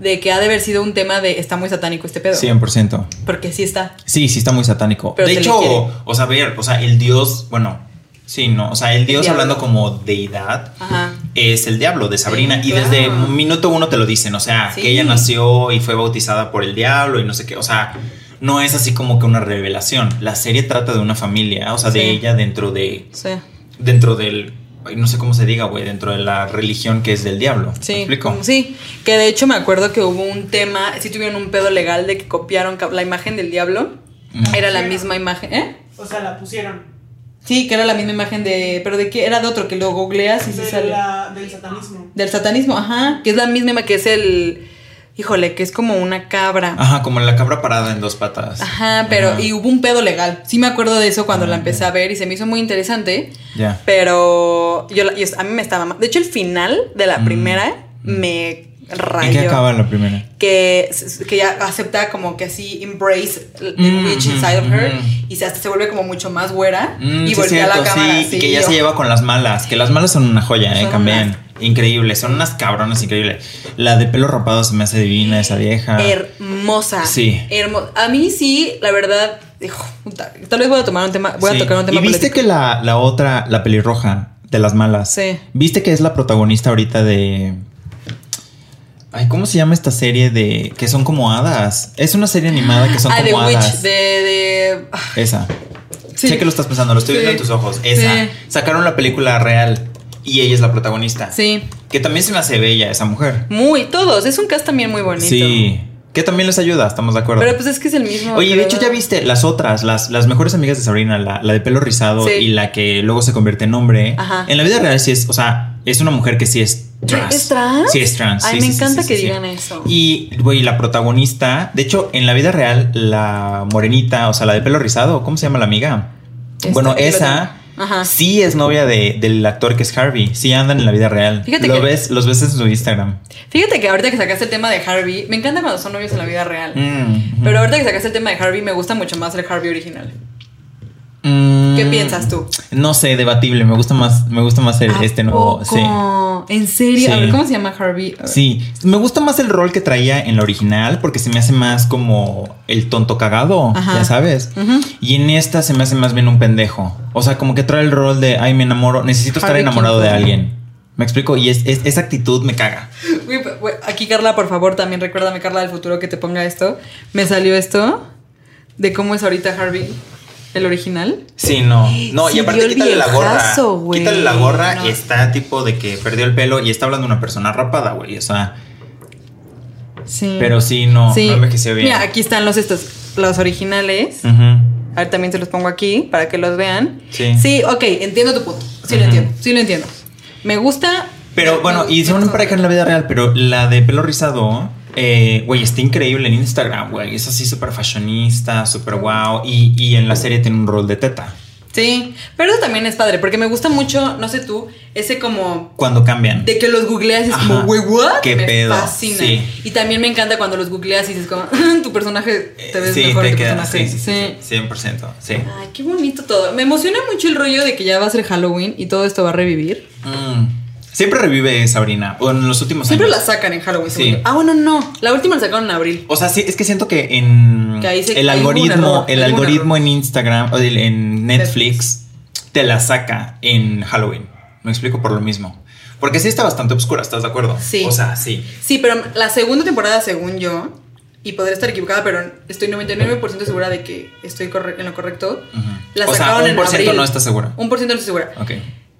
S1: de que ha de haber sido un tema de está muy satánico este pedo.
S2: 100%.
S1: Porque sí está.
S2: Sí, sí está muy satánico.
S1: Pero
S2: de
S1: se le quiere.
S2: hecho, o sea, ver, o sea, el dios, bueno, sí, no, o sea, el dios
S1: diablo.
S2: hablando como deidad.
S1: Ajá.
S2: Es el diablo de Sabrina
S1: Sí,
S2: y desde
S1: claro.
S2: minuto uno te lo dicen, o sea,
S1: Sí.
S2: que ella nació y fue bautizada por el diablo y no sé qué, o sea, no es así como que una revelación. La serie trata de una familia, o sea,
S1: Sí.
S2: de ella dentro de
S1: Sí.
S2: dentro del ay, no sé cómo se diga, güey, dentro de la religión que es del diablo. ¿Me
S1: Sí.
S2: explico?
S1: Sí. Que de hecho me acuerdo que hubo un tema, sí tuvieron un pedo legal de que copiaron ca- la imagen del diablo.
S2: Mm.
S1: Era la misma imagen, ¿eh?
S3: O sea, la pusieron.
S1: Sí, que era la misma imagen de. Pero de qué era de otro que lo googleas y Ah, sí
S3: de
S1: sale.
S3: la, del satanismo.
S1: Del satanismo, ajá. Que es la misma ima- que es el. híjole, que es como una cabra.
S2: Ajá, como la cabra parada en dos patas.
S1: Ajá, pero
S2: Ah, Ajá.
S1: y hubo un pedo legal. Sí me acuerdo de eso cuando
S2: Ah,
S1: la empecé
S2: ya.
S1: a ver y se me hizo muy interesante,
S2: Ya.
S1: pero yo, la- yo- a mí me estaba... ma- De hecho, el final de la
S2: Mm.
S1: primera me rayó.
S2: ¿En qué acaba la primera?
S1: que, que ya acepta como que así embrace the
S2: Mm,
S1: witch inside of her
S2: ujú.
S1: y se, hasta se vuelve como mucho más güera
S2: Mm,
S1: y
S2: sí,
S1: voltea
S2: cierto,
S1: la cámara
S2: sí,
S1: así,
S2: y que ya
S1: yo-
S2: se lleva con las malas, que las malas son una joya, eh,
S1: Son
S2: también. Increíbles, son unas cabronas increíbles. La de pelo rapado se me hace divina esa vieja.
S1: hermosa.
S2: Ah. Sí.
S1: Hermo- a mí sí, la verdad, hijo, puta, tal vez voy a tomar un tema, voy
S2: Sí.
S1: a tocar un tema
S2: ¿Y viste
S1: político.
S2: que la, la otra, la pelirroja de las malas?
S1: Sí.
S2: ¿Viste que es la protagonista ahorita de. Ay, ¿cómo se llama esta serie de. que son como hadas? Es una serie animada que son
S1: Ah, de
S2: como
S1: Witch,
S2: hadas.
S1: de, de- ah,
S2: Esa.
S1: sí.
S2: Sé que lo estás pensando, lo estoy
S1: Sí.
S2: viendo en tus ojos. Esa.
S1: Sí.
S2: Sacaron la película real y ella es la protagonista.
S1: Sí,
S2: Que también se me hace bella esa mujer.
S1: muy, todos, es un cast también muy bonito.
S2: Sí. Que también les ayuda, estamos de acuerdo.
S1: Pero pues es que es el mismo.
S2: Oye, de hecho ya
S1: creador.
S2: viste las otras, las, las mejores amigas de Sabrina, la, la de pelo rizado
S1: Sí.
S2: y la que luego se convierte en hombre.
S1: Ajá.
S2: En la vida real sí es, o sea, es una mujer que sí es trans.
S1: ¿Es trans?
S2: Sí es trans.
S1: Ay,
S2: sí,
S1: me
S2: sí, sí,
S1: encanta
S2: sí,
S1: que
S2: sí, sí.
S1: digan eso.
S2: Y, güey, la protagonista, de hecho, en la vida real, la morenita, o sea, la de pelo rizado, ¿cómo se llama la amiga?
S1: Esta,
S2: bueno,
S1: que lo
S2: esa
S1: tengo. Ajá.
S2: sí es novia de- del actor que es Harvey. Sí andan en la vida real.
S1: Fíjate
S2: Lo
S1: que-
S2: ves, los ves en su Instagram.
S1: Fíjate que ahorita que sacaste el tema de Harvey, me encanta cuando son novios en la vida real.
S2: Mm,
S1: Pero
S2: ujú.
S1: ahorita que sacaste el tema de Harvey, me gusta mucho más el Harvey original. ¿Qué
S2: Mm,
S1: piensas tú?
S2: No sé, debatible. Me gusta más, me gusta más el,
S1: ¿A
S2: este nuevo. Sí.
S1: poco? ¿En serio? A
S2: Sí.
S1: ver, ¿cómo se llama Harvey? A ver.
S2: Sí, me gusta más el rol que traía en la original porque se me hace más como el tonto cagado,
S1: Ajá.
S2: ya sabes.
S1: Ujú.
S2: Y en esta se me hace más bien un pendejo. O sea, como que trae el rol de, ay, me enamoro, necesito estar
S1: Harley
S2: enamorado de
S1: Quinn.
S2: alguien. Me explico, y es, es- esa actitud me caga.
S1: Güey, pa- güey, Aquí, Carla, por favor, también recuérdame, Carla del futuro, que te ponga esto. Me salió esto de cómo es ahorita Harvey, el original.
S2: Sí, no. No, y
S1: Sí,
S2: aparte
S1: vio el
S2: quítale la gorra.
S1: viejazo, güey.
S2: Quítale la gorra
S1: No.
S2: y está tipo de que perdió el pelo y está hablando una persona rapada, güey. O sea,
S1: Sí.
S2: pero sí, no,
S1: Sí.
S2: no envejeció bien. Mm.
S1: Mira, aquí están los estos, los originales.
S2: Ujú.
S1: A ver, también se los pongo aquí para que los vean.
S2: Sí.
S1: Sí, ok, entiendo tu punto. Sí lo
S2: Ujú.
S1: entiendo, sí lo entiendo. Me gusta.
S2: Pero bueno, y son una pareja en la vida real, pero la de pelo rizado, eh, güey, está increíble en Instagram, güey. Es así súper fashionista, súper wow. Y, y en la serie tiene un rol de teta.
S1: Sí, pero eso también es padre, porque me gusta mucho, no sé tú, ese como
S2: Cuando cambian. Eh,
S1: de que los googleas y es
S2: Ajá.
S1: como, güey, what?
S2: Qué
S1: me
S2: pedo,
S1: fascina.
S2: sí.
S1: Y también me encanta cuando los googleas y dices como, tu personaje
S2: Eh,
S1: te ves
S2: sí,
S1: mejor en
S2: te
S1: tu
S2: queda.
S1: personaje.
S2: Sí, sí, sí, sí, 100%. Sí.
S1: Ay, qué bonito todo. Me emociona mucho el rollo de que ya va a ser Halloween y todo esto va a revivir.
S2: Mm. Siempre revive Sabrina, o en los últimos
S1: Siempre la
S2: años.
S1: sacan en Halloween. según
S2: Sí.
S1: yo. Ah, bueno, no. La última la sacaron en abril.
S2: o sea, sí, es que siento que en
S1: Que ahí se-
S2: el
S1: hay un
S2: algoritmo,
S1: error,
S2: el
S1: hay un
S2: algoritmo en Instagram, o del- en Netflix,
S1: Netflix.
S2: te la saca en Halloween. Me explico por lo mismo. Porque sí está bastante oscura, ¿estás de acuerdo?
S1: Sí.
S2: O sea, sí.
S1: Sí, pero la segunda temporada, según yo, y podré estar equivocada, pero estoy 99% segura de que estoy corre- en lo correcto. La
S2: o sea,
S1: sacaron
S2: un
S1: en
S2: por ciento
S1: abril.
S2: no está segura.
S1: Un por ciento no estoy segura.
S2: Ok.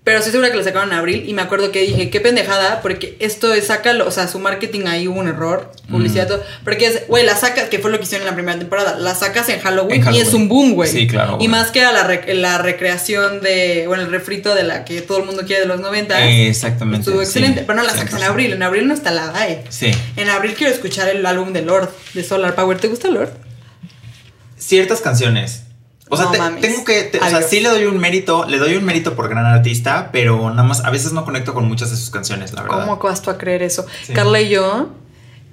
S1: Pero estoy segura que la sacaron en abril y me acuerdo que dije, qué pendejada, porque esto es sácalo, o sea, su marketing ahí hubo un error, publicidad,
S2: Mm.
S1: todo. Porque es, güey, la sacas, que fue lo que hicieron en la primera temporada, la sacas en Halloween,
S2: En Halloween.
S1: y es un boom, güey.
S2: Sí, claro, güey.
S1: Y más que era la, rec- la recreación de, bueno, el refrito de la que todo el mundo quiere de los 90.
S2: Eh, exactamente.
S1: Estuvo
S2: sí,
S1: excelente, pero no la sacas
S2: 100%.
S1: en abril, en abril no está la DAE.
S2: Sí.
S1: En abril quiero escuchar el álbum de Lord, de Solar Power. ¿Te gusta Lord?
S2: Ciertas canciones. O sea,
S1: No
S2: te-
S1: mames.
S2: tengo que. te- o sea,
S1: Adiós.
S2: sí le doy un mérito, le doy un mérito por gran artista, pero nada más a veces no conecto con muchas de sus canciones, la verdad.
S1: ¿Cómo cuasto a creer eso?
S2: Sí.
S1: Carla y yo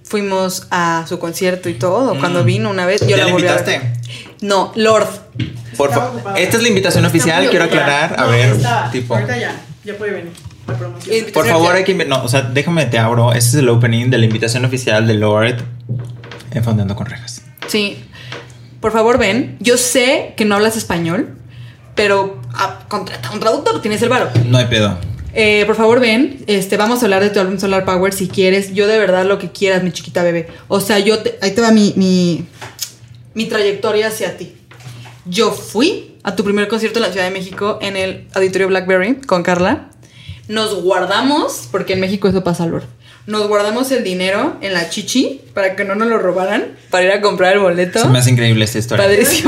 S1: fuimos a su concierto y todo. Cuando
S2: Mm.
S1: vino una vez, yo
S2: ¿Ya
S1: la
S2: la
S1: volví a
S2: invitaste?
S1: ver. No, Lord.
S2: Por
S3: Estaba
S2: fa-
S3: ocupada.
S2: Esta es la invitación oficial, quiero aclarar. A ver,
S3: está,
S2: tipo.
S3: Ahorita ya, ya puede venir la
S1: Eh,
S3: promoción.
S2: Por
S1: Invitación
S2: favor,
S1: oficial.
S2: hay que. invi- No, o sea, déjame te abro. Este es el opening de la invitación oficial de Lord en Fondeando con Rejas.
S1: Sí. Por favor, ven. Yo sé que no hablas español, pero ah, contrata un traductor, tienes el varo.
S2: No hay pedo.
S1: Eh, por favor, ven, este, vamos a hablar de tu álbum Solar Power si quieres. Yo de verdad lo que quieras, mi chiquita bebé. O sea, yo te, ahí te va mi, mi, mi trayectoria hacia ti. Yo fui a tu primer concierto en la Ciudad de México en el Auditorio Blackberry con Carla. Nos guardamos, porque en México eso pasa, Lord. Nos guardamos el dinero en la chichi para que no nos lo robaran, para ir a comprar el boleto.
S2: Se me hace increíble esta historia.
S1: Padre-
S2: Se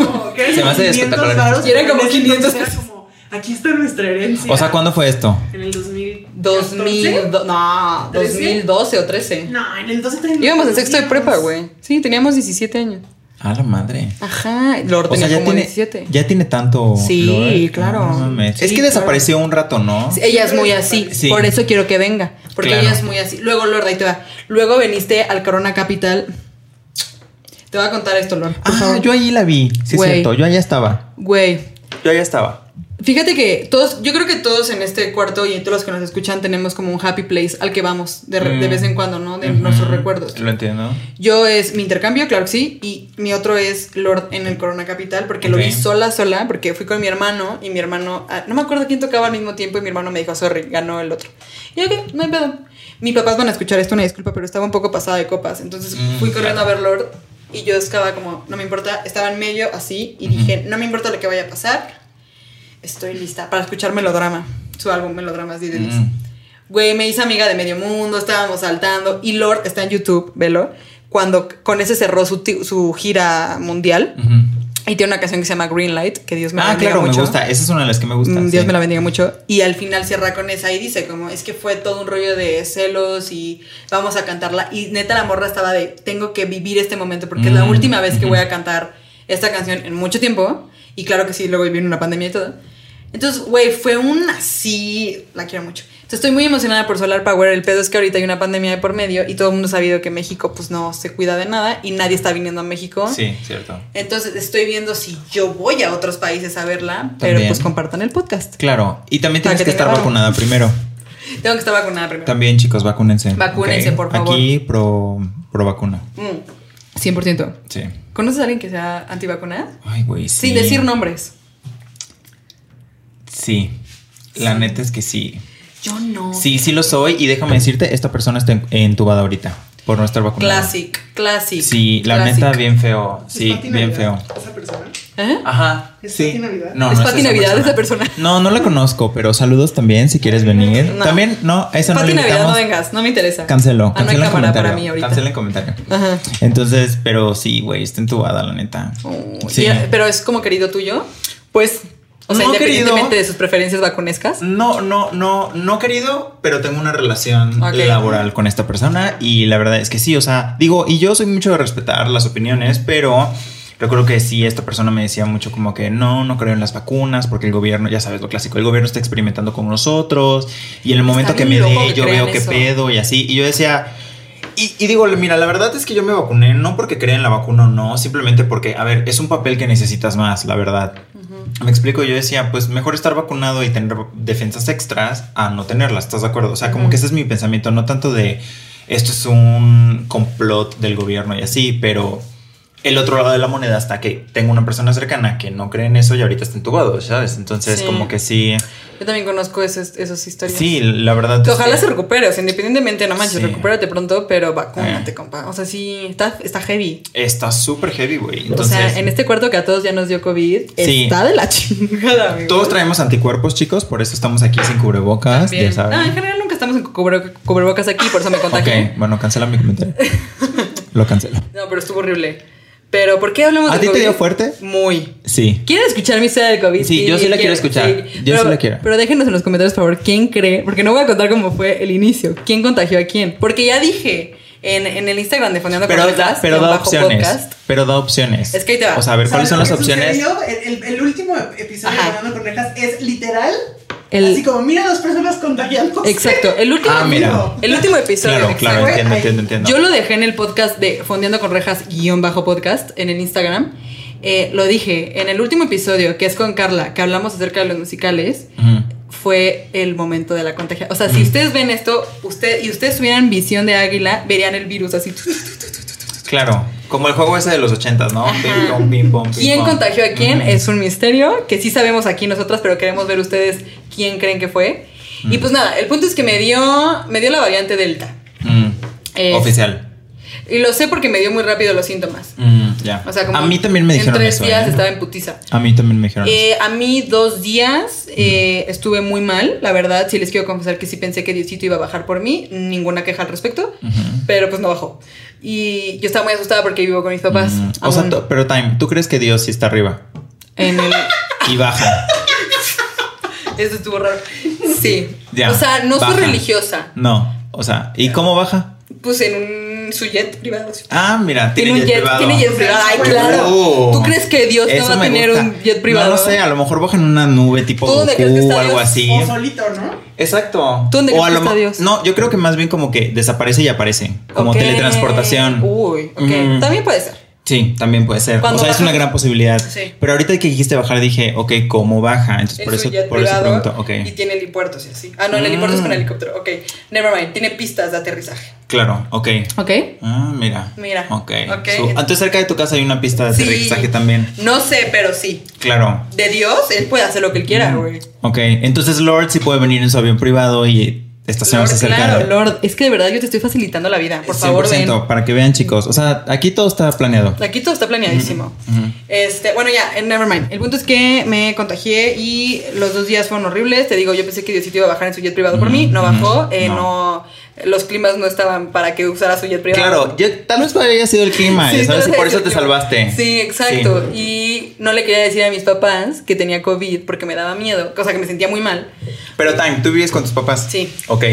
S2: me hace espectacular.
S1: Y eran como 500
S3: pesos. Aquí está nuestra herencia.
S2: O sea, ¿cuándo fue esto?
S3: En el 2000.
S1: 2000, do- no,
S3: ¿Trece?
S1: 2012 o 13.
S3: No, en el 12 también.
S1: Íbamos en sexto de prepa, güey. Sí, teníamos 17 años.
S2: A la madre.
S1: Ajá, Lord
S2: O sea,
S1: tenía
S2: ya
S1: como
S2: tiene,
S1: 17.
S2: ya tiene tanto.
S1: Sí,
S2: Lord.
S1: claro.
S2: No mames.
S1: Sí,
S2: es que
S1: claro.
S2: desapareció un rato, ¿no?
S1: Sí, eh, Ella es muy así,
S2: Sí.
S1: por eso quiero que venga, porque
S2: Claro.
S1: ella es muy así. Luego, Lord, ahí te va. Luego veniste al Corona Capital. Te voy a contar esto, Lord. por
S2: Ah,
S1: favor.
S2: yo ahí la vi. Sí, es
S1: Güey.
S2: cierto. Yo allá estaba.
S1: Güey,
S2: Yo allá estaba.
S1: Fíjate que todos, yo creo que todos en este cuarto y todos los que nos escuchan tenemos como un happy place al que vamos de, re- de
S2: Mm.
S1: vez en cuando, ¿no? De
S2: Ujú.
S1: nuestros recuerdos.
S2: Lo entiendo.
S1: Yo es mi intercambio, claro que sí, y mi otro es Lord en el Corona Capital, porque lo vi
S2: Ok.
S1: sola, sola, porque fui con mi hermano y mi hermano, ah, no me acuerdo quién tocaba al mismo tiempo y mi hermano me dijo, sorry, ganó el otro. Y yo, ok, no hay pedo. Mis papás van a escuchar esto, una disculpa, pero estaba un poco pasada de copas, entonces
S2: Mm,
S1: fui corriendo
S2: claro.
S1: a ver Lord y yo estaba como, no me importa, estaba en medio así y dije, no me importa lo que vaya a pasar, estoy lista para escuchar Melodrama, su álbum Melodramas 10 de 10.
S2: Mm.
S1: Güey, me hice amiga de medio mundo, estábamos saltando. Y Lord está en YouTube, velo. Cuando con ese cerró su, ti- su gira mundial.
S2: Ujú.
S1: Y tiene una canción que se llama Green Light, que Dios me la
S2: Ah,
S1: bendiga
S2: claro,
S1: mucho.
S2: me gusta. Esa es una de las que me gusta.
S1: Mm, Dios
S2: sí.
S1: me la bendiga mucho. Y al final cierra con esa y dice como, es que fue todo un rollo de celos y vamos a cantarla. Y neta la morra estaba de, tengo que vivir este momento porque es la
S2: Mm,
S1: última vez que
S2: ujú.
S1: voy a cantar esta canción en mucho tiempo. Y claro que sí, luego vivir una pandemia y todo. Entonces, güey, fue un así, la quiero mucho. Entonces, estoy muy emocionada por Solar Power. El pedo es que ahorita hay una pandemia de por medio y todo el mundo ha sabido que México pues no se cuida de nada y nadie está viniendo a México.
S2: Sí, cierto.
S1: Entonces estoy viendo si yo voy a otros países a verla, pero
S2: También.
S1: pues compartan el podcast.
S2: Claro. Y también
S1: Para
S2: tienes que,
S1: que
S2: estar
S1: tenga varo.
S2: vacunada primero.
S1: Tengo que estar vacunada primero.
S2: También, chicos, vacúnense.
S1: Vacúnense,
S2: Ok.
S1: por favor.
S2: Aquí pro, pro vacuna.
S1: Mm, 100%.
S2: Sí.
S1: ¿Conoces a alguien que sea antivacunada?
S2: Ay, güey. Sí.
S1: Sin decir nombres.
S2: Sí. La
S1: Sí.
S2: neta es que sí.
S1: Yo no.
S2: Sí, sí lo soy. Y déjame decirte, esta persona está en- entubada ahorita por no estar vacunada.
S1: Classic, classic.
S2: Sí, la
S1: classic.
S2: neta, bien feo. Sí,
S3: ¿Es Pati
S2: bien feo.
S3: Navidad, Esa persona.
S1: ¿Eh?
S2: Ajá.
S3: ¿Es
S2: sí.
S3: Pati Navidad?
S2: No,
S1: ¿Es
S2: no
S1: Pati Navidad esa persona?
S2: No, no la conozco, pero saludos también si quieres venir.
S1: No.
S2: También, no, a esa no
S1: Pati
S2: le
S1: Navidad,
S2: invitamos.
S1: no vengas, no me interesa.
S2: Cancelo,
S1: Ah, no hay
S2: cancela el
S1: cámara
S2: comentario.
S1: para mí ahorita.
S2: Cancela el comentario.
S1: Ajá.
S2: Entonces, pero sí, güey, está entubada, la neta.
S1: Oh,
S2: sí.
S1: y- pero es como querido tuyo.
S2: Pues,
S1: O sea,
S2: no
S1: independientemente
S2: querido.
S1: de sus preferencias vacunescas.
S2: No, no, no, no querido, pero tengo una relación
S1: Ok.
S2: laboral con esta persona y la verdad es que sí, o sea, digo, y yo soy mucho de respetar las opiniones, pero recuerdo que sí, esta persona me decía mucho como que no, no creo en las vacunas porque el gobierno, ya sabes lo clásico, el gobierno está experimentando con nosotros y en el momento que
S1: bien
S2: me
S1: loco que
S2: dé yo
S1: crean
S2: veo qué
S1: eso.
S2: pedo y así, y yo decía... Y, y digo, mira, la verdad es que yo me vacuné no porque crea en la vacuna o no, simplemente porque, a ver, es un papel que necesitas más, la verdad. Me explico, yo decía, pues mejor estar vacunado y tener defensas extras a no tenerlas, ¿estás de acuerdo? O sea, como
S1: Ujú.
S2: que ese es mi pensamiento, no tanto de esto es un complot del gobierno y así, pero el otro lado de la moneda está que tengo una persona cercana que no cree en eso y ahorita está entubado, ¿sabes? Entonces,
S1: Sí.
S2: como que sí,
S1: Yo también conozco esas, esas historias.
S2: sí, la verdad.
S1: Que
S2: es
S1: Ojalá
S2: que-
S1: se recupere, o sea, independientemente, no manches,
S2: Este, Sí.
S1: recupérate pronto, pero vacúnate,
S2: Eh.
S1: compa. O sea, sí, está, está heavy.
S2: Está súper heavy, güey.
S1: O
S2: Entonces,
S1: sea, en este cuarto que a todos ya nos dio COVID,
S2: Sí.
S1: está de la chingada, amigo.
S2: todos traemos anticuerpos, chicos, por eso estamos aquí sin cubrebocas,
S1: También.
S2: ya saben.
S1: Ah, en general nunca estamos en cubre- cubrebocas aquí, por eso me contagié.
S2: ok, bueno, cancela mi comentario. Lo cancelo.
S1: No, pero estuvo horrible. Pero, ¿por qué hablamos
S2: ¿A
S1: de
S2: ti te
S1: COVID?
S2: dio fuerte?
S1: Muy.
S2: Sí.
S1: ¿Quieren escuchar mi historia del COVID?
S2: Sí, yo sí la quiero escuchar. Yo
S1: pero,
S2: sí la quiero.
S1: Pero déjenos en los comentarios, por favor, quién cree, porque no voy a contar cómo fue el inicio, quién contagió a quién. Porque ya dije en, en el Instagram de Fondeando
S2: pero,
S1: con Letras,
S2: pero
S1: guión
S2: da
S1: bajo
S2: opciones.
S1: podcast.
S2: Pero da opciones.
S1: Es que ahí te va.
S2: O sea, a ver, ¿cuáles son
S3: ¿Sabes
S2: las
S3: lo que
S2: opciones?
S3: sucedió? El, el- el último episodio
S1: Ajá.
S3: de Hablando con Rejas es literal.
S1: El-
S3: Así como, mira a dos personas contagiándose.
S1: Exacto, el último,
S2: Ah, mira.
S1: el último episodio.
S2: Claro,
S1: exacto.
S2: claro,
S3: Fue
S2: entiendo,
S3: ahí.
S2: entiendo, entiendo.
S1: Yo lo dejé en el podcast de Fondeando con Rejas guión bajo podcast en el Instagram. Eh, lo dije en el último episodio, que es con Carla, que hablamos acerca de los musicales,
S2: Ujú.
S1: fue el momento de la contagia. O sea, si
S2: Mm.
S1: ustedes ven esto usted, y ustedes tuvieran visión de águila, verían el virus así.
S2: Claro, como el juego ese de los ochentas, ¿no?
S1: Ajá.
S2: Ping pong, ping pong, ping
S1: ¿Quién
S2: pong.
S1: contagió a quién?
S2: Ujú.
S1: Es un misterio que sí sabemos aquí nosotras, pero queremos ver ustedes quién creen que fue. Y
S2: Mm.
S1: pues nada, el punto es que me dio, me dio la variante Delta.
S2: Mm.
S1: Eh,
S2: Oficial.
S1: Y lo sé porque me dio muy rápido los síntomas.
S2: Mm, ya.
S1: O sea, como
S2: a mí también me dijeron
S1: En tres
S2: eso.
S1: días
S2: ¿eh?
S1: estaba en putiza.
S2: A mí también me dijeron
S1: Eh, a mí dos días eh, estuve muy mal, la verdad, sí les quiero confesar que sí pensé que Diosito iba a bajar por mí, ninguna queja al respecto,
S2: eso. Ujú.
S1: pero pues no bajó. Y yo estaba muy asustada porque vivo con mis papás.
S2: Mm, O sea,
S1: aún
S2: to- pero Time, ¿tú crees que Dios sí está arriba?
S1: en el-
S2: Y baja.
S1: Eso estuvo raro. Sí.
S2: Ya,
S1: o sea, no soy
S2: baja.
S1: religiosa.
S2: No, o sea, ¿y cómo baja?
S1: Pues en un su jet privado. sí.
S2: Ah, mira,
S1: Tiene
S2: tiene,
S1: un jet,
S2: privado. Uh.
S1: tiene jet privado. Ay,
S3: Oh.
S1: claro. ¿Tú crees que Dios no
S2: Eso
S1: va a
S2: me
S1: tener
S2: gusta.
S1: un jet privado?
S2: No, no sé, a lo mejor baja en una nube tipo
S1: ¿Tú dónde
S2: Goku
S1: crees que está
S2: o algo
S1: Dios?
S2: así.
S3: O solito, ¿no?
S2: Exacto.
S1: ¿Tú dónde
S2: o
S1: crees
S2: a
S1: que
S2: lo
S1: está
S2: mo-
S1: Dios?
S2: No, yo creo que más bien como que desaparece y aparece, como
S1: Ok.
S2: teletransportación.
S1: Uy, ok.
S2: Mm.
S1: También puede ser.
S2: Sí, también puede ser.
S1: Cuando
S2: o sea, es
S1: baja-
S2: una gran posibilidad.
S1: Sí.
S2: Pero ahorita que dijiste bajar dije, ok, ¿cómo baja? Entonces
S1: En
S2: por
S1: su
S2: eso,
S1: jet
S2: por eso
S1: privado.
S2: pregunto, ok.
S1: Y tiene helipuertos y así. Ah, no, el
S2: Mm.
S1: helipuerto es con helicóptero. Ok. Never mind. Tiene pistas de aterrizaje.
S2: Claro, ok.
S1: Ok.
S2: Ah, mira.
S1: Mira.
S2: Ok.
S1: Ok.
S2: Su- entonces cerca de tu casa hay una pista de
S1: Sí.
S2: aterrizaje también.
S1: No sé, pero sí.
S2: Claro.
S1: De Dios, él puede hacer lo que él quiera, güey.
S2: Ok. Entonces Lord sí puede venir en su avión privado y estacionarse
S1: Lord,
S2: cerca
S1: claro,
S2: de-
S1: Lord. Es que de verdad yo te estoy facilitando la vida. Por favor, ven.
S2: 100%, para que vean, chicos. O sea, aquí todo está planeado.
S1: Aquí todo está planeadísimo.
S2: Ujú.
S1: Este, bueno, ya, eh, never mind. El punto es que me contagié y los dos días fueron horribles. Te digo, yo pensé que Diosito iba a bajar en su jet privado por
S2: Ujú,
S1: mí. No
S2: ujú,
S1: bajó. eh, no.
S2: no.
S1: Los climas no estaban para que usara su jet privado.
S2: Claro, yo- tal vez haya sido el clima,
S1: Sí,
S2: Ah, ya ¿sabes?
S1: tal
S2: Y
S1: vez
S2: por eso
S1: el
S2: te
S1: clima.
S2: salvaste.
S1: Sí, exacto. Y no le quería decir a mis papás que tenía COVID porque me daba miedo, cosa que me sentía muy mal.
S2: Pero Tan, ¿tú vives con tus papás?
S1: Sí.
S2: Ok.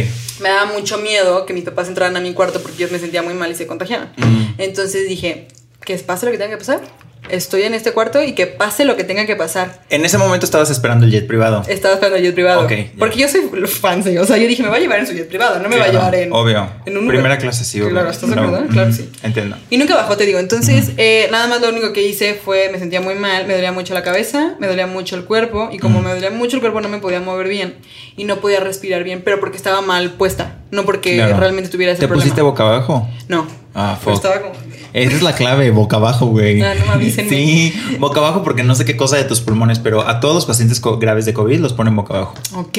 S1: Me daba mucho miedo que mis papás entraran a mi cuarto porque yo me sentía muy mal y se contagiaran.
S2: Mm.
S1: Entonces dije, que pase lo que tenga que pasar. Estoy en este cuarto y que pase lo que tenga que pasar.
S2: En ese momento estabas esperando el jet privado.
S1: Estaba esperando el jet privado.
S2: Ok, ya.
S1: Porque yo soy fancy. O sea, yo dije, me va a llevar en su jet privado, no me
S2: Claro,
S1: va a llevar en.
S2: Obvio.
S1: en un Uber.
S2: Primera clase, sí, obvio.
S1: Claro, ¿estás de
S2: No,
S1: acuerdo?
S2: ujú,
S1: Claro, sí.
S2: Entiendo.
S1: Y nunca bajó, te digo. Entonces, eh, nada más lo único que hice fue, me sentía muy mal, me dolía mucho la cabeza, me dolía mucho el cuerpo, y como
S2: Ujú.
S1: me dolía mucho el cuerpo no me podía mover bien, y no podía respirar bien, pero porque estaba mal puesta, no porque
S2: Claro.
S1: realmente tuviera ese
S2: ¿Te
S1: problema.
S2: pusiste boca abajo?
S1: No.
S2: Ah,
S1: Pero
S2: fuck.
S1: estaba como...
S2: Esa es la clave, boca abajo, güey.
S1: Ah, no me avisen.
S2: Sí, boca abajo porque no sé qué cosa de tus pulmones, pero a todos los pacientes co- graves de COVID los ponen boca abajo.
S1: Ok.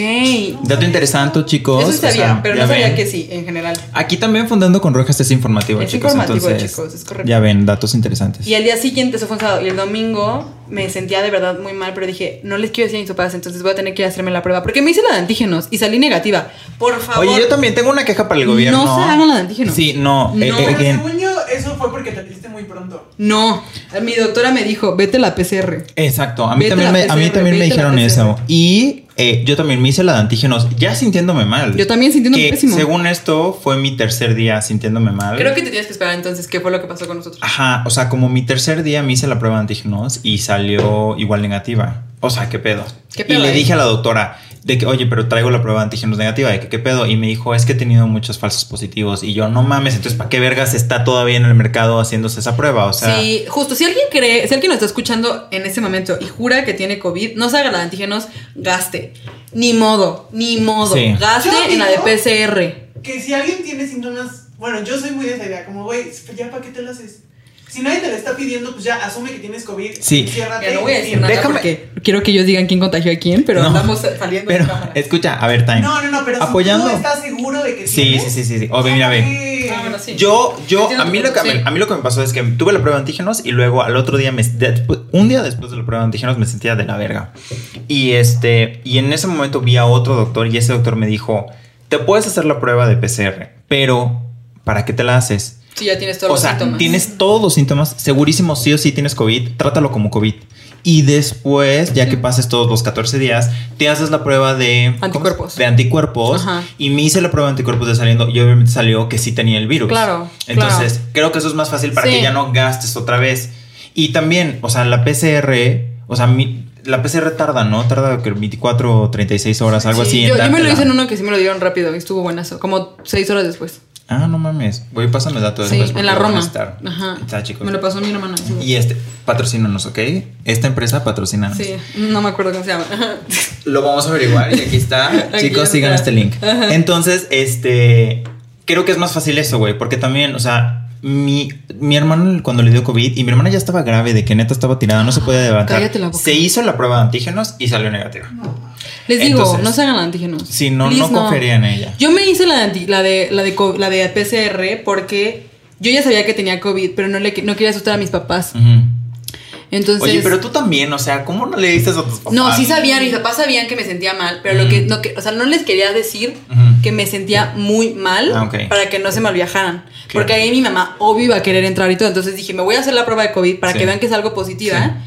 S2: Dato interesante, chicos.
S1: Eso
S2: o
S1: sabía,
S2: sea,
S1: pero
S2: ya
S1: no sabía
S2: ven.
S1: que sí, en general.
S2: Aquí también Fundando con Rojas es informativo,
S1: Es
S2: chicos.
S1: informativo,
S2: entonces,
S1: chicos, es correcto.
S2: Ya ven, datos interesantes.
S1: Y al día siguiente, eso fue un sábado, y el domingo me sentía de verdad muy mal, pero dije, no les quiero decir a mis papás, entonces voy a tener que ir a hacerme la prueba, porque me hice la de antígenos y salí negativa. Por favor.
S2: Oye, yo también tengo una queja para el gobierno.
S1: No se hagan la de antígenos.
S2: Sí, no. eh,
S1: No.
S2: eh,
S3: Pero
S2: again.
S3: según yo, eso fue porque te lo hiciste muy pronto.
S1: No, mi doctora me dijo, vete la PCR.
S2: Exacto, a mí
S1: Vete la
S2: también, me, a mí
S1: PCR,
S2: también
S1: vete
S2: me
S1: la
S2: dijeron
S1: PCR.
S2: eso. Y eh, yo también me hice la de antígenos, ya sintiéndome mal.
S1: Yo también sintiéndome
S2: que,
S1: pésimo.
S2: Según esto, fue mi tercer día sintiéndome mal.
S1: Creo que te tienes que esperar entonces qué fue lo que pasó con nosotros.
S2: Ajá, o sea, como mi tercer día me hice la prueba de antígenos y salió igual negativa. O sea, ¿qué pedo?
S1: ¿Qué pedo,
S2: y le
S1: eh?
S2: dije a la doctora de que, oye, pero traigo la prueba de antígenos negativa, de que qué pedo. Y me dijo, es que he tenido muchos falsos positivos. Y yo, no mames, entonces, ¿para qué vergas está todavía en el mercado haciéndose esa prueba? O sea,
S1: sí, justo, si alguien cree, si alguien nos está escuchando en ese momento y jura que tiene COVID, no se haga la de antígenos, gaste. Ni modo, ni modo.
S2: Sí.
S1: Gaste
S3: Yo
S1: en la de
S3: digo-
S1: PCR.
S3: Que si alguien tiene síntomas, bueno, yo soy muy de esa idea, como, güey, ya para qué te lo haces. Si nadie te lo está pidiendo, pues ya asume que tienes COVID.
S2: Sí.
S3: Ciérrate.
S1: Que no voy a decir
S3: y-
S1: nada
S2: Déjame-
S1: porque quiero que ellos digan quién contagió a quién, pero
S2: No.
S1: andamos saliendo
S2: pero
S1: de cámara.
S2: escucha, a ver, Time.
S3: No, no, no, pero
S2: Apoyando.
S3: si tú estás seguro de que
S2: Sí,
S3: tienes.
S2: sí, sí, sí, sí. O ve, mira, ve.
S3: Sí.
S1: Ah, bueno, sí.
S2: Yo, yo,
S1: Entiendo
S2: a mí,
S1: tu
S2: lo que,
S1: punto, sí.
S2: me- a mí lo que me pasó es que tuve la prueba de antígenos y luego al otro día, me, despu- un día después de la prueba de antígenos me sentía de la verga. Y este, y en ese momento vi a otro doctor y ese doctor me dijo, te puedes hacer la prueba de PCR, pero ¿para qué te la haces?
S1: Sí, ya tienes todos
S2: o
S1: los
S2: sea,
S1: síntomas.
S2: tienes todos los síntomas, segurísimo sí o sí tienes COVID, trátalo como COVID. Y después, ya que pases todos los 14 días, te haces la prueba de... ¿cómo es?
S1: Anticuerpos.
S2: De anticuerpos.
S1: Ajá.
S2: Y me hice la prueba de anticuerpos de saliendo y obviamente salió que sí tenía el virus.
S1: Claro,
S2: Entonces, creo que eso es más fácil para
S1: Sí.
S2: que ya no gastes otra vez. Y también, o sea, la PCR, o sea, mi- la PCR tarda, ¿no? Tarda creo, 24 o 36 horas, algo
S1: Sí,
S2: así.
S1: Yo,
S2: en
S1: yo me lo
S2: dártela.
S1: hice en uno que sí me lo dieron rápido y estuvo buenazo, como seis horas después.
S2: Ah, no mames. Voy, pásame el dato
S1: sí,
S2: después.
S1: en la
S2: pues, porque van a
S1: Roma.
S2: estar-
S1: Ajá.
S2: Está, chicos.
S1: Me lo pasó mi hermana. sí.
S2: Y este, patrocínanos, ¿ok? Esta empresa patrocínanos.
S1: Sí, no me acuerdo cómo se llama. Ajá.
S2: Lo vamos a averiguar y aquí está.
S1: Aquí
S2: Chicos,
S1: está.
S2: sigan este link.
S1: Ajá.
S2: Entonces, este, creo que es más fácil eso, güey, porque también, o sea, mi, mi hermano cuando le dio COVID y mi hermana ya estaba grave de que neta estaba tirada, no se podía levantar.
S1: Ah, Cállate la boca.
S2: Se hizo la prueba de antígenos y salió negativa.
S1: Les digo,
S2: Entonces,
S1: no se hagan la de antígenos.
S2: Si no,
S1: Please,
S2: no confiaría en ella.
S1: Yo me hice la de, anti- la de, la de, co- la de PCR porque yo ya sabía que tenía COVID, pero no, le, no quería asustar a mis papás.
S2: Ujú.
S1: Entonces.
S2: Oye, pero ah, tú también, o sea, ¿cómo no le diste eso a tus papás?
S1: No, sí sabían, mis papás sabían que me sentía mal, pero lo que,
S2: Mm.
S1: no, que- o sea, no les quería decir
S2: Ujú.
S1: que me sentía muy mal
S2: Ah, ok.
S1: para que no se mal viajaran.
S2: Claro.
S1: Porque ahí mi mamá obvio iba a querer entrar y todo, entonces dije, me voy a hacer la prueba de COVID para
S2: Sí.
S1: que vean que es algo positiva.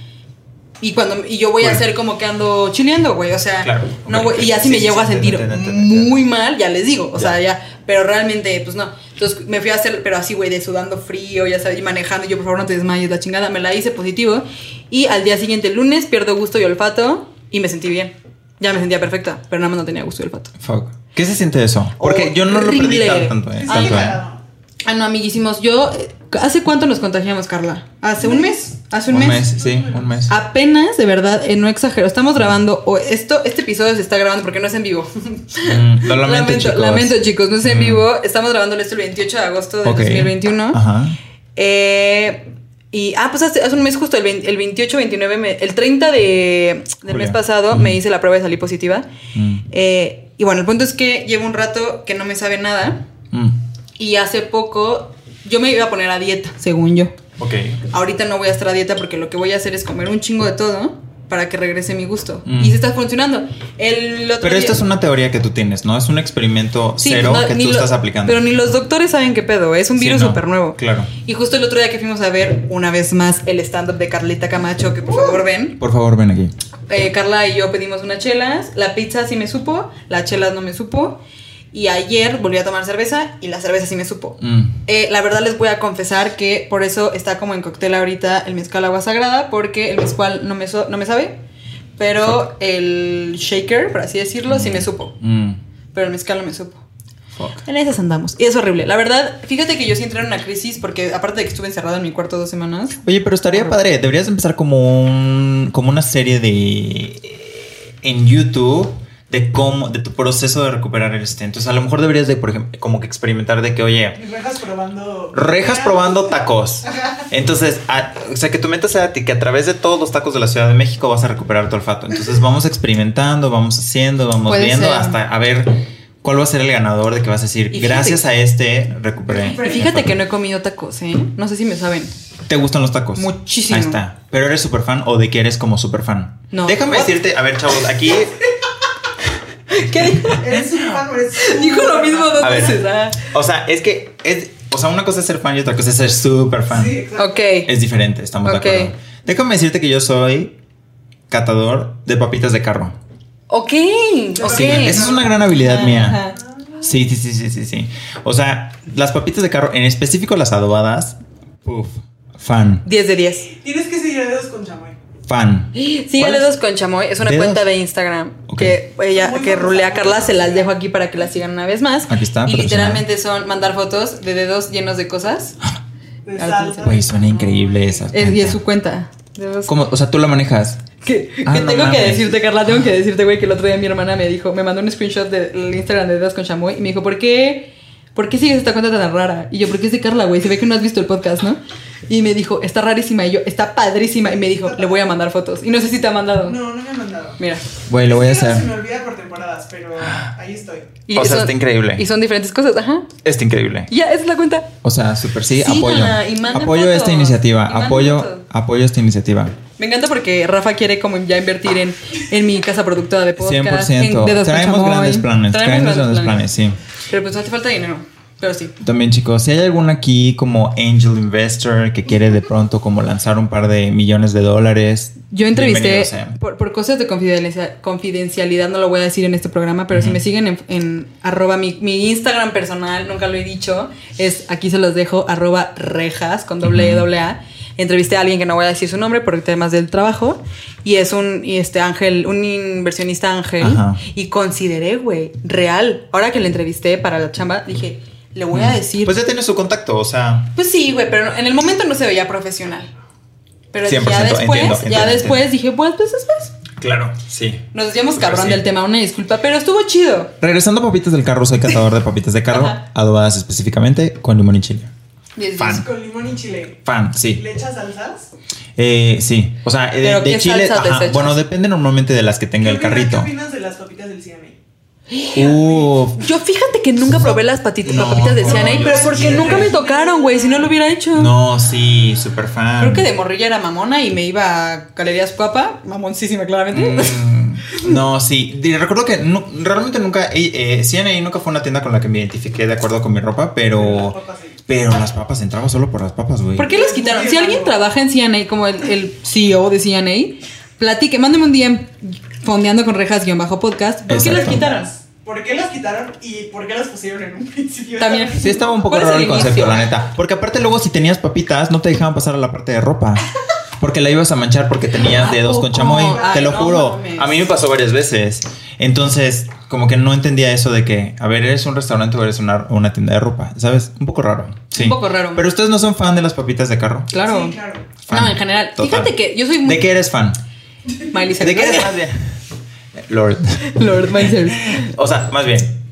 S1: Y, cuando, y yo voy
S2: Bueno.
S1: a hacer como que ando chileando, güey. O sea,
S2: Pues Claro,
S1: no
S2: ok,
S1: voy- y
S2: ok.
S1: así
S2: Sí,
S1: me
S2: sí,
S1: llego
S2: sí,
S1: a sentir
S2: entiendo, entiendo, entiendo.
S1: muy mal, ya les digo. O
S2: Ya.
S1: sea, ya. Pero realmente, pues no. Entonces me fui a hacer, pero así, güey, de sudando frío, ya sabes, y manejando. Yo, por favor, no te desmayes, la chingada. Me la hice positivo. Y al día siguiente, el lunes, pierdo gusto y olfato. Y me sentí bien. Ya me sentía perfecta, pero nada más no tenía gusto y olfato.
S2: Fuck. ¿Qué se siente eso? Porque yo no lo perdí
S1: Horrible.
S2: tan- tanto, eh,
S3: Sí,
S2: tanto, eh.
S3: claro.
S1: Ah, no, amiguísimos. Yo, eh, ¿hace cuánto nos contagiamos, Carla? ¿Hace un mes? ¿Hace un,
S2: Un
S1: mes? Ah,
S2: mes, sí, un mes.
S1: Apenas, de verdad, eh, no exagero. Estamos grabando. o esto, este episodio se está grabando porque no es en vivo.
S2: Mm, lo lamento, chicos.
S1: lamento, chicos, no es en
S2: Mm.
S1: vivo. Estamos grabando esto el 28 de agosto de
S2: Ok.
S1: 2021.
S2: Ajá.
S1: Eh, y, ah, pues hace, hace un mes justo, el, 20 el 28, 29, me- el 30 de, del
S2: Julio.
S1: mes pasado
S2: Mm.
S1: me hice la prueba y salí positiva.
S2: Mm,
S1: Eh, y bueno, el punto es que llevo un rato que no me sabe nada.
S2: mm.
S1: Y hace poco yo me iba a poner a dieta, según yo.
S2: Ok.
S1: Ahorita no voy a estar a dieta porque lo que voy a hacer es comer un chingo de todo para que regrese mi gusto.
S2: Mm.
S1: Y se está funcionando. El otro
S2: Pero
S1: día-
S2: esto es una teoría que tú tienes, ¿no? Es un experimento
S1: Sí,
S2: cero
S1: no,
S2: que
S1: ni
S2: tú
S1: lo-
S2: estás aplicando.
S1: Pero ni los doctores saben qué pedo. Es un
S2: Sí,
S1: virus
S2: no,
S1: súper nuevo.
S2: Claro.
S1: Y justo el otro día que fuimos a ver una vez más el stand-up de Carlita Camacho, que por favor ven,
S2: Por favor, ven aquí.
S1: eh, Carla y yo pedimos unas chelas, la pizza sí me supo, las chelas no me supo, y ayer volví a tomar cerveza y la cerveza sí me supo.
S2: Mm.
S1: Eh, la verdad les voy a confesar que por eso está como en cóctel ahorita el mezcal agua sagrada, porque el mezcal no me, so- no me sabe, pero el shaker, por así decirlo, sí me supo,
S2: Mm.
S1: pero el mezcal no me supo.
S2: Fuck.
S1: En esas andamos. Y es horrible. La verdad, fíjate que yo sí entré en una crisis porque aparte de que estuve encerrada en mi cuarto dos semanas.
S2: Oye, pero estaría padre. Deberías empezar como un, como una serie de en YouTube de cómo, de tu proceso de recuperar el este. Entonces, a lo mejor deberías de, por ejemplo, como que experimentar de que, oye,
S3: Mis rejas probando.
S2: rejas probando tacos. Entonces, a- o sea, que tu meta sea ti- que a través de todos los tacos de la Ciudad de México vas a recuperar tu olfato. Entonces, vamos experimentando, vamos haciendo, vamos
S1: Puede
S2: viendo
S1: ser.
S2: hasta a ver cuál va a ser el ganador de que vas a decir,
S1: Y fíjate-
S2: gracias a este recuperé.
S1: Pero fíjate que no he comido tacos, ¿eh? No sé si me saben.
S2: ¿Te gustan los tacos?
S1: Muchísimo.
S2: Ahí está. ¿Pero eres súper fan o de que eres como súper fan?
S1: No.
S2: Déjame
S1: What?
S2: decirte, a ver, chavos, aquí.
S1: ¿Qué dijo?
S3: Eres un fan, eres.
S1: Dijo lo mismo dos
S2: A ver.
S1: veces. ah.
S2: O sea, es que. Es, o sea, una cosa es ser fan y otra cosa es ser súper fan.
S3: Sí, exacto.
S1: Ok.
S2: Es diferente, estamos
S1: Ok.
S2: de acuerdo. Déjame decirte que yo soy catador de papitas de carro.
S1: Ok. Ok.
S2: Sí, esa es una gran habilidad mía.
S1: Ajá.
S2: Sí, sí, sí, sí, sí, sí. O sea, las papitas de carro, en específico las adobadas, puf, fan,
S1: 10 de 10.
S3: Tienes que seguir a dedos con chamoy.
S2: fan.
S1: Síguele dos con Chamoy. Es una
S2: ¿Dedos?
S1: cuenta de Instagram
S2: Ok.
S1: que ella,
S3: Muy
S1: que
S3: buena.
S1: rulea Carla, se las dejo aquí para que las sigan una vez más.
S2: Aquí está,
S1: Y
S2: profesional.
S1: literalmente son mandar fotos de dedos llenos de cosas.
S3: De
S1: Ah,
S3: salsa.
S2: Güey, suena increíble esa.
S1: Es, y es su
S2: cuenta.
S1: cuenta. Dedos
S2: ¿Cómo? O sea, tú la manejas.
S1: Que,
S2: Ah,
S1: que
S2: no
S1: tengo que
S2: mames.
S1: decirte, Carla, tengo que decirte, güey, que el otro día mi hermana me dijo, me mandó un screenshot del Instagram de Dedos con Chamoy y me dijo, ¿por qué? ¿Por qué sigues esta cuenta tan rara? Y yo, ¿por qué es de Carla, güey? Se ve que no has visto el podcast, ¿no? Y me dijo, está rarísima. Y yo, está padrísima. Y me dijo, le voy a mandar fotos. Y no sé si te ha mandado.
S3: No, no me han mandado.
S1: Mira.
S2: Güey, lo voy a
S3: Sí,
S2: hacer.
S3: Se me olvida por temporadas, pero ahí estoy.
S1: Y
S2: O sea,
S1: son-
S2: está increíble.
S1: Y son diferentes cosas, ajá.
S2: Está increíble.
S1: Y ya, esa es la cuenta.
S2: O sea, súper sí,
S1: Sí,
S2: apoyo.
S1: mana, y manden
S2: apoyo
S1: fotos,
S2: esta iniciativa.
S1: y manden fotos.
S2: Apoyo, apoyo esta iniciativa.
S1: Me encanta porque Rafa quiere como ya invertir en, en mi casa productora de podcast. en
S2: 100%.
S1: Dedos con
S2: Traemos
S1: Chamoy.
S2: grandes planes. Traemos, grandes planes, sí.
S1: Pero pues hace falta dinero. Pero sí.
S2: También, chicos, si hay algún aquí como angel investor que quiere de pronto como lanzar un par de millones de dólares.
S1: Yo entrevisté
S2: bienvenidos sean.
S1: por, por cosas de confidencia- confidencialidad, no lo voy a decir en este programa, pero si me siguen en, en arroba mi, mi Instagram personal, nunca lo he dicho, es aquí se los dejo, arroba rejas con doble E,
S2: Ujú.
S1: doble A. Entrevisté a alguien que no voy a decir su nombre por temas del trabajo y es un y este ángel, un inversionista ángel
S2: Ajá.
S1: y consideré, güey, real. Ahora que le entrevisté para la chamba, dije, le voy a decir.
S2: Pues
S1: Pues,
S2: ya tiene su contacto, o sea.
S1: sí, güey, pero en el momento no se veía profesional. Pero ya
S2: 100%,
S1: después,
S2: entiendo,
S1: ya
S2: entiendo,
S1: después dije, pues, pues después.
S2: Claro, sí.
S1: Nos desviamos
S2: Pero
S1: cabrón
S2: sí.
S1: del tema, una disculpa, pero estuvo chido.
S2: Regresando a papitas del carro, soy catador de papitas de carro,
S1: Ajá.
S2: adobadas específicamente con limón y chile.
S1: Diez,
S2: Fan.
S1: diez.
S3: Con limón y chile.
S2: Fan, sí.
S3: ¿Le echas salsas? ¿Qué
S2: Eh, sí, o sea, eh,
S1: ¿Pero
S2: de, de
S1: qué
S2: chile.
S1: salsa
S2: ajá.
S1: desechas?
S2: Bueno, depende normalmente de las que tenga el
S3: opinas-
S2: carrito.
S3: ¿Qué opinas de las papitas del CMI?
S2: Uf.
S1: Yo fíjate que nunca probé las patitas,
S2: No,
S1: las papitas de
S2: no,
S1: Cianay,
S2: yo
S1: pero
S2: sí
S1: porque
S2: quiero.
S1: nunca me tocaron, güey, si no lo hubiera hecho.
S2: No, sí, súper fan.
S1: Creo que de morrilla era mamona y me iba a Galerías Cuapa, mamoncísima claramente.
S2: Mm, No, sí. De- Recuerdo que nu- realmente nunca. Eh, eh, CNA nunca fue una tienda con la que me identifiqué de acuerdo con mi ropa,
S3: Las
S2: pero.
S3: papas, sí.
S2: Pero las papas, entraba solo por las papas, güey.
S1: ¿Por qué las quitaron? Si alguien trabaja en CNA como el, el CEO E de CNA, Platique, mándeme un DM fondeando con rejas guión bajo podcast.
S2: Es-
S1: Es,
S3: qué las
S2: Exacto.
S3: quitaron? ¿Por qué las quitaron y por qué las pusieron en un principio?
S1: También.
S2: Sí, estaba un poco
S1: ¿Cuál es
S2: raro
S1: el
S2: el concepto,
S1: inicio?
S2: la neta. Porque aparte luego si tenías papitas, no te dejaban pasar a la parte de ropa. Porque la ibas a manchar porque
S1: ¿A
S2: tenías dedos con
S1: poco?
S2: chamoy. te
S1: Ay,
S2: lo
S1: no
S2: juro.
S1: mames.
S2: A mí me pasó varias veces. Entonces, como que no entendía eso de que, a ver, eres un restaurante o eres una, una tienda de ropa. ¿Sabes? Un poco raro. Sí.
S1: un poco raro.
S2: Pero ustedes no son fan de las papitas de carro.
S1: claro.
S3: Sí, claro.
S2: Fan.
S1: No, en general.
S2: Total.
S1: Fíjate que yo soy muy
S2: ¿De qué eres fan?
S1: Miley
S2: ¿De qué eres
S1: Cyrus.
S2: más bien? Lord.
S1: Lord Miley Cyrus.
S2: O sea, más bien,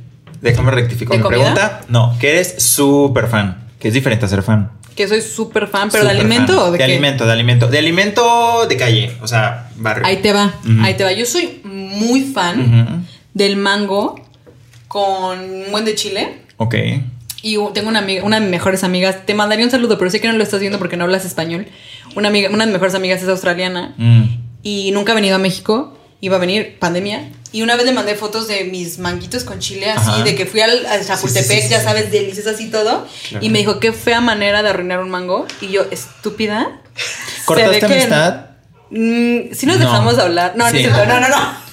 S2: déjame rectificar
S1: ¿De
S2: mi
S1: comida?
S2: pregunta. No, que eres súper fan. Que es diferente a ser fan.
S1: Que soy súper fan, pero de
S2: Súper
S1: alimento
S2: fan.
S1: o de, qué?
S2: alimento, de alimento. De alimento de calle, o sea, barrio.
S1: Ahí te va,
S2: Ujú.
S1: ahí te va. Yo soy muy fan
S2: Ujú.
S1: del mango con un buen de chile.
S2: Ok.
S1: Y u- tengo una amiga, una de mis mejores amigas, te mandaría un saludo, pero sé que no lo estás viendo porque no hablas español. Una amiga, una de mis mejores amigas es australiana
S2: Mm.
S1: y nunca ha venido a México, iba a venir pandemia. Y una vez le mandé fotos de mis manguitos con chile así,
S2: Ajá.
S1: de que fui al a Chapultepec,
S2: Sí, sí, sí,
S1: ya
S2: sí.
S1: sabes, deliciosas y todo.
S2: Claro.
S1: Y me dijo, qué fea manera de arruinar un mango. Y yo, estúpida. Se
S2: ¿Cortaste
S1: ve que-
S2: amistad?
S1: Mm, si nos
S2: No.
S1: dejamos hablar. No, no, es
S2: Sí.
S1: cierto, no, no, no.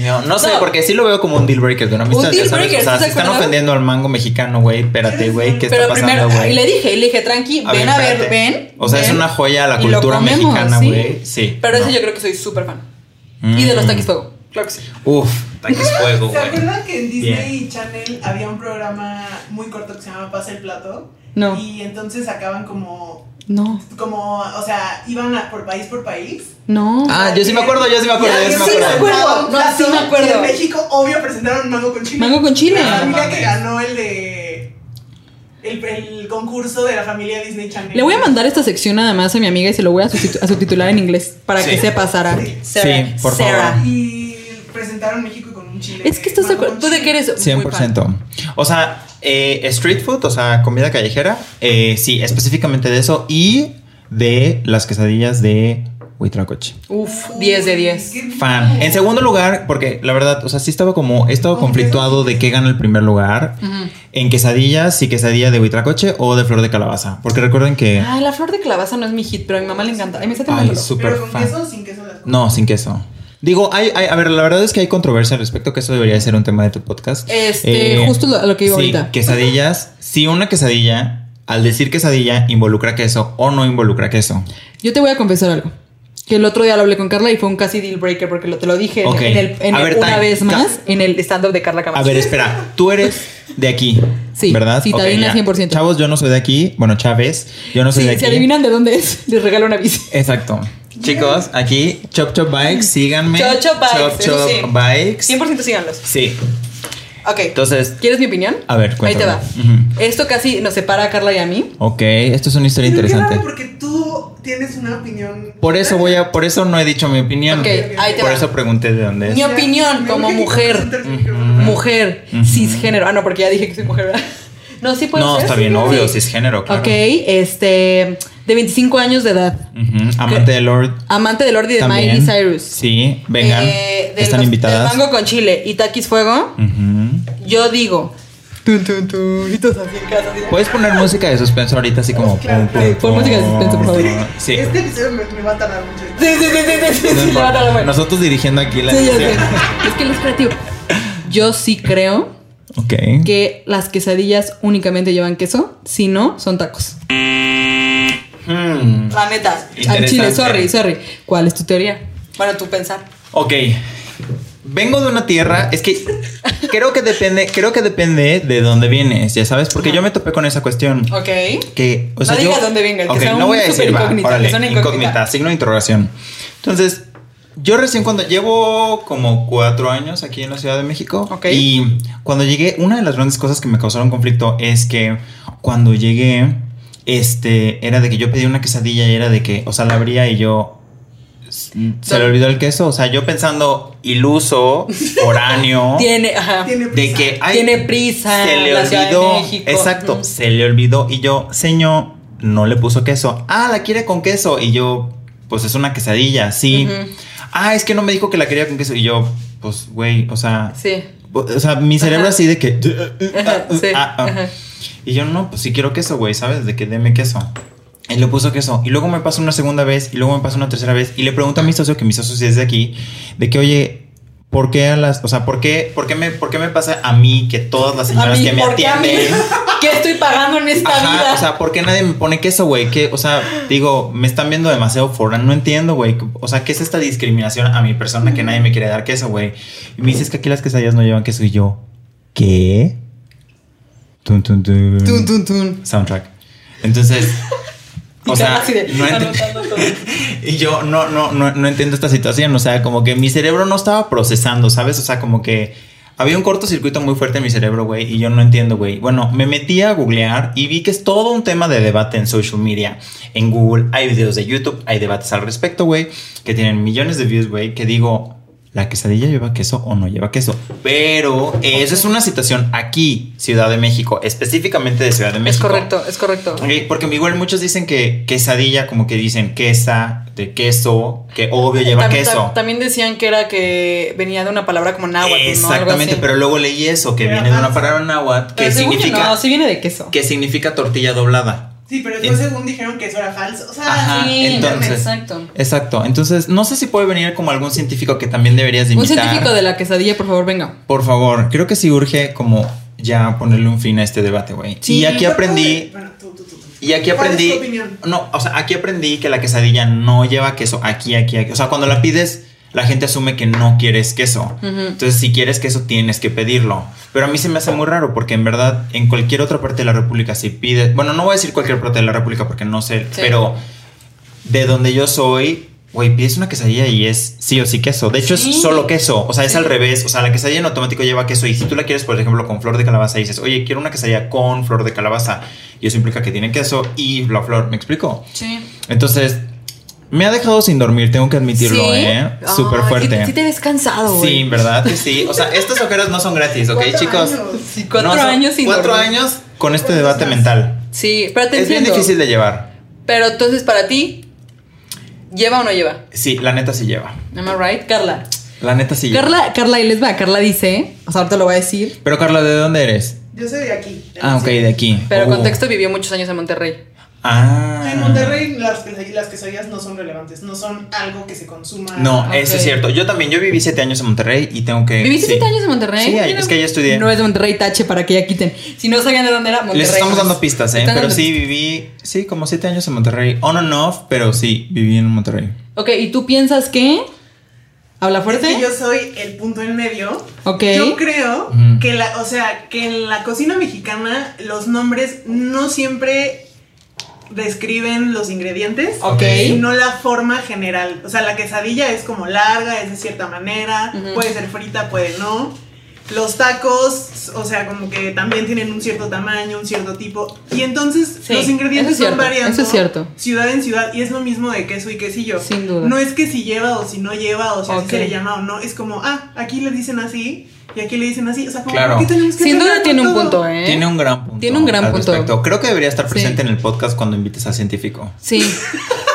S2: No, no sé,
S1: No.
S2: porque sí lo veo como un deal breaker de una amistad.
S1: Un deal
S2: ya sabes,
S1: breaker,
S2: o sea,
S1: ¿estás
S2: si
S1: de
S2: están
S1: acuerdo?
S2: ofendiendo al mango mexicano, güey, espérate, güey, ¿qué está
S1: Pero
S2: pasando,
S1: primero, y
S2: güey?
S1: le dije, y le dije, tranqui, ven a ver,
S2: espérate.
S1: ven.
S2: O sea, es
S1: ven,
S2: una joya a la
S1: y lo
S2: cultura
S1: comemos,
S2: mexicana,
S1: sí.
S2: güey. Sí.
S1: Pero eso
S2: no.
S1: yo creo que soy súper fan. Y de los
S2: Mm.
S1: taquis fuego, claro que sí.
S2: Uf, taquis fuego,
S3: ¿Se
S2: güey.
S3: acuerdan que en
S2: Bien.
S3: Disney Channel había un programa muy corto que se llamaba Pasa el plato?
S1: No,
S3: Y entonces sacaban como,
S1: no,
S3: como, o sea, iban a- por país por país.
S1: no.
S2: Ah, yo sí me acuerdo, yo sí me acuerdo, yo sí
S1: sí
S2: me
S1: me
S2: acuerdo.
S1: acuerdo.
S3: Un
S1: No,
S3: plato,
S1: sí me acuerdo.
S3: y en México, obvio, presentaron mango con chile.
S1: Mango con chile.
S3: La familia que
S2: mames.
S3: ganó el de. El, el concurso de la familia Disney Channel.
S1: Le voy a mandar esta sección además a mi amiga y se lo voy a, sustitu- a subtitular en inglés para
S2: Sí.
S1: que se pasara.
S3: Sí,
S2: por favor.
S3: Y presentaron México con un chile.
S1: Es que estás de
S3: mango
S1: acuerdo.
S3: con
S1: ¿Tú de
S3: chile.
S1: qué eres? muy fan?
S2: 100%. O sea, eh, street food, o sea, comida callejera, eh, sí, específicamente de eso y de las quesadillas de Huitlacoche.
S1: Uf, 10 de 10.
S3: Uy, qué
S2: Fan.
S3: rico.
S2: En segundo lugar, porque la verdad, o sea, sí estaba como, he estado conflictuado de qué gana el primer lugar
S1: Ujú.
S2: en quesadillas, si quesadilla de Huitlacoche o de flor de calabaza. Porque recuerden que.
S1: Ay, Ah, la flor de calabaza no es mi hit, pero a mi mamá le encanta. Ay, me está
S2: Ay,
S1: temblando.
S2: súper
S3: Pero con
S2: fan.
S3: queso o sin queso las
S2: No, sin queso. Digo, hay, hay- a ver, la verdad es que hay controversia al respecto, que eso debería ser un tema de tu podcast.
S1: Este,
S2: Eh,
S1: justo lo, a lo que iba
S2: sí,
S1: ahorita.
S2: quesadillas. si una quesadilla, al decir quesadilla, involucra queso o no involucra queso.
S1: Yo te voy a confesar algo. Que el otro día lo hablé con Carla y fue un casi deal breaker porque lo, te lo dije en-
S2: Ok.
S1: en el, en
S2: A
S1: el-
S2: ver,
S1: una
S2: time.
S1: vez
S2: Ca-
S1: más en el stand-up de Carla Camacho.
S2: A ver, espera, tú eres de aquí,
S1: Sí,
S2: ¿verdad?
S1: citadina
S2: Ok, ya.
S1: 100%.
S2: Chavos, yo no soy de aquí. Bueno, Chávez, yo no soy
S1: Sí,
S2: de aquí.
S1: si adivinan de dónde es, les regalo una bici.
S2: Exacto. Chicos, aquí Chop Chop Bikes, síganme.
S1: Chop Chop Bikes,
S2: Chop
S1: eso
S2: Chop
S1: sí.
S2: Bikes.
S1: 100% síganlos.
S2: Sí,
S1: Ok.
S2: entonces,
S1: ¿Quieres mi opinión?
S2: a ver,
S1: Ahí te
S2: cuéntame.
S1: va.
S2: Ujú.
S1: Esto casi nos separa a Carla y a mí.
S2: Ok, esto es una historia
S3: Pero qué raro,
S2: interesante.
S3: porque tú tienes una opinión.
S2: Por eso voy a, por eso no he dicho mi opinión.
S1: Ok, ahí te
S2: por
S1: va.
S2: eso pregunté de dónde es.
S1: Mi opinión
S3: Me
S1: como
S3: urge que
S1: mujer.
S3: presentes el micrófono.
S1: Mujer,
S2: Ujú.
S1: cisgénero. Ah, no, porque ya dije que soy mujer, ¿verdad? No, sí puede
S2: No,
S1: ser.
S2: está bien, obvio, cisgénero, claro.
S1: Ok, este, de 25 años de edad.
S2: Ujú, Amante de Lord.
S1: Amante del Lord y de
S2: también.
S1: Miley Cyrus.
S2: Sí, vengan.
S1: Eh, de
S2: Están
S1: los-
S2: invitadas.
S1: del mango con chile y taquis fuego,
S2: Ujú.
S1: yo digo. Tun, tun, tun, y todos así en casa, así de-
S2: Puedes poner música de suspenso ahorita, así como.
S3: Claro.
S1: Pon música de suspenso, por favor.
S2: Sí.
S3: Este episodio me, me va a tardar mucho.
S1: Sí, sí, sí, sí, sí, sí,
S2: No
S1: sí,
S2: importa.
S1: levanta la mano.
S2: Nosotros dirigiendo aquí la.
S1: Sí, ya sé.
S2: edición.
S1: Es que él es creativo. Yo sí creo
S2: Ok.
S1: que las quesadillas únicamente llevan queso, si no, son tacos.
S2: Hmm.
S1: La neta. Al
S2: Interesante.
S1: chile, sorry, sorry. ¿Cuál es tu teoría? Bueno, tú pensar.
S2: Ok. Vengo de una tierra, es que creo que depende, creo que depende de dónde vienes, ya sabes, porque yo me topé con esa cuestión.
S1: Ok.
S2: que o
S1: No
S2: sea,
S1: digas
S2: yo-
S1: dónde venga, que
S2: Ok,
S1: sea
S2: no
S1: un
S2: voy a decir va,
S1: superincógnita,
S2: órale,
S1: que sea una
S2: incógnita.
S1: incógnita.
S2: signo de interrogación entonces yo recién cuando llevo como cuatro años aquí en la Ciudad de México
S1: Ok.
S2: y cuando llegué una de las grandes cosas que me causaron conflicto es que cuando llegué este era de que yo pedí una quesadilla y era de que o sea la abría y yo se le olvidó el queso o sea yo pensando iluso foráneo
S1: Tiene, ajá.
S3: Tiene
S2: de
S3: prisa.
S2: que ay,
S1: Tiene prisa,
S2: se le
S1: la Ciudad de
S2: olvidó
S1: México. Mm.
S2: exacto
S1: Ujú.
S2: se le olvidó y yo señor no le puso queso ah la quiere con queso y yo pues es una quesadilla sí
S1: Ujú.
S2: ah es que no me dijo que la quería con queso y yo pues güey o sea
S1: Sí.
S2: o sea mi cerebro
S1: Ajá.
S2: así de que
S1: Ajá, sí.
S2: ah, ah.
S1: ajá.
S2: y yo no pues si quiero queso güey sabes de que deme queso Y le puso queso. Y luego me pasó una segunda vez, y luego me pasó una tercera vez. Y le pregunto a mi socio, que mi socio sí es de aquí, de que, oye, ¿por qué a las. O sea, ¿por qué, por qué, me, por qué me pasa a mí que todas las señoras
S1: mí,
S2: que me
S1: ¿por qué a mí?
S2: atienden.
S1: ¿Qué estoy pagando en esta
S2: Ajá,
S1: vida?
S2: o sea, ¿por qué nadie me pone queso, güey? Que, o sea, digo, me están viendo demasiado foráneo, no entiendo, güey. O sea, ¿qué es esta discriminación a mi persona que nadie me quiere dar queso, güey? Y me dices que aquí las quesadillas no llevan queso y yo, ¿qué? Tun, tun, tun.
S1: Tun, tun, tun.
S2: Soundtrack. Entonces,
S1: Y
S2: o sea,
S1: así de,
S2: no ent-
S1: anotando todo.
S2: y yo no, no, no, no entiendo esta situación. O sea, como que mi cerebro no estaba procesando, ¿sabes? O sea, como que había un cortocircuito muy fuerte en mi cerebro, güey, y yo no entiendo, güey. Bueno, me metí a googlear y vi que es todo un tema de debate en social media. En Google hay videos de YouTube, hay debates al respecto, güey, que tienen millones de views, güey, que digo. ¿La quesadilla lleva queso o no lleva queso? Pero eso es una situación aquí, Ciudad de México, específicamente de Ciudad de México.
S1: Es correcto, es correcto.
S2: Ok, porque igual muchos dicen que quesadilla, como que dicen quesa, de queso, que obvio lleva
S1: Tam- tam-
S2: queso.
S1: también decían que era que venía de una palabra como náhuatl, ¿no? Algo
S2: Exactamente,
S1: así.
S2: pero luego leí eso, que
S3: Pero
S2: viene de una
S3: ajá,
S2: palabra náhuatl que
S1: Pero según yo
S2: significa,
S1: no, sí viene de queso.
S2: que significa tortilla doblada.
S3: Sí, pero después
S2: Eh.
S3: según dijeron que eso era falso. O sea,
S2: Ajá,
S1: sí,
S2: ah, entonces.
S1: exacto.
S2: Exacto, entonces no sé si puede venir como algún científico que también deberías de
S1: Un
S2: invitar.
S1: científico de la quesadilla, por favor, venga.
S2: Por favor, creo que sí urge como ya ponerle un fin a este debate, güey.
S1: Sí,
S2: y aquí
S3: ¿cuál-
S2: aprendí
S3: Bueno, tú, tú, tú, tú.
S2: Y aquí
S3: ¿Cuál es
S2: aprendí.
S3: tu opinión?
S2: No, o sea, aquí aprendí que la quesadilla no lleva queso. Aquí, aquí, aquí. O sea, cuando la pides, la gente asume que no quieres queso. Entonces, si quieres queso, tienes que pedirlo. Pero a mí se me hace muy raro porque en verdad, en cualquier otra parte de la República, si pides. Bueno, no voy a decir cualquier parte de la República porque no sé,
S1: Sí.
S2: pero de donde yo soy. Güey, pides una quesadilla y es sí o sí queso. De hecho,
S1: Sí.
S2: es solo queso. O sea, es
S1: Sí.
S2: al revés. O sea, la quesadilla en automático lleva queso. Y si tú la quieres, por ejemplo, con flor de calabaza, y dices, oye, quiero una quesadilla con flor de calabaza. Y eso implica que tiene queso y la flor. ¿Me explico?
S1: Sí.
S2: Entonces, me ha dejado sin dormir, tengo que admitirlo, ¿eh?
S1: Ah,
S2: Súper
S1: Sí,
S2: fuerte.
S1: sí te ves cansado,
S2: Sí,
S1: Ah, güey.
S2: ¿verdad? Que Sí. O sea, estas ojeras no son gratis, ¿ok,
S3: Cuatro
S2: chicos?
S3: años.
S1: Sí, cuatro
S2: No son-
S1: años sin
S2: Cuatro
S1: dormir.
S2: años con este
S3: ¿Cuántos
S2: debate
S3: más?
S2: mental.
S1: Sí, pero te
S2: Es bien
S1: entiendo.
S2: difícil de llevar.
S1: Pero entonces, para ti, ¿lleva o no lleva?
S2: Sí, la neta sí lleva.
S1: Am I right? Carla.
S2: La neta sí lleva.
S1: Carla, Carla, y les va. Carla dice, o sea, ahorita lo voy a decir,
S2: Pero Carla, ¿de dónde eres?
S3: Yo soy de aquí. de
S2: Ah, ok,
S3: Monterrey.
S2: de aquí.
S1: pero
S2: Oh.
S1: contexto vivió muchos años en Monterrey.
S2: Ah.
S3: En Monterrey las, quesad- las quesadillas no son relevantes, no son algo que se consuma.
S2: No,
S1: Ah, Ok.
S2: eso es cierto. Yo también, yo viví siete años en Monterrey y tengo que.
S1: ¿Viviste
S2: sí.
S1: siete años en Monterrey?
S2: Sí, ahí-
S1: Mira.
S2: es que allá estudié.
S1: No es de Monterrey, tache, para que ya quiten. Si no sabían de dónde era, Monterrey.
S2: Les estamos
S1: pues,
S2: dando pistas, ¿eh?
S1: están
S2: Pero
S1: dando
S2: sí, viví, sí, como siete años en Monterrey. On and off, pero sí, viví en Monterrey.
S1: pistas. Ok, ¿y tú piensas que? ¿Habla fuerte?
S3: Es que yo soy el punto en medio.
S1: Ok.
S3: Yo creo
S2: Ujú.
S3: que la, o sea, que en la cocina mexicana los nombres no siempre describen los ingredientes,
S1: Ok.
S3: sino la forma general. O sea, la quesadilla es como larga, es de cierta manera,
S1: Ujú.
S3: puede ser frita, puede no. Los tacos, o sea, como que también tienen un cierto tamaño, un cierto tipo. Y entonces
S1: Sí,
S3: los ingredientes
S1: eso es
S3: son
S1: cierto,
S3: variando
S1: eso es cierto.
S3: ciudad en ciudad y es lo mismo de queso y quesillo.
S1: Sin duda.
S3: No es que si lleva o si no lleva o si así
S1: Ok.
S3: se le llama o no. Es como, ah, aquí le dicen así y aquí le dicen así. O sea, como,
S2: Claro.
S3: ¿por qué tenemos que
S1: Sin duda
S3: pelear
S1: tiene
S3: por
S1: un
S3: todo?
S1: punto, ¿eh?
S2: Tiene un gran punto.
S1: Tiene un gran
S2: al
S1: punto.
S2: respecto. Creo que debería estar presente
S1: Sí.
S2: en el podcast cuando invites a científico.
S1: Sí.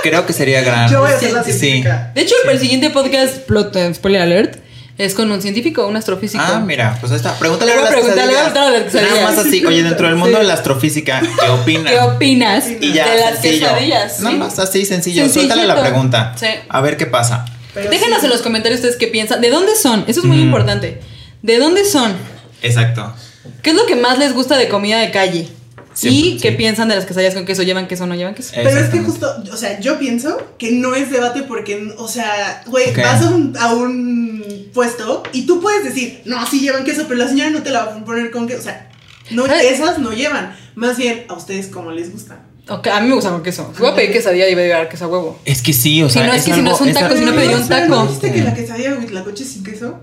S2: Creo que sería gran.
S3: Yo voy a hacer la
S2: Sí.
S3: científica.
S1: De hecho, el siguiente podcast, plot, eh, spoiler alert, es con un científico, un astrofísico.
S2: Ah, mira, pues ahí está. Pregúntale
S1: Le voy
S2: a
S1: a
S2: las
S1: preguntar, le voy a preguntar
S2: quesadillas.
S1: a las quesadillas.
S2: Nada más así. Oye, dentro del mundo de la astrofísica, ¿qué opinan?
S1: ¿Qué opinas
S3: Y
S2: Y ya,
S1: de las
S2: sencillo.
S1: quesadillas?
S2: Nada
S1: sí?
S2: más así, sencillo.
S1: Sencillito.
S2: Suéltale la pregunta.
S1: Sí.
S2: A ver qué pasa.
S3: Pero
S1: Déjenos
S3: sí.
S1: en los comentarios ustedes qué piensan. ¿De dónde son? Eso es muy
S2: Mm.
S1: importante. ¿De dónde son?
S2: Exacto.
S1: ¿Qué es lo que más les gusta de comida de calle?
S2: Siempre,
S1: ¿Y qué
S2: sí.
S1: piensan de las quesadillas con queso? ¿Llevan queso o no llevan queso?
S3: Pero es que
S2: Exactamente.
S3: justo, o sea, yo pienso que no es debate porque, o sea, güey,
S2: Ok.
S3: vas a un, a un puesto y tú puedes decir, no, sí llevan queso, pero la señora no te la va a poner con queso. O sea, no,
S1: Ay.
S3: esas no llevan. Más bien, a ustedes como les gusta.
S1: Ok, a mí me gusta con queso. Si voy a pedir quesadilla y voy a llevar queso a huevo.
S2: Es que sí, o
S1: Si
S2: sea,
S1: no, es que si no
S2: algo-
S1: es un taco,
S2: algo-
S1: Pues si no pedí un
S3: espera, ¿No
S1: taco.
S3: dijiste que la quesadilla huitlacoche es sin queso?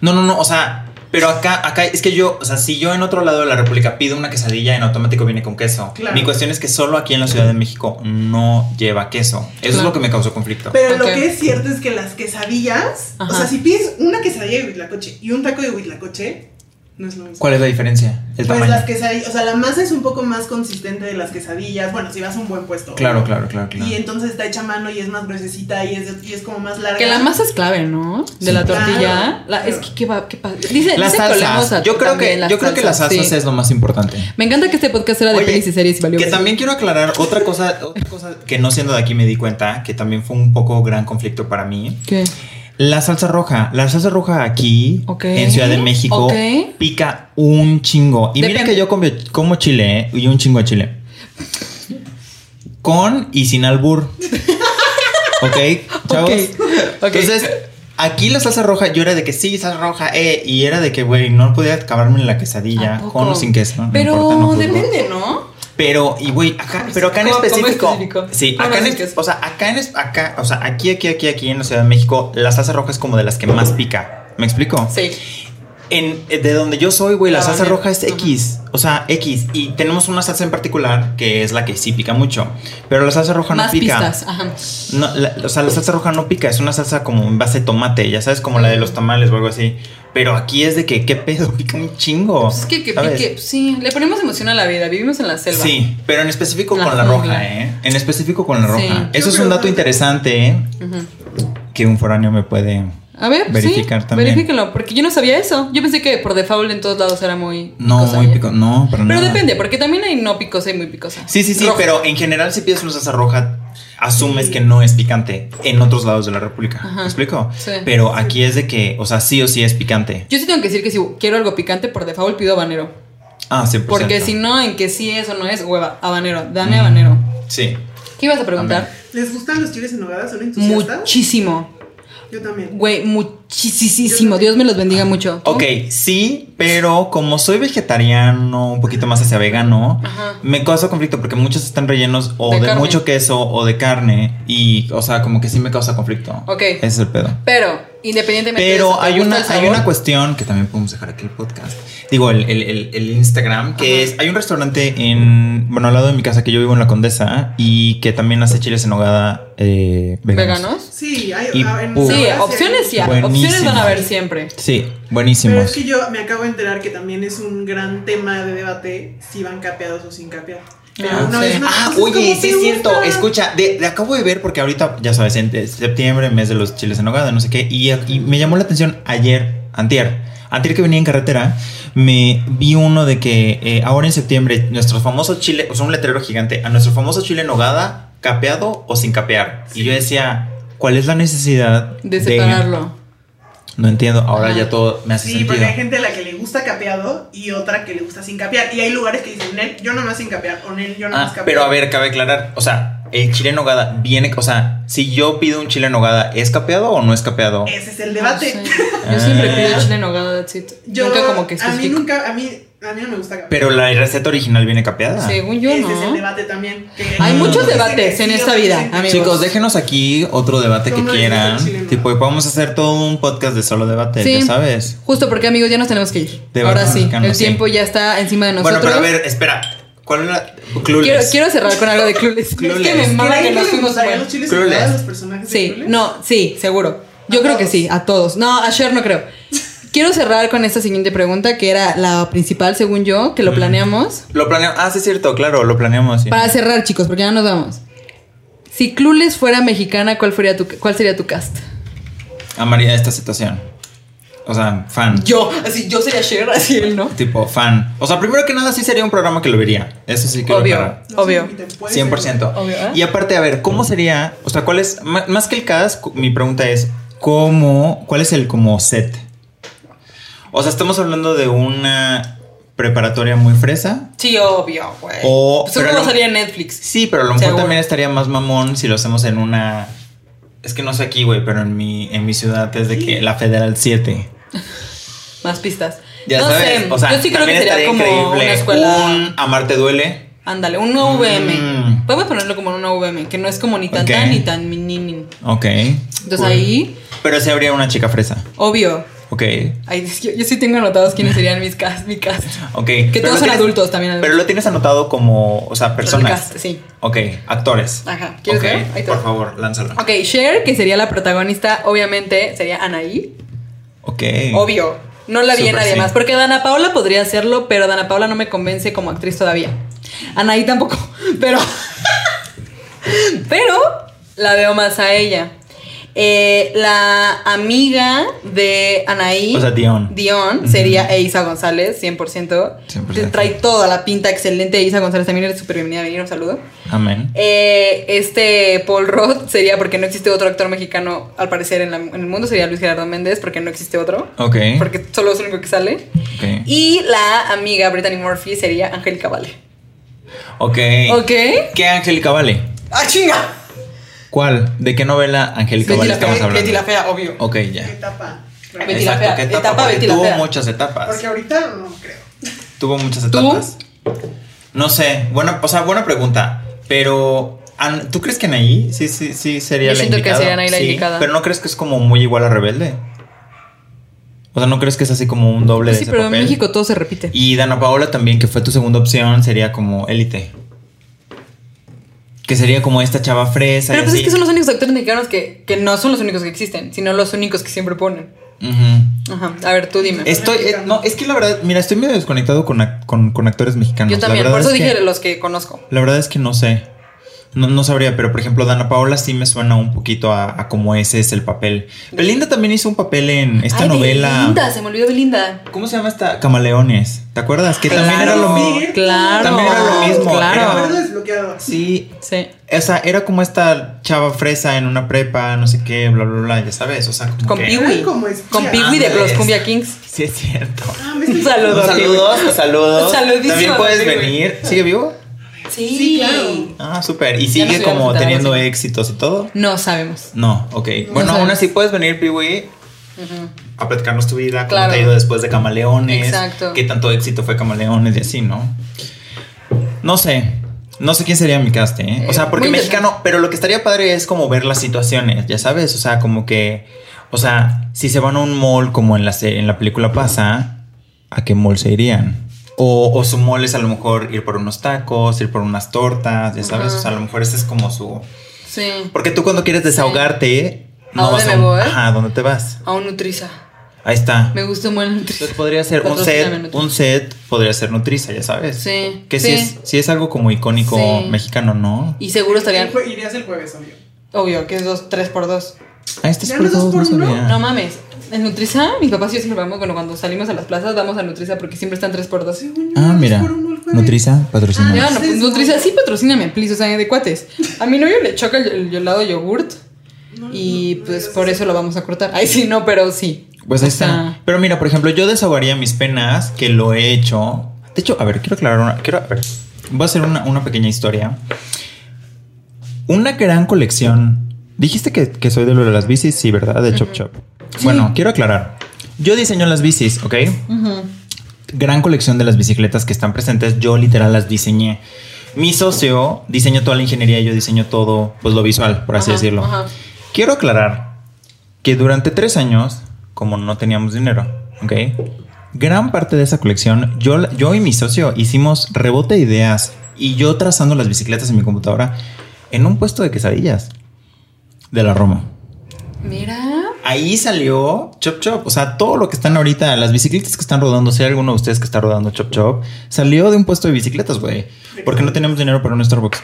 S2: No, no, no, o sea, pero acá, acá es que yo, o sea, si yo en otro lado de la República pido una quesadilla, en automático viene con queso.
S3: Claro.
S2: Mi cuestión es que solo aquí en la Ciudad de México no lleva queso. Eso es
S1: Claro.
S2: lo que me causó conflicto.
S3: Pero
S1: Ok.
S3: lo que es cierto es que las quesadillas,
S1: Ajá.
S3: o sea, si pides una quesadilla de huitlacoche y un taco de huitlacoche, No es lo mismo.
S2: ¿Cuál es la diferencia? El
S3: Pues
S2: tamaño.
S3: las quesadillas, o sea, la masa es un poco más consistente de las quesadillas. Bueno, si vas a un buen puesto.
S2: Claro, claro, claro, claro.
S3: Y entonces está hecha a mano y es más gruesecita y es, y es como más larga.
S1: Que la masa es clave, ¿no? De
S2: Sí.
S1: la tortilla.
S3: Claro.
S1: La- es que, ¿qué va? ¿Qué pasa? Dice,
S2: Las
S1: dice Colemosa
S2: salsas. Yo creo
S1: también,
S2: que, yo creo que las salsas
S1: sí.
S2: es lo más importante.
S1: Me encanta que este podcast era de
S2: Oye,
S1: pelis y series y valió.
S2: Que
S1: verga.
S2: también quiero aclarar otra cosa, otra cosa que no siendo de aquí me di cuenta, que también fue un poco gran conflicto para mí.
S1: ¿Qué?
S2: La salsa roja. La salsa roja aquí,
S1: Ok.
S2: en Ciudad de México,
S1: Ok.
S2: pica un chingo. Y mira
S1: Depende.
S2: que yo como, como chile ¿eh? y un chingo de chile. Con y sin albur. ¿Ok? Chavos.
S1: ok.
S2: Entonces, aquí la salsa roja, yo era de que sí, salsa roja, eh. Y era de que, güey, no podía acabarme la
S1: ¿A
S2: quesadilla,
S1: poco?
S2: con o sin queso. no
S1: Pero
S2: importa, no juzgo.
S1: depende, ¿no?
S2: Pero, y güey, acá, pero acá en
S1: ¿Cómo- cómo
S2: específico.
S1: específico?
S2: Sí,
S1: Bueno,
S2: acá en,
S1: sí
S2: es-
S1: que es-
S2: o sea, acá en es- acá, o sea, aquí, aquí, aquí, aquí en la Ciudad de México, la salsa roja es como de las que más pica. ¿Me explico?
S1: Sí.
S2: En, eh, de donde yo soy, güey, la,
S1: La
S2: salsa
S1: habanera.
S2: roja es X. O sea, X. Y tenemos una salsa en particular que es la que sí pica mucho. Pero la salsa roja
S1: Más
S2: no pica.
S1: pistas. Ajá.
S2: No, la- o sea, la salsa roja no pica, es una salsa como en base de tomate, ya sabes, como la de los tamales o algo así. Pero aquí es de que, ¿qué pedo? Pica un chingo.
S1: Pues es que, que
S2: ¿sabes?
S1: pique. Sí, le ponemos emoción a la vida. Vivimos en la selva.
S2: Sí, pero en específico
S1: La
S2: con la
S1: jungla.
S2: roja, ¿eh? En específico con la
S1: Sí.
S2: roja.
S3: Yo
S2: Eso es
S3: creo
S2: un dato
S3: que-
S2: interesante, ¿eh?
S1: Ujú.
S2: Que un foráneo me puede.
S1: A ver,
S2: Verificar
S1: sí,
S2: también.
S1: verifíquenlo, porque yo no sabía eso. Yo pensé que por default en todos lados era muy
S2: No,
S1: picosa
S2: muy
S1: ya.
S2: pico. No, pero
S1: Pero
S2: nada.
S1: depende, porque también hay no picosa y muy picosa.
S2: Sí, sí, sí,
S1: Roja.
S2: pero en general, si pides una salsa roja, asumes
S3: Sí.
S2: que no es picante en otros lados de la República.
S1: Ajá.
S2: ¿Me explico?
S1: Sí.
S2: Pero aquí es de que, o sea, sí o sí es picante.
S1: Yo sí tengo que decir que si quiero algo picante, por default pido habanero.
S2: Ah, 100%.
S1: Porque si no, en que sí es o no es, hueva, habanero, dame
S2: Mm.
S1: habanero.
S2: Sí.
S1: ¿Qué ibas a preguntar?
S3: ¿Les gustan los chiles en nogada? ¿Son entusiastas?
S1: Muchísimo.
S3: Yo también.
S1: Güey, muchísimo. Dios me los bendiga mucho. ¿Tú?
S2: Ok, sí, pero como soy vegetariano, un poquito más hacia vegano,
S1: Ajá.
S2: me causa conflicto porque muchos están rellenos o
S1: De
S2: de,
S1: carne.
S2: mucho queso o de carne y, o sea, como que sí me causa conflicto.
S1: Ok.
S2: Ese es el pedo.
S1: Pero, independientemente de eso,
S2: Pero
S1: ¿te
S2: hay
S1: gusta
S2: una,
S1: el
S2: hay
S1: sabor?
S2: una cuestión que también podemos dejar aquí el podcast. Digo, el, el- el- el Instagram,
S1: Ajá.
S2: que es. Hay un restaurante en. Bueno, al lado de mi casa que yo vivo en la Condesa y que también hace chiles en hogada eh, veganos.
S1: ¿Veganos?
S3: Sí, hay
S2: Y
S3: ah, en
S2: pu-
S1: Sí,
S3: Sonora hay.
S1: opciones sí hay. Opciones
S2: Buenísimo.
S1: van a haber siempre.
S2: Sí,
S3: Pero
S2: buenísimos.
S3: es que yo me acabo de enterar que también es un gran tema de debate si van capeados o sin capear. Pero
S1: Ah,
S3: una
S1: sí.
S3: vez más,
S2: Ah,
S3: pues,
S2: oye,
S3: ¿cómo
S2: sí
S3: te
S2: es cierto.
S3: gusta?
S2: Escucha, de, de acabo de ver porque ahorita, ya sabes, en de- septiembre, mes de los chiles en hogada, no sé qué. Y, y me llamó la atención ayer, antier. Antier que venía en carretera, me vi uno de que eh, ahora en septiembre, nuestro famoso chile, o sea, un letrero gigante, a nuestro famoso chile en hogada, capeado o sin capear. Y yo decía, ¿cuál es la necesidad
S1: De separarlo.
S2: No entiendo, ahora
S1: Ajá.
S2: ya todo me hace
S3: Sí,
S2: sentido.
S3: porque hay gente a la que le gusta capeado y otra que le gusta sin capear. Y hay lugares que dicen, Nel, yo nomás sin capear, o Nel, yo nomás
S2: Ah,
S3: capear.
S2: pero a ver, cabe aclarar, o sea, el chile en nogada viene, o sea, si yo pido un chile en nogada, ¿es capeado o no es capeado?
S3: Ese es el debate.
S1: No sé. Yo siempre
S2: Ah.
S1: pido chile en nogada, that's it.
S3: Yo,
S1: Ah, nunca como que
S3: a mí
S1: especifico.
S3: nunca, a mí, a mí no me gusta capear.
S2: Pero la receta original viene capeada.
S1: Según yo,
S3: Ese
S1: no.
S3: es el debate también. que-
S1: Hay
S3: que
S1: muchos
S3: dicen que
S1: debates
S3: sí,
S1: en esta
S3: otros
S1: vida,
S3: dicen que
S1: amigos.
S2: Chicos, déjenos aquí otro debate que
S3: ¿Cómo
S2: quieran.
S3: es el chile en nogada?
S2: Tipo, y podemos hacer todo un podcast de solo debate,
S1: Sí.
S2: ya sabes.
S1: Justo porque, amigos, ya nos tenemos que ir.
S2: De
S1: Ahora
S2: verdad,
S1: sí,
S2: mexicano,
S1: el
S2: sí.
S1: tiempo ya está encima de
S2: Bueno,
S1: nosotros.
S2: pero a ver, espera. ¿Cuál era?
S1: quiero,
S2: Clueless.
S1: quiero cerrar con algo de Clueless.
S2: Clueless.
S1: Es que me mama
S3: ¿Creen
S1: que nos
S3: les
S1: fuimos
S3: gustarían
S1: bueno.
S3: los chiles
S2: Clueless.
S3: en nogada a los personajes de
S1: Sí,
S3: Clueless?
S1: no, sí, seguro.
S3: A
S1: Yo creo que
S3: todos.
S1: sí, a todos. No, a Cher no creo. Quiero cerrar con esta siguiente pregunta, que era la principal, según yo, que lo
S2: Mm.
S1: planeamos.
S2: Lo planeamos. Ah, sí, es cierto, claro, lo planeamos. sí.
S1: Para cerrar, chicos, porque ya nos vamos. Si Clueless fuera mexicana, ¿cuál, fuera tu, cuál sería tu cast?
S2: Amaría esta situación. O sea, fan.
S1: Yo, así, yo sería Cher, así él, ¿no?
S2: Tipo, fan. O sea, primero que nada, sí sería un programa que lo vería. Eso sí que
S1: Obvio.
S3: No se
S1: Obvio.
S3: inviten, puede ser.
S2: 100%.
S1: Obvio, ¿eh?
S2: Y aparte, a ver, ¿cómo sería? O sea, ¿cuál es, ma- más que el cast, cu- mi pregunta es, ¿cómo, cuál es el como set? O sea, estamos hablando de una preparatoria muy fresa.
S1: Sí, obvio, güey.
S2: O-
S1: Seguro
S2: pero
S1: no
S2: lo-
S1: sería Netflix.
S2: Sí, pero a lo mejor
S1: Seguro.
S2: también estaría más mamón si lo hacemos en una... Es que no sé aquí, güey, pero en mi, en mi ciudad es de que la Federal 7.
S1: Más pistas.
S2: Ya
S1: no
S2: sabes,
S1: sé.
S2: o sea,
S1: yo sí creo que
S2: también
S1: sería
S2: estaría
S1: como
S2: increíble.
S1: una escuela.
S2: Un Amarte Duele.
S1: Ándale, un VM.
S2: Mm.
S1: Podemos ponerlo como un VM, que no es como ni tan
S2: Ok.
S1: tan ni tan minin.
S2: Ok.
S1: Entonces
S2: Cool.
S1: ahí,
S2: Pero sí habría una chica fresa.
S1: obvio.
S2: Ok.
S1: ahí es que yo, yo sí tengo anotados quiénes serían mis cast, mi cast.
S2: Ok.
S1: Que
S2: Pero
S1: todos
S2: lo
S1: son
S2: tienes-
S1: adultos también.
S2: Pero lo tienes anotado como, o sea,
S1: Los de
S2: personas.
S1: cast, sí.
S2: Ok, actores.
S1: Ajá. ¿Quieres
S2: Ok,
S1: ver? Ahí te
S2: por
S1: va.
S2: favor, lánzalo.
S1: Ok, Cher, que sería la protagonista, obviamente sería Anaí.
S2: Ok.
S1: Obvio. no la vi en
S2: Súper,
S1: nadie
S2: sí.
S1: más. Porque Dana Paola podría hacerlo, pero Dana Paola no me convence como actriz todavía. Anaí tampoco, pero. pero la veo más a ella. Eh, la amiga de Anaí.
S2: O sea, Dion.
S1: Dion sería Eiza González, 100%.
S2: 100%.
S1: Trae toda la pinta excelente. Eiza González también eres súper bienvenida a venir. Un saludo.
S2: Amén.
S1: Eh, este Paul Roth sería porque no existe otro actor mexicano, al parecer, en, la- en el mundo. Sería Luis Gerardo Méndez porque no existe otro.
S2: Ok.
S1: Porque solo es el único que sale.
S2: ok.
S1: Y la amiga Brittany Murphy sería Angélica Vale.
S2: Ok.
S1: ¿Ok?
S2: ¿Qué Angélica Vale?
S1: ¡Ah, chinga!
S2: ¿Cuál? ¿De qué novela Angélica
S1: Betty
S2: Vale
S1: la
S2: estamos
S1: fea,
S2: hablando?
S1: Betty la fea, obvio.
S2: Ok,
S3: ¿Qué
S2: ya.
S3: tapa?
S1: Betty la Fea,
S2: ¿qué
S1: etapa
S2: Porque
S1: Betty la
S2: tuvo
S1: Fea.
S2: muchas etapas.
S3: Porque ahorita no creo.
S2: Tuvo muchas
S1: ¿Tú?
S2: etapas. No sé, bueno, o sea, buena pregunta, pero An- ¿tú crees que Anaí sí sí sí sería
S1: Yo
S2: la
S1: siento que
S2: indicada?
S1: sería Anaí la
S2: Sí,
S1: indicada.
S2: Pero no crees que es como muy igual a Rebelde? O sea, ¿no crees que es así como un doble de
S1: Pues Sí,
S2: ese
S1: pero en
S2: papel?
S1: México todo se repite.
S2: Y Dana Paola también, que fue tu segunda opción, sería como Élite. Que sería como esta chava fresa.
S1: Pero
S2: y
S1: pues es
S2: así.
S1: que son los únicos actores mexicanos que, que no son los únicos que existen, sino los únicos que siempre ponen.
S2: Ujú.
S1: Ajá. A ver, tú dime.
S2: Estoy, eh, no, es que la verdad, mira, estoy medio desconectado con, ac- con, con actores mexicanos.
S1: Yo
S2: La
S1: también,
S2: verdad
S1: por eso
S2: es que-
S1: dije los que conozco.
S2: La verdad es que no sé. No, no sabría, pero por ejemplo, Dana Paola sí me suena un poquito a, a como ese es el papel. Belinda también hizo un papel en esta
S1: Ay,
S2: novela.
S1: Belinda, se me olvidó Belinda.
S2: ¿Cómo se llama esta? Camaleones. ¿Te acuerdas? Que también era
S1: Claro,
S2: lo mismo.
S1: Claro.
S2: También era lo mismo,
S3: Me
S1: Claro.
S3: acuerdo desbloqueado.
S2: Sí.
S1: Sí.
S2: O sea, era como esta chava fresa en una prepa, no sé qué, bla, bla, bla, ya sabes. O sea, como
S1: Con
S2: que-
S1: Piwi. Piwi.
S3: Ay, como espía.
S1: Con Piwi de
S2: Ándale.
S1: los Cumbia Kings.
S2: Sí, es cierto.
S3: Ah, me estoy-
S1: Saludos.
S2: Saludos, saludos.
S1: Saludísimo,
S2: También puedes
S1: Piwi.
S2: venir. ¿Sigue vivo?
S1: Sí.
S3: Sí, claro.
S2: Ah, súper. Y
S1: Ya nos
S2: sigue como
S1: hubiéramos enterado,
S2: teniendo
S1: sí.
S2: éxitos y todo.
S1: No sabemos.
S2: No, ok. bueno,
S1: sabes.
S2: aún así puedes venir, Piwi, a platicarnos tu vida, cómo
S1: Claro.
S2: te ha ido después de Camaleones,
S1: Exacto.
S2: qué tanto éxito fue Camaleones y así, ¿no? No sé. No sé quién sería mi cast, ¿eh? O
S1: Eh,
S2: sea, porque
S1: muy
S2: mexicano, pero lo que estaría padre es como ver las situaciones, ya sabes, o sea, como que, o sea, si se van a un mall como en la, se- en la película pasa, ¿a qué mall se irían? O, o su mall es a lo mejor ir por unos tacos, ir por unas tortas, ya sabes,
S1: Ajá.
S2: o sea, a lo mejor ese es como su...
S1: Sí.
S2: Porque tú cuando quieres desahogarte,
S1: ¿A
S2: no
S1: dónde
S2: vas a
S1: me
S2: un-
S1: voy?
S2: Ajá, ¿a dónde te vas?
S1: A un Nutriza.
S2: Ahí está.
S1: Me gusta muy el Nutriza.
S2: Entonces podría ser un
S1: Patrocíname,
S2: set,
S1: Nutriza.
S2: un set podría ser Nutriza, ya sabes.
S1: Sí,
S2: Que
S1: sí.
S2: si pues, es, si es algo como icónico
S1: Sí.
S2: mexicano, ¿no?
S1: Y seguro estarían.
S3: Jue- Irías el jueves, obvio.
S1: Obvio, que es dos, tres por dos.
S2: Ah, este es
S3: ¿Ya
S2: por
S3: no
S2: dos,
S3: dos
S2: no
S3: por uno?
S2: sabía.
S1: No mames. En Nutriza, mis papás y yo siempre vamos, bueno, cuando salimos a las plazas, vamos a Nutriza porque siempre están tres por dos.
S3: Según yo,
S2: Ah,
S3: es
S2: mira.
S3: por uno el jueves.
S2: Nutriza,
S1: Ah,
S2: patrocina.
S1: no, pues Nutriza, sí patrocíname, please, o sea, de cuates. A mi novio le choca el, el helado yogurt y pues por eso lo vamos a cortar. Ay, sí, no, pero sí.
S2: Pues ahí
S1: O sea,
S2: está. Pero mira, por ejemplo, yo desahogaría mis penas, que lo he hecho. De hecho, a ver, quiero aclarar una. Quiero, a ver, voy a hacer una, una pequeña historia. Una gran colección. Dijiste que, que soy de lo de las bicis, sí, ¿verdad? De Chop Chop. Bueno, quiero aclarar. Yo diseño las bicis, ¿ok?
S1: ujú.
S2: gran colección de las bicicletas que están presentes, yo literal las diseñé. Mi socio diseñó toda la ingeniería, yo diseño todo, pues lo visual, por así
S1: Ajá,
S2: decirlo.
S1: ajá.
S2: Quiero aclarar que durante tres años, como no teníamos dinero, ¿ok? Gran parte de esa colección, yo, la- yo y mi socio hicimos rebote de ideas y yo trazando las bicicletas en mi computadora en un puesto de quesadillas de la Roma.
S1: Mira.
S2: Ahí salió Chop Chop. O sea, todo lo que están ahorita, las bicicletas que están rodando, si hay alguno de ustedes que está rodando Chop Chop, salió de un puesto de bicicletas, güey. Porque no tenemos dinero para un Starbucks.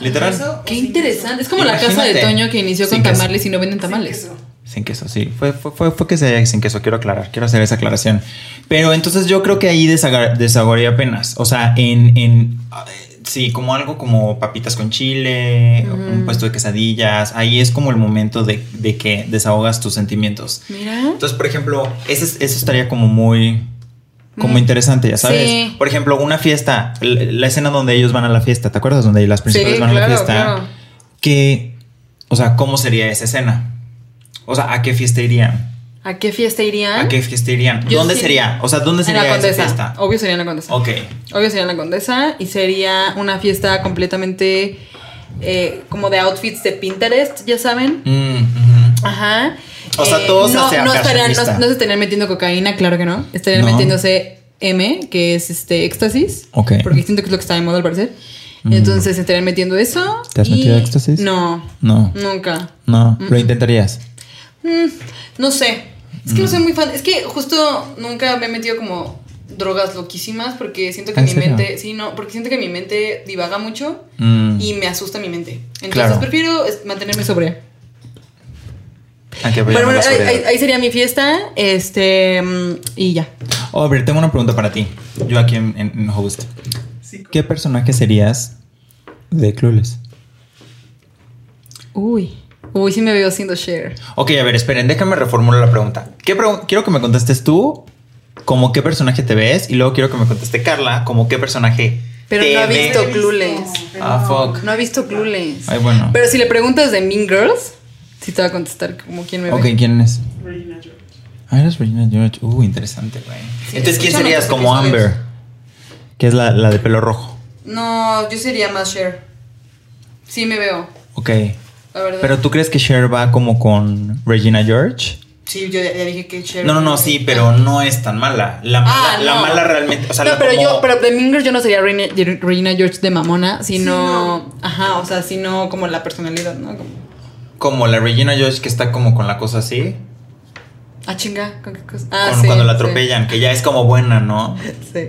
S2: Literal.
S3: Eso,
S1: Qué
S3: sin
S1: interesante. Es como la casa
S2: Imagínate.
S1: de Toño que inició con
S2: Sin queso.
S1: tamales y no venden
S3: queso, sin
S1: tamales.
S3: queso.
S2: Sin queso, sí. Fue, fue, fue, fue que se sin queso, quiero aclarar, quiero hacer esa aclaración. Pero entonces yo creo que ahí desagar- desahogaría apenas. O sea, en, en ah, eh, sí, como algo como papitas con chile, un puesto de quesadillas. Ahí es como el momento de, de que desahogas tus sentimientos.
S1: Mira.
S2: Entonces, por ejemplo, ese es- eso estaría como muy como interesante, ya sabes.
S1: Mm. Sí.
S2: Por ejemplo, una fiesta, la, la escena donde ellos van a la fiesta, ¿te acuerdas? Donde las principales van a la fiesta. Que, o sea, ¿cómo sería esa escena? O sea, ¿a qué fiesta irían?
S1: ¿A qué fiesta irían?
S2: ¿A qué fiesta irían?
S1: ¿Ah? Yo
S2: ¿Dónde
S1: sí-
S2: sería? O sea, ¿dónde
S1: En la
S2: sería esa
S1: condesa.
S2: fiesta?
S1: Obvio sería en la condesa.
S2: Ok.
S1: Obvio sería en la condesa y sería una fiesta completamente eh, como de outfits de Pinterest, ya saben.
S2: Mm, ujú.
S1: Ajá.
S2: O sea,
S1: Eh,
S2: todos
S1: no,
S2: hacia
S1: no, estarían, no,
S2: fashionista.
S1: no se estarían metiendo cocaína, claro que no. Estarían
S2: No.
S1: metiéndose M, que es este éxtasis.
S2: Ok.
S1: Porque siento que es lo que está de moda al parecer.
S2: Mm.
S1: Entonces se estarían metiendo eso.
S2: ¿Te has
S1: y-
S2: metido éxtasis?
S1: No,
S2: No,
S1: nunca.
S2: no, lo intentarías.
S1: Mm, no sé. Es que no soy muy fan. Es que justo nunca me he metido como drogas loquísimas porque siento que
S2: ¿En
S1: mi
S2: serio?
S1: mente. Sí, no, porque siento que mi mente divaga mucho
S2: Mm,
S1: y me asusta mi mente. Entonces
S2: Claro.
S1: prefiero es- mantenerme sobre.
S2: hay Ah, que
S1: Pero
S2: apoyarnos
S1: bueno,
S2: la
S1: ahí,
S2: sobriedad.
S1: ahí- ahí sería mi fiesta. Este. mm, Y ya.
S2: Oh, Aubrey, tengo una pregunta para ti. Yo aquí en, en- en host.
S3: Sí,
S2: ¿Qué personaje serías de Clueless?
S1: Uy. Uy, sí me veo siendo share.
S2: Ok, a ver, esperen, déjame reformular la pregunta. ¿Qué pregu- quiero que me contestes tú como qué personaje te ves y luego quiero que me conteste Carla como qué personaje
S1: Pero
S2: te
S1: no ha
S2: ve.
S1: visto
S3: He visto,
S1: Clueless.
S3: pero
S2: Ah,
S3: no.
S2: fuck.
S1: No ha visto Clueless.
S2: Ay, bueno.
S1: Pero si le preguntas de Mean Girls, sí te va a contestar como quién me
S2: Ok,
S1: ve.
S2: ¿quién es?
S3: Regina George.
S2: Ah, eres Regina George. Uh, interesante, güey.
S1: Sí,
S2: Entonces, ¿quién
S1: escucha
S2: serías
S1: nuestros
S2: como
S1: episodios.
S2: Amber? Que es la, la de pelo rojo.
S1: No, yo sería más Cher. Sí me veo,
S2: Ok.
S1: la verdad.
S2: Pero tú crees que Cher va como con Regina George?
S1: sí, yo ya, ya dije que Cher.
S2: No, no, no, sí, pero no es tan mala. La mala,
S1: Ah,
S2: la
S1: no.
S2: mala realmente. O sea,
S1: no,
S2: la
S1: pero
S2: como-
S1: yo, pero de Mean Girls yo no sería Reina- de- Regina George de mamona, sino,
S3: no.
S1: ajá, o sea, sino como la personalidad, ¿no? Como,
S2: Como la Regina George que está como con la cosa así.
S1: ah, chinga, ¿con qué cosa? Ah,
S2: con-
S1: sí,
S2: cuando la
S1: sí,
S2: atropellan, que ya es como buena, ¿no?
S1: Sí.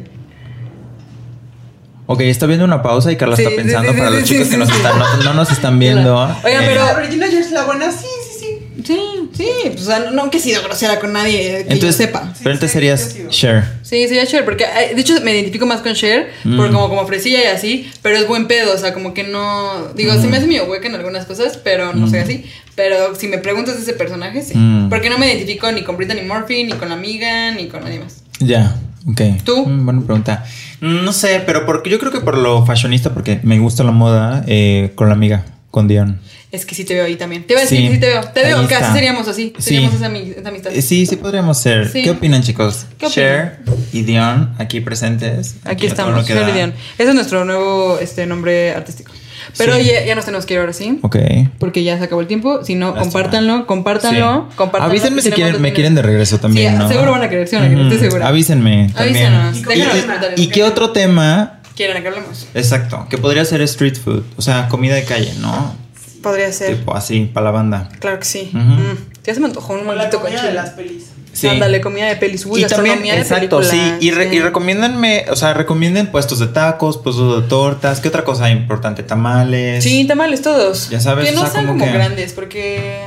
S2: Ok, está viendo una pausa y Carla
S1: Sí,
S2: está
S1: sí,
S2: pensando
S1: sí,
S2: para
S1: sí,
S2: los
S1: sí,
S2: chicos
S1: sí,
S2: que nos
S1: sí.
S2: están, no, no nos están viendo.
S1: Oigan,
S2: Eh,
S1: pero-
S3: Pero Regina George es la buena, sí, sí, sí.
S1: Sí, sí, pues, o sea, no, no que he sido grosera con nadie eh, que
S2: entonces,
S1: yo sepa.
S2: Pero entonces
S3: Sí, sí,
S2: serías
S3: sí, sí.
S2: Cher.
S1: Sí, sería Cher, porque eh, de hecho me identifico más con Cher,
S2: Mm.
S1: por como, como fresilla y así, pero es buen pedo, o sea, como que no. Digo,
S2: Mm.
S1: se me hace medio hueca en algunas cosas, pero no soy así. Pero si me preguntas de ese personaje, sí.
S2: Mm.
S1: Porque no me identifico ni con Brittany Murphy, ni con la amiga, ni con nadie más.
S2: Ya, ok.
S1: ¿Tú?
S2: Mm, buena pregunta. Mm, No sé, pero porque yo creo que por lo fashionista, porque me gusta la moda eh, con la amiga, con Dion.
S1: Es que sí te veo ahí también. Te veo, sí,
S2: Sí,
S1: sí te veo. Te
S2: ahí
S1: veo, casi
S2: está.
S1: seríamos así.
S2: Sí.
S1: Seríamos esa, ami- esa amistad.
S2: Eh, Sí, sí podríamos ser.
S1: Sí.
S2: ¿Qué opinan, chicos?
S1: ¿Qué
S2: Cher y Dion aquí presentes.
S1: Aquí
S2: a todo lo
S1: estamos,
S2: que
S1: Cher y
S2: da.
S1: Dion. Ese es nuestro nuevo este, nombre artístico. Pero
S2: Sí.
S1: ya, ya nos tenemos que ir ahora sí.
S2: Ok.
S1: Porque ya se acabó el tiempo. Si no,
S2: Lástima.
S1: compártanlo, compártanlo,
S2: Sí.
S1: compártanlo.
S2: Avísenme si
S1: Tenemos
S2: quieren,
S1: dos
S2: me
S1: minutos.
S2: quieren de regreso también.
S1: Sí,
S2: ¿no?
S1: seguro van a querer, sí van a querer,
S2: Ujú.
S1: estoy segura.
S2: Avísenme. también.
S1: Avísenos,
S3: Y-
S1: déjanos
S2: y-
S1: los comentarios.
S2: ¿Y qué otro tema?
S1: quieren que hablemos?
S2: Exacto, que podría ser street food, o sea, comida de calle, ¿no?
S1: Podría ser,
S2: Tipo así, para la banda.
S1: claro que sí.
S2: Ujú.
S1: Mm, Ya se me antojó un
S3: Como la
S1: manguito con
S3: comida de
S1: chile.
S3: las pelis.
S2: Sí.
S1: Ándale, comida de pelis, uy,
S2: y también,
S1: gastronomía de
S2: exacto, sí.
S1: película,
S2: Y, re-
S1: sí.
S2: y recomiéndanme, o sea, recomienden puestos de tacos, puestos de tortas, ¿qué otra cosa importante? Tamales.
S1: Sí, tamales todos.
S2: Ya sabes,
S1: Que no
S2: o sea,
S1: sean
S2: como
S1: como
S2: que-
S1: grandes, porque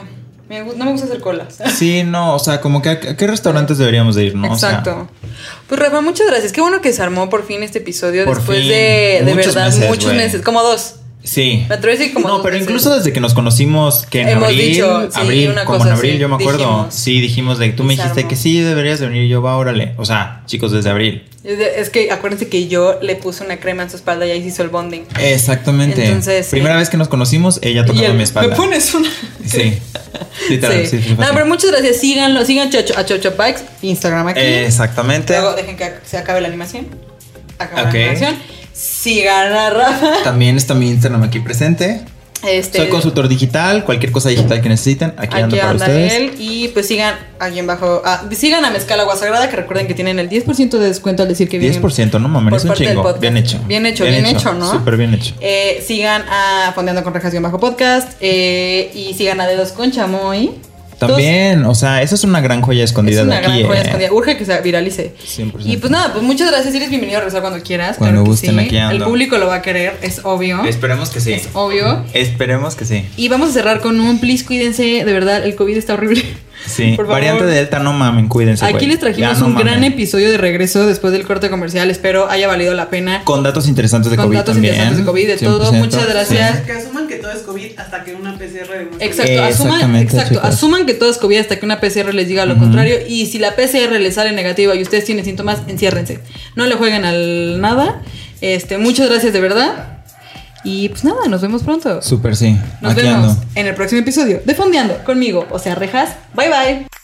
S1: me gu- no me gusta hacer colas.
S2: Sí, no, o sea, como que a, a qué restaurantes deberíamos de ir, ¿no? O sea,
S1: Exacto. pues Rafa, muchas gracias. Qué bueno que se armó por fin este episodio
S2: Por
S1: después
S2: fin.
S1: de, de
S2: Muchos
S1: verdad
S2: meses,
S1: muchos
S2: güey.
S1: meses, como dos.
S2: sí.
S1: Me atrevo a decir como
S2: no,
S1: dos
S2: pero
S1: meses.
S2: incluso desde que nos conocimos, que en
S1: Hemos
S2: abril,
S1: dicho, sí,
S2: abril,
S1: una
S2: como
S1: cosa
S2: en abril,
S1: así,
S2: yo me acuerdo,
S1: dijimos.
S2: sí, dijimos de que tú me
S1: Se
S2: dijiste
S1: armó.
S2: que sí deberías de venir, y yo va, órale, o sea, chicos, desde abril.
S1: Es que acuérdense que yo le puse una crema en su espalda y ahí se hizo el bonding.
S2: Exactamente.
S1: Entonces,
S2: Primera
S1: eh,
S2: vez que nos conocimos, ella
S1: Y
S2: tocaba
S1: él,
S2: mi espalda.
S1: Me pones una.
S2: Sí. Literal, sí. sí, sí,
S1: no,
S2: sí.
S1: pero muchas gracias. Síganlo, sigan Chocho- a Chocho Bikes, Instagram aquí.
S2: Este- Exactamente.
S1: Luego dejen que se acabe la animación. Acaba
S2: Ok.
S1: la animación. Sigan a Rafa.
S2: También está mi Instagram aquí presente.
S1: Este,
S2: Soy consultor digital, cualquier cosa digital que necesiten, aquí, ando
S1: Aquí
S2: para
S1: anda
S2: ustedes.
S1: él. Y pues sigan aquí en bajo. ah, sigan a Mezcal Agua Sagrada, que recuerden que tienen el 10% de descuento al decir que vienen.
S2: 10%, no mames,
S1: por
S2: es un
S1: parte del
S2: chingo.
S1: podcast.
S2: Bien hecho.
S1: Bien hecho, bien hecho, ¿no?
S2: Súper bien hecho.
S1: Eh, sigan a Fondeando con Rejas Bajo Podcast. eh, y sigan a Dedos con Chamoy.
S2: También, o sea, esa es una gran joya escondida
S1: es una
S2: de aquí.
S1: gran joya
S2: eh.
S1: escondida. Urge que se viralice.
S2: 100%.
S1: Y pues nada, pues muchas gracias. Eres bienvenido a rezar cuando quieras.
S2: Cuando
S1: claro que
S2: gusten,
S1: sí.
S2: aquí ando.
S1: El público lo va a querer, es obvio. Es,
S2: Esperemos que sí.
S1: obvio.
S2: Esperemos que sí.
S1: Y vamos a cerrar con un please, cuídense. De verdad, el COVID está horrible.
S2: Sí.
S1: Por favor.
S2: Variante de Delta, no mamen, cuídense.
S1: Aquí
S2: güey.
S1: les trajimos
S2: Ya no
S1: un gran
S2: mamen.
S1: episodio de regreso después del corte comercial. Espero haya valido la pena.
S2: Con datos interesantes de
S1: Con
S2: COVID
S1: datos
S2: también.
S1: interesantes de COVID, de todo.
S2: 100%,
S1: Muchas
S2: sí.
S1: gracias.
S3: Que asuman que todo es COVID hasta que una PCR demuestre.
S1: Exacto,
S2: Eh,
S1: asuman,
S2: exactamente,
S1: exacto
S2: chicos.
S1: asuman que todo es COVID hasta que una PCR les diga lo
S2: Ujú.
S1: contrario. Y si la PCR les sale negativa y ustedes tienen síntomas, enciérrense. No le jueguen al nada. Este, muchas gracias de verdad. Y pues nada, nos vemos pronto.
S2: Súper sí.
S1: Nos
S2: Aquí
S1: vemos
S2: ando.
S1: en el próximo episodio de Fondeando conmigo, o sea, rejas. Bye bye.